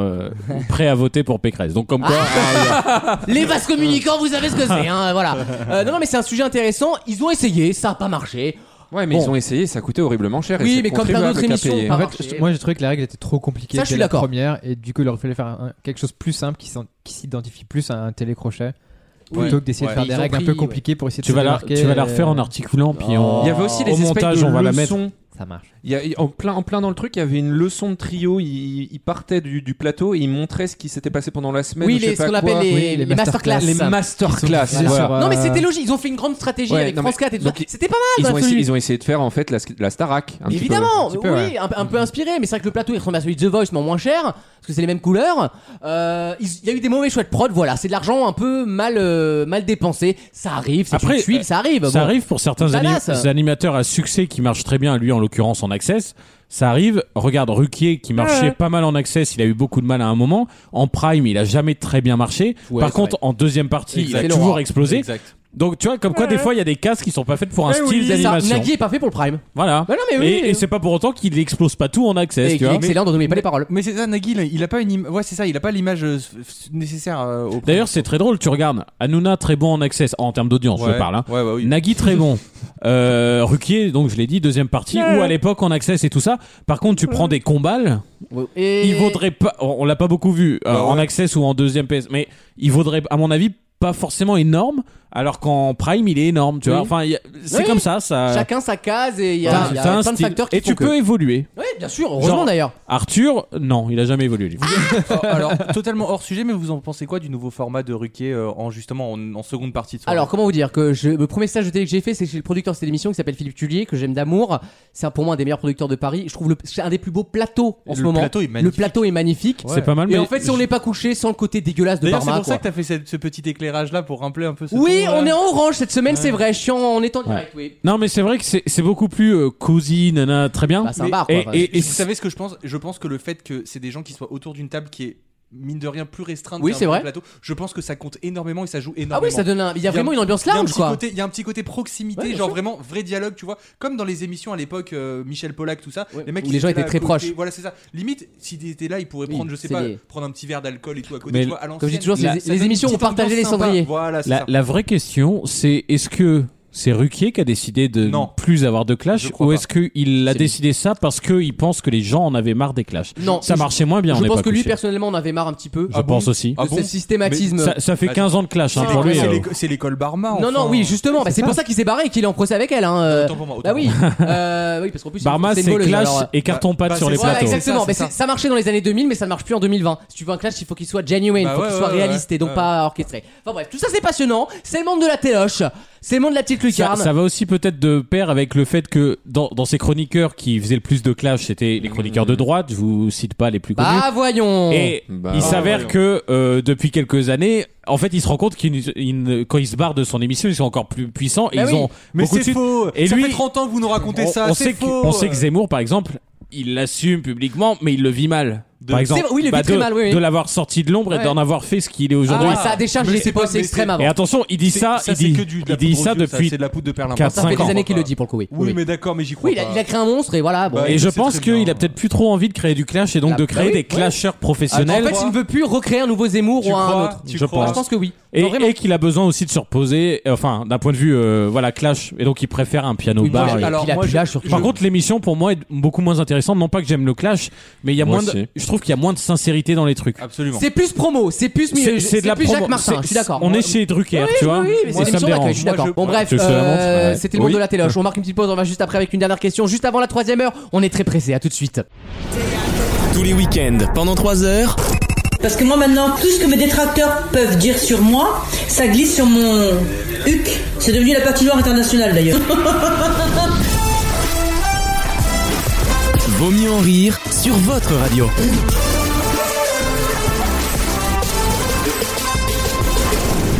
[SPEAKER 5] euh, prêts à voter pour Pécresse. Donc comme quoi,
[SPEAKER 2] Ah, Les vases communicants, vous savez ce que c'est, hein, voilà. Euh, non, non, mais c'est un sujet intéressant. Ils ont essayé, ça a pas marché.
[SPEAKER 8] Ouais, mais
[SPEAKER 2] Bon.
[SPEAKER 8] ils ont essayé, ça coûtait horriblement cher. et
[SPEAKER 2] Oui,
[SPEAKER 8] c'est
[SPEAKER 2] mais
[SPEAKER 8] le
[SPEAKER 2] comme plein d'autres
[SPEAKER 8] contribuable qui a
[SPEAKER 2] émissions,
[SPEAKER 8] payé.
[SPEAKER 2] par-
[SPEAKER 4] En
[SPEAKER 2] marché.
[SPEAKER 4] fait, je- moi j'ai trouvé que la règle était trop compliquée
[SPEAKER 2] Ah. Ça, je
[SPEAKER 4] dès
[SPEAKER 2] suis
[SPEAKER 4] la
[SPEAKER 2] d'accord.
[SPEAKER 4] première et du coup il aurait fallu faire un- quelque chose de plus simple qui s'en- qui s'identifie plus à un télécrochet plutôt
[SPEAKER 6] Ouais.
[SPEAKER 4] que d'essayer
[SPEAKER 6] Ouais.
[SPEAKER 4] de faire
[SPEAKER 2] Ils
[SPEAKER 4] des
[SPEAKER 2] ont
[SPEAKER 4] règles
[SPEAKER 2] pris,
[SPEAKER 4] un peu
[SPEAKER 2] ouais.
[SPEAKER 4] compliquées pour essayer de
[SPEAKER 5] tu
[SPEAKER 4] se
[SPEAKER 5] vas la,
[SPEAKER 4] démarquer,
[SPEAKER 5] tu vas la
[SPEAKER 4] euh,
[SPEAKER 5] refaire en articulant puis en
[SPEAKER 8] Oh. Il y avait aussi les
[SPEAKER 5] Oh. au
[SPEAKER 8] espèces
[SPEAKER 5] montage
[SPEAKER 8] de
[SPEAKER 5] on va la mettre.
[SPEAKER 8] leçons.
[SPEAKER 4] Ça marche.
[SPEAKER 8] Il y a- il- en, plein, en plein dans le truc, il y avait une leçon de trio. Il, il partait du, du plateau et il montrait ce qui s'était passé pendant la semaine.
[SPEAKER 2] oui,
[SPEAKER 8] ou je
[SPEAKER 2] les,
[SPEAKER 8] sais
[SPEAKER 2] ce qu'on
[SPEAKER 8] pas quoi.
[SPEAKER 2] appelle les,
[SPEAKER 4] Oui, les
[SPEAKER 2] les masterclass.
[SPEAKER 8] les masterclass.
[SPEAKER 4] Qui sont-
[SPEAKER 8] voilà.
[SPEAKER 4] sur, euh,
[SPEAKER 2] Non, mais c'était logique. Ils ont fait une grande stratégie
[SPEAKER 8] Ouais,
[SPEAKER 2] avec
[SPEAKER 8] non,
[SPEAKER 2] France
[SPEAKER 8] mais-
[SPEAKER 2] 4 et tout
[SPEAKER 8] donc,
[SPEAKER 2] ça. C'était pas mal,
[SPEAKER 8] Ils
[SPEAKER 2] dans
[SPEAKER 8] ont,
[SPEAKER 2] l'absolu.
[SPEAKER 8] essayé, ils ont essayé de faire en fait la, la Starac. un petit peu.
[SPEAKER 2] Évidemment,
[SPEAKER 4] petit peu,
[SPEAKER 2] oui,
[SPEAKER 4] ouais.
[SPEAKER 2] un, un peu inspiré, mais c'est vrai que le plateau il ressemble à celui de The Voice, mais en moins cher, parce que c'est les mêmes couleurs. Euh, Il il y a eu des mauvais choix de prod, voilà, c'est de l'argent un peu mal, euh, mal dépensé. Ça arrive, c'est
[SPEAKER 5] Après,
[SPEAKER 2] une tuile,
[SPEAKER 5] euh,
[SPEAKER 2] ça arrive. Bah
[SPEAKER 5] Ça
[SPEAKER 2] bon.
[SPEAKER 5] arrive pour certains
[SPEAKER 2] Ça
[SPEAKER 5] anim-
[SPEAKER 2] va, ça.
[SPEAKER 5] animateurs à succès qui marchent très bien, lui en l'occurrence en Access. Ça arrive, regarde Ruquier qui marchait pas mal en Access, il a eu beaucoup de mal à un moment. En Prime, il a jamais très bien marché.
[SPEAKER 2] Ouais,
[SPEAKER 5] Par
[SPEAKER 2] c'est
[SPEAKER 5] contre, en deuxième partie,
[SPEAKER 2] Exact.
[SPEAKER 5] il
[SPEAKER 2] C'est
[SPEAKER 5] a toujours
[SPEAKER 2] l'horreur.
[SPEAKER 5] explosé.
[SPEAKER 6] Exact.
[SPEAKER 5] Donc tu vois, comme quoi des fois, il y a des cases qui sont pas faites pour un
[SPEAKER 2] Eh oui,
[SPEAKER 5] style
[SPEAKER 2] c'est ça,
[SPEAKER 5] d'animation.
[SPEAKER 2] Nagui est pas fait pour le prime.
[SPEAKER 5] Voilà.
[SPEAKER 2] Bah non, mais oui.
[SPEAKER 5] et et c'est pas pour autant qu'il explose pas tout en Access.
[SPEAKER 2] Et
[SPEAKER 5] tu
[SPEAKER 2] qu'il est
[SPEAKER 5] vois.
[SPEAKER 2] excellent, donc n'oubliez pas les paroles.
[SPEAKER 6] Mais c'est ça, Nagui, il a- il a pas une. im- Ouais, c'est ça, il a pas l'image euh, f- f- nécessaire euh, au.
[SPEAKER 5] D'ailleurs, c'est très drôle. Tu regardes Hanouna très bon en Access en termes d'audience,
[SPEAKER 6] Ouais.
[SPEAKER 5] je parle. hein.
[SPEAKER 6] Ouais, bah oui.
[SPEAKER 5] Nagui très bon. Euh, Ruquier, donc je l'ai dit, deuxième partie, ou à l'époque en access et tout ça. Par contre, tu prends des combales,
[SPEAKER 2] Et...
[SPEAKER 5] il vaudrait pas, on, on l'a pas beaucoup vu, euh,
[SPEAKER 6] Bah ouais.
[SPEAKER 5] en access ou en deuxième PS, mais il vaudrait, à mon avis, pas forcément énorme, alors qu'en prime, il est énorme, tu vois.
[SPEAKER 2] Oui.
[SPEAKER 5] Enfin, il y a- c'est
[SPEAKER 2] Oui.
[SPEAKER 5] comme ça, ça.
[SPEAKER 2] Chacun sa case et il y a,
[SPEAKER 5] euh, t'as-
[SPEAKER 2] il y a
[SPEAKER 5] t'as un
[SPEAKER 2] plein de
[SPEAKER 5] style.
[SPEAKER 2] facteurs qui
[SPEAKER 5] Et tu
[SPEAKER 2] font
[SPEAKER 5] peux
[SPEAKER 2] que-
[SPEAKER 5] évoluer.
[SPEAKER 2] Ouais, bien sûr, heureusement
[SPEAKER 5] Genre-
[SPEAKER 2] d'ailleurs.
[SPEAKER 5] Arthur, non, il a jamais évolué.
[SPEAKER 2] Ah
[SPEAKER 5] lui.
[SPEAKER 6] Oh, Alors, totalement hors sujet, mais vous en pensez quoi du nouveau format de Ruquier euh, en justement en, en seconde partie de soirée
[SPEAKER 2] Alors, comment vous dire que je, le premier stage de télé que j'ai fait, c'est chez le producteur de cette émission qui s'appelle Philippe Tullier, que j'aime d'amour. C'est un- pour moi un des meilleurs producteurs de Paris. Je trouve le, c'est un des plus beaux plateaux en
[SPEAKER 6] Le
[SPEAKER 2] ce moment.
[SPEAKER 6] plateau est
[SPEAKER 2] Le
[SPEAKER 6] magnifique.
[SPEAKER 2] plateau est magnifique.
[SPEAKER 5] C'est pas mal,
[SPEAKER 2] Et
[SPEAKER 5] mais
[SPEAKER 2] en fait, si on n'est pas couché sans le côté dégueulasse de
[SPEAKER 6] D'ailleurs, c'est
[SPEAKER 2] Parma,
[SPEAKER 6] pour ça
[SPEAKER 2] quoi.
[SPEAKER 6] que t'as fait cette- ce petit éclairage là pour rappeler un peu ce
[SPEAKER 2] Oui, on est en orange cette semaine, c'est vrai. Je suis en, on est en direct, oui.
[SPEAKER 5] Non, mais c'est vrai que c'est c'est beaucoup plus euh, cosy, nana, très bien.
[SPEAKER 2] Bah, c'est un
[SPEAKER 6] Mais-
[SPEAKER 2] bar, quoi.
[SPEAKER 5] et,
[SPEAKER 2] Enfin,
[SPEAKER 5] et- et
[SPEAKER 6] vous savez ce que je pense Je pense que le fait que c'est des gens qui soient autour d'une table qui est mine de rien plus restreinte
[SPEAKER 2] Oui,
[SPEAKER 6] qu'un
[SPEAKER 2] c'est
[SPEAKER 6] vrai
[SPEAKER 2] vrai.
[SPEAKER 6] plateau, je pense que ça compte énormément et ça joue
[SPEAKER 2] Ah
[SPEAKER 6] énormément.
[SPEAKER 2] oui, ça donne un- Il y a
[SPEAKER 6] Il y a
[SPEAKER 2] vraiment une ambiance
[SPEAKER 6] Il y a un
[SPEAKER 2] large,
[SPEAKER 6] petit
[SPEAKER 2] quoi.
[SPEAKER 6] côté- Il y a un petit côté proximité,
[SPEAKER 2] Ouais, bien
[SPEAKER 6] genre
[SPEAKER 2] sûr.
[SPEAKER 6] vraiment vrai dialogue, tu vois. Comme dans les émissions à l'époque, euh, Michel Pollack, tout ça.
[SPEAKER 2] Ouais,
[SPEAKER 6] Les mecs,
[SPEAKER 2] où
[SPEAKER 6] ils
[SPEAKER 2] les gens
[SPEAKER 6] là
[SPEAKER 2] étaient très
[SPEAKER 6] à côté,
[SPEAKER 2] proches.
[SPEAKER 6] Voilà, c'est ça. Limite, s'ils étaient là, ils pourraient
[SPEAKER 2] Oui,
[SPEAKER 6] prendre, je sais
[SPEAKER 2] c'est
[SPEAKER 6] pas,
[SPEAKER 2] les-
[SPEAKER 6] prendre un petit verre d'alcool et tout à côté.
[SPEAKER 5] Mais
[SPEAKER 6] tu vois, à
[SPEAKER 2] Comme je dis toujours,
[SPEAKER 6] l'ancienne,
[SPEAKER 2] c'est-
[SPEAKER 6] ça
[SPEAKER 2] les
[SPEAKER 6] donne
[SPEAKER 2] émissions
[SPEAKER 6] une
[SPEAKER 2] où on
[SPEAKER 6] petite
[SPEAKER 2] partageait les
[SPEAKER 6] ambiance sympa.
[SPEAKER 2] cendriers.
[SPEAKER 6] Voilà, c'est
[SPEAKER 5] La,
[SPEAKER 6] ça.
[SPEAKER 5] la vraie question, c'est est-ce que c'est Ruquier qui a décidé de
[SPEAKER 6] Non.
[SPEAKER 5] ne plus avoir de clash
[SPEAKER 6] Je crois
[SPEAKER 5] ou
[SPEAKER 6] pas.
[SPEAKER 5] est-ce qu'il a
[SPEAKER 6] C'est
[SPEAKER 5] décidé ça parce qu'il pense que les gens en avaient marre des clashs
[SPEAKER 2] Non,
[SPEAKER 5] Ça
[SPEAKER 2] je-
[SPEAKER 5] marchait moins bien, on
[SPEAKER 2] Je
[SPEAKER 5] n'est
[SPEAKER 2] pense
[SPEAKER 5] pas
[SPEAKER 2] que lui,
[SPEAKER 5] couché.
[SPEAKER 2] personnellement, en avait marre un petit peu.
[SPEAKER 5] Je pense aussi.
[SPEAKER 6] Ah
[SPEAKER 2] de
[SPEAKER 6] bon
[SPEAKER 2] ce systématisme.
[SPEAKER 5] ça, ça fait
[SPEAKER 6] Ah,
[SPEAKER 5] 15 ans de clash hein,
[SPEAKER 6] C'est
[SPEAKER 5] pour
[SPEAKER 6] l'école-
[SPEAKER 5] lui.
[SPEAKER 6] c'est
[SPEAKER 5] euh.
[SPEAKER 6] l'éco- C'est l'école Barma.
[SPEAKER 2] Non, non,
[SPEAKER 6] enfin.
[SPEAKER 2] oui, justement. Bah, c'est pour ça qu'il s'est barré et qu'il est en procès avec elle. Hein. euh.
[SPEAKER 6] Autant pour moi, autant
[SPEAKER 2] bah oui.
[SPEAKER 6] pour
[SPEAKER 2] Euh, oui, parce qu'en plus,
[SPEAKER 5] Barma,
[SPEAKER 2] une
[SPEAKER 5] c'est
[SPEAKER 2] voleuse,
[SPEAKER 5] clash
[SPEAKER 2] alors, euh.
[SPEAKER 5] et carton
[SPEAKER 6] bah,
[SPEAKER 5] pâte
[SPEAKER 6] bah,
[SPEAKER 5] sur
[SPEAKER 6] c'est-
[SPEAKER 5] les
[SPEAKER 6] voilà,
[SPEAKER 5] plateaux.
[SPEAKER 6] exact-
[SPEAKER 2] exactement.
[SPEAKER 6] C'est ça,
[SPEAKER 2] Mais
[SPEAKER 6] c'est
[SPEAKER 2] c'est- ça, marchait dans les années 2000, mais ça ne marche plus en 2020. Si tu veux un clash, il faut qu'il soit genuine,
[SPEAKER 6] Bah
[SPEAKER 2] faut
[SPEAKER 6] ouais,
[SPEAKER 2] qu'il soit
[SPEAKER 6] ouais,
[SPEAKER 2] réaliste et donc
[SPEAKER 6] ouais.
[SPEAKER 2] pas orchestré. Enfin bref, tout ça c'est passionnant. C'est le monde de la téloche, c'est le monde de la petite
[SPEAKER 5] Ça,
[SPEAKER 2] lucarne.
[SPEAKER 5] ça va aussi peut-être de pair avec le fait que dans, dans ces chroniqueurs qui faisaient le plus de clash, c'était les chroniqueurs de droite, je vous cite pas les plus connus.
[SPEAKER 2] Bah voyons.
[SPEAKER 5] Et
[SPEAKER 8] Bah,
[SPEAKER 5] il s'avère
[SPEAKER 6] voyons.
[SPEAKER 5] que euh, depuis quelques années, en fait, il se rend compte qu'ils quand ils se barrent de son émission, ils sont encore plus puissants et
[SPEAKER 2] Bah
[SPEAKER 5] ils
[SPEAKER 2] oui.
[SPEAKER 5] ont
[SPEAKER 6] Mais
[SPEAKER 5] beaucoup de
[SPEAKER 6] c'est
[SPEAKER 5] suite-
[SPEAKER 6] faux.
[SPEAKER 5] Et
[SPEAKER 6] ça
[SPEAKER 5] lui-
[SPEAKER 6] fait 30 ans que vous nous racontez
[SPEAKER 5] on,
[SPEAKER 6] ça.
[SPEAKER 5] on
[SPEAKER 6] c'est
[SPEAKER 5] sait que,
[SPEAKER 6] faux.
[SPEAKER 5] on sait que Zemmour, par exemple, il l'assume publiquement, mais il le vit mal. Par exemple, bah,
[SPEAKER 2] C'est- oui, il le vit très
[SPEAKER 5] de,
[SPEAKER 2] mal, oui, oui.
[SPEAKER 5] de l'avoir sorti de l'ombre
[SPEAKER 2] Ouais.
[SPEAKER 5] et d'en avoir fait ce qu'il est aujourd'hui.
[SPEAKER 2] Ah, ça a déchargé
[SPEAKER 6] Mais
[SPEAKER 2] les
[SPEAKER 6] c'est pas-
[SPEAKER 2] postes
[SPEAKER 6] mais
[SPEAKER 2] extrêmes
[SPEAKER 6] c'est-
[SPEAKER 2] avant.
[SPEAKER 5] Et attention, il dit
[SPEAKER 6] C'est-
[SPEAKER 5] ça,
[SPEAKER 6] ça,
[SPEAKER 5] il
[SPEAKER 6] c'est
[SPEAKER 5] dit,
[SPEAKER 6] que du- de la
[SPEAKER 5] il dit
[SPEAKER 6] poudre
[SPEAKER 5] ça
[SPEAKER 6] aux yeux,
[SPEAKER 5] depuis
[SPEAKER 6] c'est de la poudre de perlimpinpin.
[SPEAKER 5] quatre,
[SPEAKER 6] Ça,
[SPEAKER 2] Ça fait
[SPEAKER 5] cinq
[SPEAKER 2] des
[SPEAKER 5] ans.
[SPEAKER 2] années qu'il le dit pour le coup, oui.
[SPEAKER 6] Oui, mais d'accord, mais j'y crois
[SPEAKER 2] Oui, il a,
[SPEAKER 6] pas.
[SPEAKER 2] il a créé un monstre et voilà. bon.
[SPEAKER 6] Bah,
[SPEAKER 5] Et
[SPEAKER 6] il
[SPEAKER 5] je
[SPEAKER 6] sait très
[SPEAKER 5] pense
[SPEAKER 6] bien.
[SPEAKER 5] qu'il a peut-être plus trop envie de créer du clash et donc
[SPEAKER 2] Ah,
[SPEAKER 5] de
[SPEAKER 2] bah
[SPEAKER 5] créer
[SPEAKER 2] oui,
[SPEAKER 5] des
[SPEAKER 2] oui.
[SPEAKER 5] clasheurs
[SPEAKER 2] en
[SPEAKER 5] professionnels.
[SPEAKER 2] fait, il ne veut plus recréer un nouveau Zemmour
[SPEAKER 6] Tu
[SPEAKER 2] ou un
[SPEAKER 6] crois
[SPEAKER 2] autre.
[SPEAKER 6] Tu
[SPEAKER 5] Je
[SPEAKER 6] crois
[SPEAKER 2] Je pense que oui.
[SPEAKER 5] Et,
[SPEAKER 2] Non, vraiment.
[SPEAKER 5] et qu'il a besoin aussi de se reposer, euh, enfin, d'un point de vue, euh, voilà, clash. Et donc, il préfère un piano
[SPEAKER 2] Oui, moi,
[SPEAKER 5] bar.
[SPEAKER 2] j'ai-
[SPEAKER 5] et-
[SPEAKER 2] alors,
[SPEAKER 6] Puis la
[SPEAKER 2] moi,
[SPEAKER 6] pila,
[SPEAKER 2] je-
[SPEAKER 6] surtout.
[SPEAKER 5] Par
[SPEAKER 6] je-
[SPEAKER 5] contre, l'émission pour moi est beaucoup moins intéressante. Non pas que j'aime le clash, mais il y a
[SPEAKER 8] Moi
[SPEAKER 5] moins. de-
[SPEAKER 8] aussi.
[SPEAKER 5] je trouve qu'il y a moins de sincérité dans les trucs.
[SPEAKER 6] Absolument.
[SPEAKER 2] C'est plus promo, c'est plus,
[SPEAKER 5] C'est c'est
[SPEAKER 2] c'est
[SPEAKER 5] de la
[SPEAKER 2] plus
[SPEAKER 5] promo.
[SPEAKER 2] Jacques Martin,
[SPEAKER 5] c'est-
[SPEAKER 2] je suis d'accord.
[SPEAKER 5] On est chez Drucker, tu vois.
[SPEAKER 2] Oui, mais c'est
[SPEAKER 5] Moi, ça me
[SPEAKER 2] l'émission d'accueil, je
[SPEAKER 5] dérange.
[SPEAKER 2] suis d'accord.
[SPEAKER 6] Moi, je-
[SPEAKER 2] Bon, bref,
[SPEAKER 5] je te la montre,
[SPEAKER 2] euh,
[SPEAKER 5] ouais.
[SPEAKER 2] c'était le monde de la téloche. On marque une petite pause, on va juste après avec une dernière question, juste avant la troisième heure. On est très pressé, à tout de suite.
[SPEAKER 1] Tous les week-ends, pendant 3 heures,
[SPEAKER 9] Parce que moi maintenant, tout ce que mes détracteurs peuvent dire sur moi, ça glisse sur mon huc. C'est devenu la partie noire internationale d'ailleurs.
[SPEAKER 1] Vaut mieux en rire sur votre radio.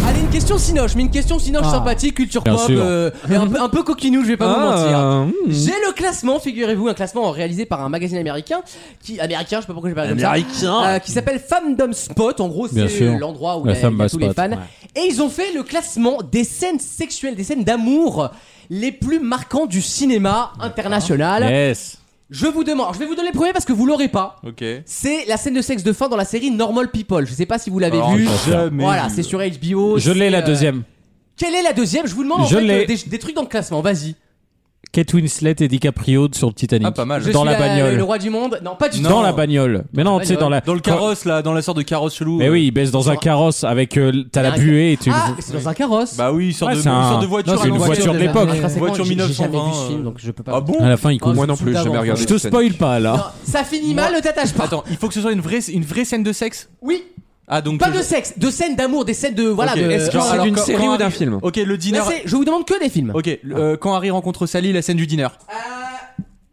[SPEAKER 2] Allez, une question sinoche, mais une question sinoche sympathique, culture
[SPEAKER 5] Bien
[SPEAKER 2] pop,
[SPEAKER 5] sûr.
[SPEAKER 2] euh, et un, peu- un peu coquinou, je vais pas vous mentir.
[SPEAKER 8] Ah, hmm.
[SPEAKER 2] J'ai le classement, figurez-vous, un classement réalisé par un magazine américain, qui américain, je sais pas pourquoi j'ai parlé comme ça, euh, qui s'appelle Fandom Spot. En gros,
[SPEAKER 5] Bien
[SPEAKER 2] c'est
[SPEAKER 5] sûr.
[SPEAKER 2] l'endroit où
[SPEAKER 5] La
[SPEAKER 2] il y a- il y a
[SPEAKER 5] Fandom
[SPEAKER 2] tous les
[SPEAKER 5] Spot,
[SPEAKER 2] fans.
[SPEAKER 5] ouais.
[SPEAKER 2] Et ils ont fait le classement des scènes sexuelles, des scènes d'amour les plus marquantes du cinéma international.
[SPEAKER 5] Yes.
[SPEAKER 2] Je vous demande, je vais vous donner le premier parce que vous l'aurez pas.
[SPEAKER 6] Ok.
[SPEAKER 2] C'est la scène de sexe de fin dans la série Normal People. Je sais pas si vous l'avez
[SPEAKER 6] Alors,
[SPEAKER 2] vu.
[SPEAKER 6] jamais
[SPEAKER 2] Voilà,
[SPEAKER 6] vu.
[SPEAKER 2] c'est sur HBO.
[SPEAKER 5] Je l'ai
[SPEAKER 2] c'est,
[SPEAKER 5] la
[SPEAKER 2] euh,
[SPEAKER 5] deuxième.
[SPEAKER 2] Quelle est la deuxième Je vous demande en
[SPEAKER 5] Je
[SPEAKER 2] fait,
[SPEAKER 5] l'ai.
[SPEAKER 2] euh, des, des trucs dans le classement. Vas-y.
[SPEAKER 5] Kate Winslet et DiCaprio sur le Titanic.
[SPEAKER 6] Ah, pas mal.
[SPEAKER 2] Je
[SPEAKER 5] Dans
[SPEAKER 2] suis
[SPEAKER 5] la
[SPEAKER 2] Le
[SPEAKER 5] bagnole.
[SPEAKER 2] roi du monde. Non, pas du tout.
[SPEAKER 5] Dans la bagnole. Mais non, tu sais, dans la.
[SPEAKER 6] Dans le carrosse, là, dans la sorte de carrosse chelou.
[SPEAKER 5] Mais
[SPEAKER 6] euh,
[SPEAKER 5] oui, il baisse dans un carrosse avec euh, t'as la
[SPEAKER 2] Ah,
[SPEAKER 5] buée et tu.
[SPEAKER 2] Ah, c'est dans un carrosse.
[SPEAKER 6] Bah oui, sort
[SPEAKER 5] Ouais,
[SPEAKER 6] de,
[SPEAKER 5] c'est un-
[SPEAKER 6] sort de voiture.
[SPEAKER 5] Non, c'est
[SPEAKER 6] à
[SPEAKER 5] une
[SPEAKER 6] l'ancienne.
[SPEAKER 5] voiture de l'époque.
[SPEAKER 2] J'ai- j'ai-
[SPEAKER 6] Voiture
[SPEAKER 2] j'ai jamais
[SPEAKER 6] 1920,
[SPEAKER 2] vu ce film,
[SPEAKER 6] euh.
[SPEAKER 2] donc je peux pas.
[SPEAKER 6] Ah
[SPEAKER 5] À
[SPEAKER 6] bon
[SPEAKER 5] la fin, il
[SPEAKER 2] Oh,
[SPEAKER 5] court.
[SPEAKER 8] Moi non plus, j'ai jamais
[SPEAKER 2] d'avant.
[SPEAKER 8] regardé.
[SPEAKER 5] Je te
[SPEAKER 8] Titanic.
[SPEAKER 5] spoil pas là.
[SPEAKER 2] Non, ça finit mal, ne t'attache pas.
[SPEAKER 6] Attends, il faut que ce soit une vraie, une vraie scène de sexe
[SPEAKER 2] Oui,
[SPEAKER 6] Ah, donc.
[SPEAKER 2] pas de
[SPEAKER 6] que je-
[SPEAKER 2] sexe, de scènes d'amour, des scènes de voilà.
[SPEAKER 6] Ok.
[SPEAKER 2] de-
[SPEAKER 6] Est-ce que
[SPEAKER 2] Genre,
[SPEAKER 6] c'est
[SPEAKER 2] alors,
[SPEAKER 6] d'une
[SPEAKER 2] quand-
[SPEAKER 8] Euh, série
[SPEAKER 2] quand
[SPEAKER 8] ou
[SPEAKER 2] Harry-
[SPEAKER 8] d'un film
[SPEAKER 6] Ok, le dîner.
[SPEAKER 2] Là, c'est- Je vous demande que des films.
[SPEAKER 6] Ok, le- euh, quand Harry rencontre Sally, la scène du dîner.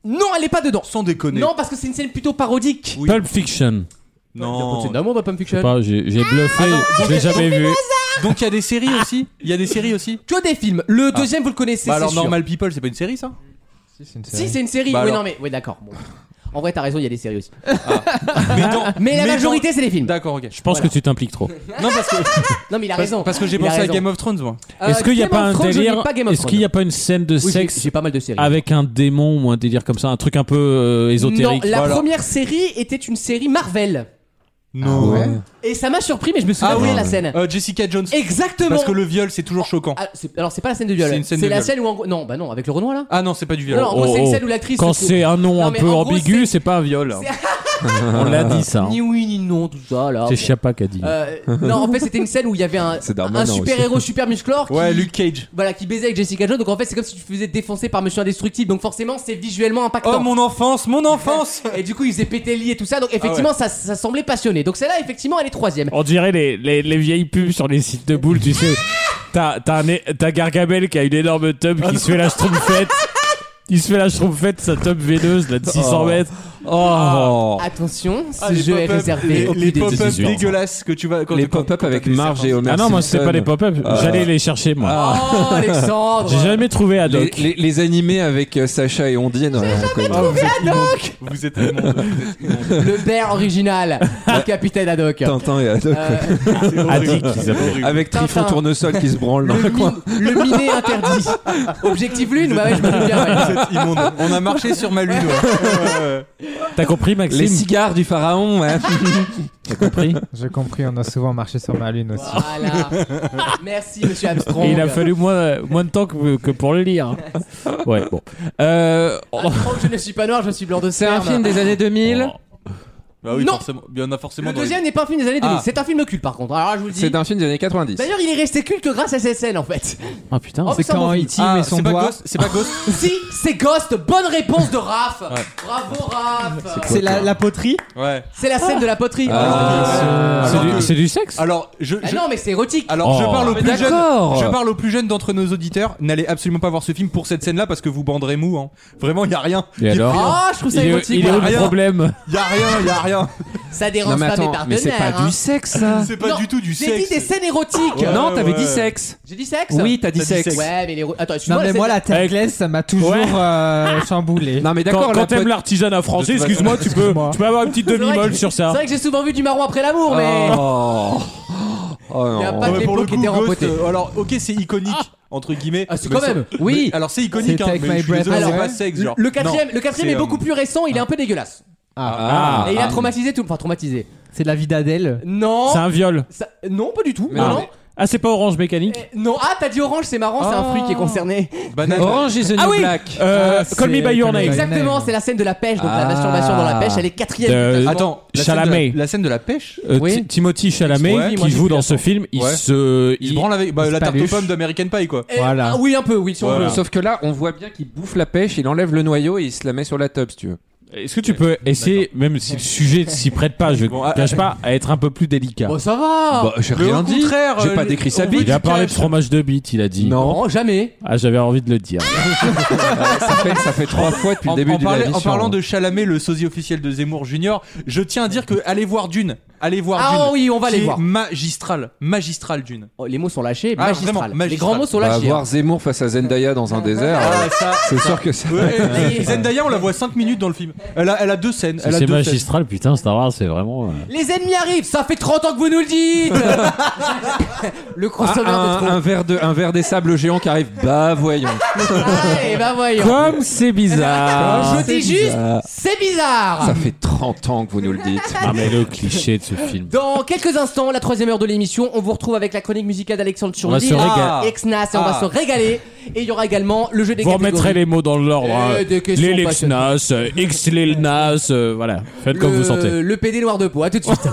[SPEAKER 2] Non, elle est pas dedans.
[SPEAKER 6] Sans déconner.
[SPEAKER 2] Non, parce que c'est une scène plutôt parodique.
[SPEAKER 6] Oui.
[SPEAKER 5] Pulp Fiction.
[SPEAKER 6] Non.
[SPEAKER 2] C'est d'amour, pas Pulp
[SPEAKER 5] Je sais
[SPEAKER 2] Fiction.
[SPEAKER 5] pas, j'ai j'ai bluffé. Je l'ai jamais vu.
[SPEAKER 6] Donc il y a des séries aussi Il y a des séries aussi
[SPEAKER 2] Que des films.
[SPEAKER 5] Ah.
[SPEAKER 2] Le deuxième, vous le connaissez.
[SPEAKER 6] Bah
[SPEAKER 2] c'est
[SPEAKER 6] alors
[SPEAKER 2] sûr.
[SPEAKER 6] Normal People, c'est pas une série ça
[SPEAKER 2] Si, c'est une série.
[SPEAKER 6] Bah
[SPEAKER 2] oui,
[SPEAKER 6] alors.
[SPEAKER 2] non, mais. Oui, d'accord. Bon. En vrai, t'as raison, il y a des séries aussi.
[SPEAKER 6] Mais dans-
[SPEAKER 2] Mais la
[SPEAKER 6] mais
[SPEAKER 2] majorité, c'est des
[SPEAKER 6] dans-
[SPEAKER 2] films.
[SPEAKER 6] D'accord, ok.
[SPEAKER 5] Je pense
[SPEAKER 2] Voilà.
[SPEAKER 5] que tu t'impliques trop.
[SPEAKER 6] Non parce que
[SPEAKER 2] Non, mais il a
[SPEAKER 6] parce,
[SPEAKER 2] raison.
[SPEAKER 6] parce que j'ai
[SPEAKER 2] Il a
[SPEAKER 6] pensé à
[SPEAKER 2] raison.
[SPEAKER 6] Game of Thrones moi.
[SPEAKER 2] Euh,
[SPEAKER 5] Est-ce qu'il n'y a
[SPEAKER 2] Game
[SPEAKER 5] pas
[SPEAKER 2] of
[SPEAKER 5] un
[SPEAKER 2] Thrones, je
[SPEAKER 5] délire
[SPEAKER 2] n'ai pas Game of
[SPEAKER 5] Est-ce qu'il n'y a pas une scène de
[SPEAKER 2] Thrones. Oui, j'ai-
[SPEAKER 5] sexe
[SPEAKER 2] J'ai pas mal de séries.
[SPEAKER 5] avec un démon ou un délire comme ça, un truc un peu euh,
[SPEAKER 2] Non,
[SPEAKER 5] ésotérique
[SPEAKER 2] la
[SPEAKER 6] Voilà.
[SPEAKER 2] première série était une série Marvel.
[SPEAKER 6] Non.
[SPEAKER 2] Et ça m'a surpris, mais je me souviens
[SPEAKER 6] Ah
[SPEAKER 2] bien
[SPEAKER 6] oui.
[SPEAKER 2] de la scène.
[SPEAKER 6] Euh, Jessica Jones.
[SPEAKER 2] Exactement.
[SPEAKER 6] Parce que le viol c'est toujours choquant.
[SPEAKER 2] Ah, c'est- alors, c'est pas la scène de viol.
[SPEAKER 6] C'est une scène
[SPEAKER 2] C'est
[SPEAKER 6] de
[SPEAKER 2] la
[SPEAKER 6] viol.
[SPEAKER 2] scène où. en gros- Non, bah non, avec le Renoir là.
[SPEAKER 6] Ah non, c'est pas du viol.
[SPEAKER 2] Non, non, en gros,
[SPEAKER 5] Oh,
[SPEAKER 2] c'est une
[SPEAKER 5] oh.
[SPEAKER 2] scène où l'actrice.
[SPEAKER 5] Quand
[SPEAKER 2] se-
[SPEAKER 5] c'est un nom
[SPEAKER 2] Non,
[SPEAKER 5] un
[SPEAKER 2] mais
[SPEAKER 5] peu
[SPEAKER 2] en gros,
[SPEAKER 5] ambigu,
[SPEAKER 2] c'est-
[SPEAKER 5] c'est pas un viol. On l'a dit ça. hein.
[SPEAKER 2] Ni oui, ni non, tout ça là.
[SPEAKER 5] C'est Chiappa qui a dit.
[SPEAKER 2] Euh, non, en fait, c'était une scène où il y avait un,
[SPEAKER 8] C'est Darmanin
[SPEAKER 2] un super héros super musclore qui,
[SPEAKER 6] Ouais, Luke Cage.
[SPEAKER 2] voilà, qui baisait avec Jessica Jones. Donc en fait, c'est comme si tu te faisais défoncer par Monsieur Indestructible. Donc forcément, c'est visuellement
[SPEAKER 6] Oh
[SPEAKER 2] impactant.
[SPEAKER 6] mon enfance, mon enfance.
[SPEAKER 2] Et du coup, il faisait péter le lit et tout ça. Donc effectivement, ça, ça semblait passionné. Donc celle-là, effectivement, elle est troisième.
[SPEAKER 5] On dirait les, les, les vieilles pubs sur les sites de boules, tu sais. T'as, t'as, un é- t'as Gargamel qui a une énorme tub qui se fait la schtroumpfette. Il se fait la schtroumpfette, sa tub veineuse, là, de 600 mètres. Oh
[SPEAKER 2] Ah. Attention, ce
[SPEAKER 6] Ah, les
[SPEAKER 2] jeu est
[SPEAKER 6] pop-up,
[SPEAKER 2] réservé
[SPEAKER 6] les-
[SPEAKER 2] au
[SPEAKER 6] les
[SPEAKER 2] des
[SPEAKER 6] pop-up
[SPEAKER 2] 18 ans.
[SPEAKER 6] dégueulasses que tu vas quand
[SPEAKER 8] Les
[SPEAKER 6] quand-
[SPEAKER 8] pop-up
[SPEAKER 6] quand
[SPEAKER 8] avec
[SPEAKER 6] t'as des
[SPEAKER 8] Marge et
[SPEAKER 6] serpents.
[SPEAKER 8] Homer
[SPEAKER 5] Ah non, moi c'était
[SPEAKER 8] Simpson.
[SPEAKER 5] pas les pop-up,
[SPEAKER 8] Ah.
[SPEAKER 5] j'allais les chercher moi.
[SPEAKER 2] Oh, Alexandre
[SPEAKER 5] J'ai jamais trouvé
[SPEAKER 8] Les,
[SPEAKER 5] Haddock.
[SPEAKER 8] les- les animés avec euh, Sacha et Ondine. euh, on connaît.
[SPEAKER 6] Ah, vous êtes immondes. Vous êtes immondes.
[SPEAKER 2] Le bear original, le capitaine Haddock.
[SPEAKER 8] Tintin et Haddock.
[SPEAKER 2] Euh,
[SPEAKER 6] C'est horrible.
[SPEAKER 5] Haddock, ils appellent.
[SPEAKER 6] Horrible.
[SPEAKER 8] Avec Trifon
[SPEAKER 2] Tintin.
[SPEAKER 8] Tournesol qui se branle dans
[SPEAKER 2] le,
[SPEAKER 8] le coin.
[SPEAKER 2] mi- le miné interdit. Objectif lune, bah ouais, je me souviens. ouais.
[SPEAKER 6] Vous êtes immondes. On a marché sur ma lune. ouais.
[SPEAKER 5] T'as compris
[SPEAKER 8] Les
[SPEAKER 5] Maxime
[SPEAKER 8] cigares du pharaon, ouais.
[SPEAKER 5] T'as compris
[SPEAKER 4] J'ai compris, on a souvent marché sur ma lune
[SPEAKER 2] Ah,
[SPEAKER 4] aussi.
[SPEAKER 2] Voilà. Merci, monsieur Armstrong.
[SPEAKER 5] Et il a fallu moins, moins de temps que, que pour le lire. Ouais, bon. Euh,
[SPEAKER 2] Armstrong, je ne suis pas noir, je suis blanc de
[SPEAKER 3] C'est un
[SPEAKER 2] sperme.
[SPEAKER 3] film des années 2000.
[SPEAKER 6] Bah oui,
[SPEAKER 2] Non.
[SPEAKER 6] forcément. Il y en a forcément
[SPEAKER 2] Le
[SPEAKER 6] dans les-
[SPEAKER 2] deuxième n'est pas un film des années 2000.
[SPEAKER 8] Ah.
[SPEAKER 2] C'est un film occulte, par contre. Alors, je vous le dis.
[SPEAKER 8] C'est un film des années 90.
[SPEAKER 2] D'ailleurs, il est resté culte grâce à SSL en fait.
[SPEAKER 5] Ah putain.
[SPEAKER 2] Oh,
[SPEAKER 4] C'est
[SPEAKER 2] ça, mon
[SPEAKER 4] quand
[SPEAKER 2] film.
[SPEAKER 4] E.T.
[SPEAKER 6] Ah,
[SPEAKER 4] met son
[SPEAKER 6] c'est pas
[SPEAKER 4] doigt.
[SPEAKER 6] Ghost, c'est pas Ghost.
[SPEAKER 2] Si, c'est Ghost. Bonne réponse de Raph. Bravo Raph.
[SPEAKER 7] C'est la, la poterie
[SPEAKER 6] Ouais.
[SPEAKER 2] C'est la scène de la poterie.
[SPEAKER 8] Ah.
[SPEAKER 5] Oh. C'est
[SPEAKER 6] Euh, Alors
[SPEAKER 5] du,
[SPEAKER 6] que-
[SPEAKER 5] c'est du sexe
[SPEAKER 6] Alors, je,
[SPEAKER 2] Ah
[SPEAKER 6] je-
[SPEAKER 2] non, mais c'est érotique.
[SPEAKER 6] alors je
[SPEAKER 5] Oh.
[SPEAKER 6] parle aux
[SPEAKER 5] Mais
[SPEAKER 6] plus jeunes.
[SPEAKER 8] d'accord.
[SPEAKER 6] Je parle aux plus jeunes d'entre nos auditeurs. N'allez absolument pas voir ce film pour cette scène-là parce que vous banderez mou. Hein. Vraiment, il y a rien.
[SPEAKER 5] Et alors
[SPEAKER 2] Oh, je trouve
[SPEAKER 5] Il
[SPEAKER 2] ça
[SPEAKER 5] est,
[SPEAKER 2] érotique.
[SPEAKER 5] il est où le
[SPEAKER 6] Rien.
[SPEAKER 5] problème
[SPEAKER 6] Il y a rien, il y a rien.
[SPEAKER 2] Ça dérange pas mes partenaires.
[SPEAKER 8] mais c'est pas
[SPEAKER 2] hein.
[SPEAKER 8] du sexe ça.
[SPEAKER 6] C'est pas
[SPEAKER 2] Non,
[SPEAKER 6] du tout du
[SPEAKER 2] J'ai
[SPEAKER 6] sexe.
[SPEAKER 2] dit des scènes érotiques.
[SPEAKER 6] Ouais.
[SPEAKER 8] non, t'avais dit sexe.
[SPEAKER 2] J'ai dit sexe.
[SPEAKER 8] Oui, t'as dit
[SPEAKER 6] T'as dit
[SPEAKER 8] sexe.
[SPEAKER 6] sexe.
[SPEAKER 2] Ouais, mais les. Attends,
[SPEAKER 4] Non,
[SPEAKER 2] excuse-moi.
[SPEAKER 4] mais
[SPEAKER 2] la
[SPEAKER 4] moi,
[SPEAKER 2] scène-
[SPEAKER 4] la tackless, ça m'a toujours
[SPEAKER 5] Ouais.
[SPEAKER 4] euh, chamboulé.
[SPEAKER 8] Non, mais
[SPEAKER 5] Quand,
[SPEAKER 8] d'accord,
[SPEAKER 5] quand
[SPEAKER 8] la
[SPEAKER 5] t'aimes
[SPEAKER 8] pote-
[SPEAKER 5] l'artisanat français,
[SPEAKER 8] De toute
[SPEAKER 5] excuse-moi, tu peux,
[SPEAKER 4] Excuse-moi.
[SPEAKER 5] tu peux avoir une petite
[SPEAKER 2] C'est vrai
[SPEAKER 5] demi-molle
[SPEAKER 2] que-
[SPEAKER 5] sur ça.
[SPEAKER 2] C'est vrai que j'ai souvent vu du marron après
[SPEAKER 8] Ah.
[SPEAKER 2] l'amour, mais.
[SPEAKER 8] Oh. Oh
[SPEAKER 2] Y a
[SPEAKER 8] non.
[SPEAKER 2] pas
[SPEAKER 6] Ouais,
[SPEAKER 2] de-
[SPEAKER 6] pour le
[SPEAKER 2] l'époque
[SPEAKER 6] coup,
[SPEAKER 2] était
[SPEAKER 6] Ghost,
[SPEAKER 2] empotée.
[SPEAKER 6] euh, alors, ok, c'est iconique, entre guillemets.
[SPEAKER 2] Ah, c'est
[SPEAKER 6] mais
[SPEAKER 2] quand même.
[SPEAKER 8] Oui.
[SPEAKER 6] Alors, c'est iconique,
[SPEAKER 4] C'est
[SPEAKER 6] hein,
[SPEAKER 4] Take
[SPEAKER 6] mais
[SPEAKER 4] My
[SPEAKER 6] je suis désolé,
[SPEAKER 4] Breath
[SPEAKER 6] c'est
[SPEAKER 2] Away.
[SPEAKER 6] pas sexe, genre.
[SPEAKER 2] Le quatrième,
[SPEAKER 6] Non,
[SPEAKER 2] le quatrième
[SPEAKER 6] c'est,
[SPEAKER 2] est
[SPEAKER 6] euh,
[SPEAKER 2] beaucoup plus récent, il est un peu dégueulasse.
[SPEAKER 8] Ah.
[SPEAKER 2] Et il a traumatisé tout. Enfin, traumatisé.
[SPEAKER 7] C'est la vie d'Adèle.
[SPEAKER 2] Non.
[SPEAKER 5] C'est un viol.
[SPEAKER 2] ça- Non, pas du tout.
[SPEAKER 8] Mais
[SPEAKER 2] non,
[SPEAKER 8] non,
[SPEAKER 2] non.
[SPEAKER 8] mais-
[SPEAKER 5] Ah, c'est pas Orange Mécanique
[SPEAKER 2] Eh, Non, ah, t'as dit orange, c'est marrant, c'est un fruit qui est concerné.
[SPEAKER 6] Banane.
[SPEAKER 8] Orange is the
[SPEAKER 5] Ah
[SPEAKER 8] new
[SPEAKER 5] oui.
[SPEAKER 8] black.
[SPEAKER 5] euh,
[SPEAKER 4] Ah,
[SPEAKER 5] Call me
[SPEAKER 4] c'est
[SPEAKER 5] by your
[SPEAKER 4] Call me
[SPEAKER 5] name.
[SPEAKER 4] by-
[SPEAKER 2] Exactement,
[SPEAKER 4] name.
[SPEAKER 2] c'est la scène de la pêche, donc la
[SPEAKER 8] Ah.
[SPEAKER 2] masturbation dans la pêche, elle est quatrième.
[SPEAKER 5] De-
[SPEAKER 6] Attends, la scène, de
[SPEAKER 5] Chalamet.
[SPEAKER 6] la, la scène de la pêche
[SPEAKER 5] Euh,
[SPEAKER 8] Oui.
[SPEAKER 5] Ti- Timothy Chalamet
[SPEAKER 6] Ouais, moi,
[SPEAKER 5] qui
[SPEAKER 6] j'ai
[SPEAKER 5] joue
[SPEAKER 6] fait
[SPEAKER 5] dans ce film, il
[SPEAKER 6] Ouais.
[SPEAKER 5] se
[SPEAKER 6] Il se branle avec bah, la tarte aux
[SPEAKER 4] paluche.
[SPEAKER 6] pommes d'American Pie, quoi.
[SPEAKER 2] Eh,
[SPEAKER 4] Voilà.
[SPEAKER 2] ah oui, un peu, oui, si on
[SPEAKER 6] Voilà.
[SPEAKER 2] veut.
[SPEAKER 8] Euh, Sauf que là, on voit bien qu'il bouffe la pêche, il enlève le noyau et il se la met sur la tube, si tu veux.
[SPEAKER 5] Est-ce que tu peux essayer, même si le sujet s'y prête pas, je
[SPEAKER 6] Bon, ah,
[SPEAKER 5] cache pas, à être un peu plus délicat
[SPEAKER 2] Bon, ça va.
[SPEAKER 8] Bah,
[SPEAKER 5] Bah,
[SPEAKER 8] j'ai
[SPEAKER 6] Mais au contraire,
[SPEAKER 8] J'ai
[SPEAKER 6] euh,
[SPEAKER 8] pas décrit sa
[SPEAKER 6] on
[SPEAKER 8] bite.
[SPEAKER 5] Il a
[SPEAKER 6] Délicat,
[SPEAKER 5] parlé de
[SPEAKER 6] je-
[SPEAKER 5] fromage de bite, il a dit.
[SPEAKER 8] Non.
[SPEAKER 2] Non, jamais.
[SPEAKER 5] Ah, j'avais envie de le dire.
[SPEAKER 8] ça, fait, ça fait trois fois depuis le
[SPEAKER 6] En,
[SPEAKER 8] début
[SPEAKER 6] en
[SPEAKER 8] de
[SPEAKER 6] parla-
[SPEAKER 8] la
[SPEAKER 6] en
[SPEAKER 5] hein.
[SPEAKER 6] parlant de Chalamet, le sosie officiel de Zemmour Junior, je tiens à dire que allez voir Dune, allez voir
[SPEAKER 2] Ah
[SPEAKER 6] Dune,
[SPEAKER 2] oui, on va
[SPEAKER 6] qui
[SPEAKER 2] les
[SPEAKER 6] est
[SPEAKER 2] voir.
[SPEAKER 6] Magistral, magistral Dune.
[SPEAKER 2] Oh, les mots sont lâchés,
[SPEAKER 6] Ah,
[SPEAKER 2] magistral.
[SPEAKER 6] vraiment,
[SPEAKER 2] Les
[SPEAKER 6] magistral.
[SPEAKER 2] grands mots sont
[SPEAKER 5] Bah,
[SPEAKER 8] va
[SPEAKER 2] lâchés.
[SPEAKER 8] Bah, voir Zemmour face à Zendaya dans un désert. euh,
[SPEAKER 6] Ah, ça-
[SPEAKER 8] C'est sûr que ça.
[SPEAKER 6] Ouais, et- et Zendaya, on la voit 5 minutes dans le film. Elle a, elle a deux scènes. Elle a
[SPEAKER 5] C'est
[SPEAKER 6] deux scènes.
[SPEAKER 5] magistral, putain, Star Wars, c'est vraiment. euh,
[SPEAKER 2] Les ennemis arrivent, ça fait 30 ans que vous nous le dites Le
[SPEAKER 8] Ah,
[SPEAKER 2] crossover de
[SPEAKER 8] un,
[SPEAKER 2] trop.
[SPEAKER 8] un verre de, un verre des sables géants qui arrive. Bah voyons.
[SPEAKER 2] Ah, et ben voyons.
[SPEAKER 5] Comme c'est bizarre
[SPEAKER 2] je dis juste,
[SPEAKER 8] bizarre.
[SPEAKER 2] c'est bizarre
[SPEAKER 8] Ça fait 30 ans que vous nous le dites.
[SPEAKER 5] Non, mais le cliché de ce film.
[SPEAKER 2] Dans quelques instants, la troisième heure de l'émission, on vous retrouve avec la chronique musicale d'Alexandre
[SPEAKER 5] On va
[SPEAKER 2] Churlil,
[SPEAKER 5] se régaler.
[SPEAKER 2] Exnas, et on va
[SPEAKER 6] Ah.
[SPEAKER 2] se régaler. Et il y aura également le jeu des
[SPEAKER 5] Vous
[SPEAKER 2] catégories.
[SPEAKER 5] remettrez les mots dans l'ordre.
[SPEAKER 2] Euh,
[SPEAKER 5] hein.
[SPEAKER 2] des questions
[SPEAKER 5] Les Lexnas, euh, X les Nas, euh, voilà. Faites comme
[SPEAKER 2] Le-
[SPEAKER 5] vous sentez.
[SPEAKER 2] Le PD noir de peau, à tout de suite.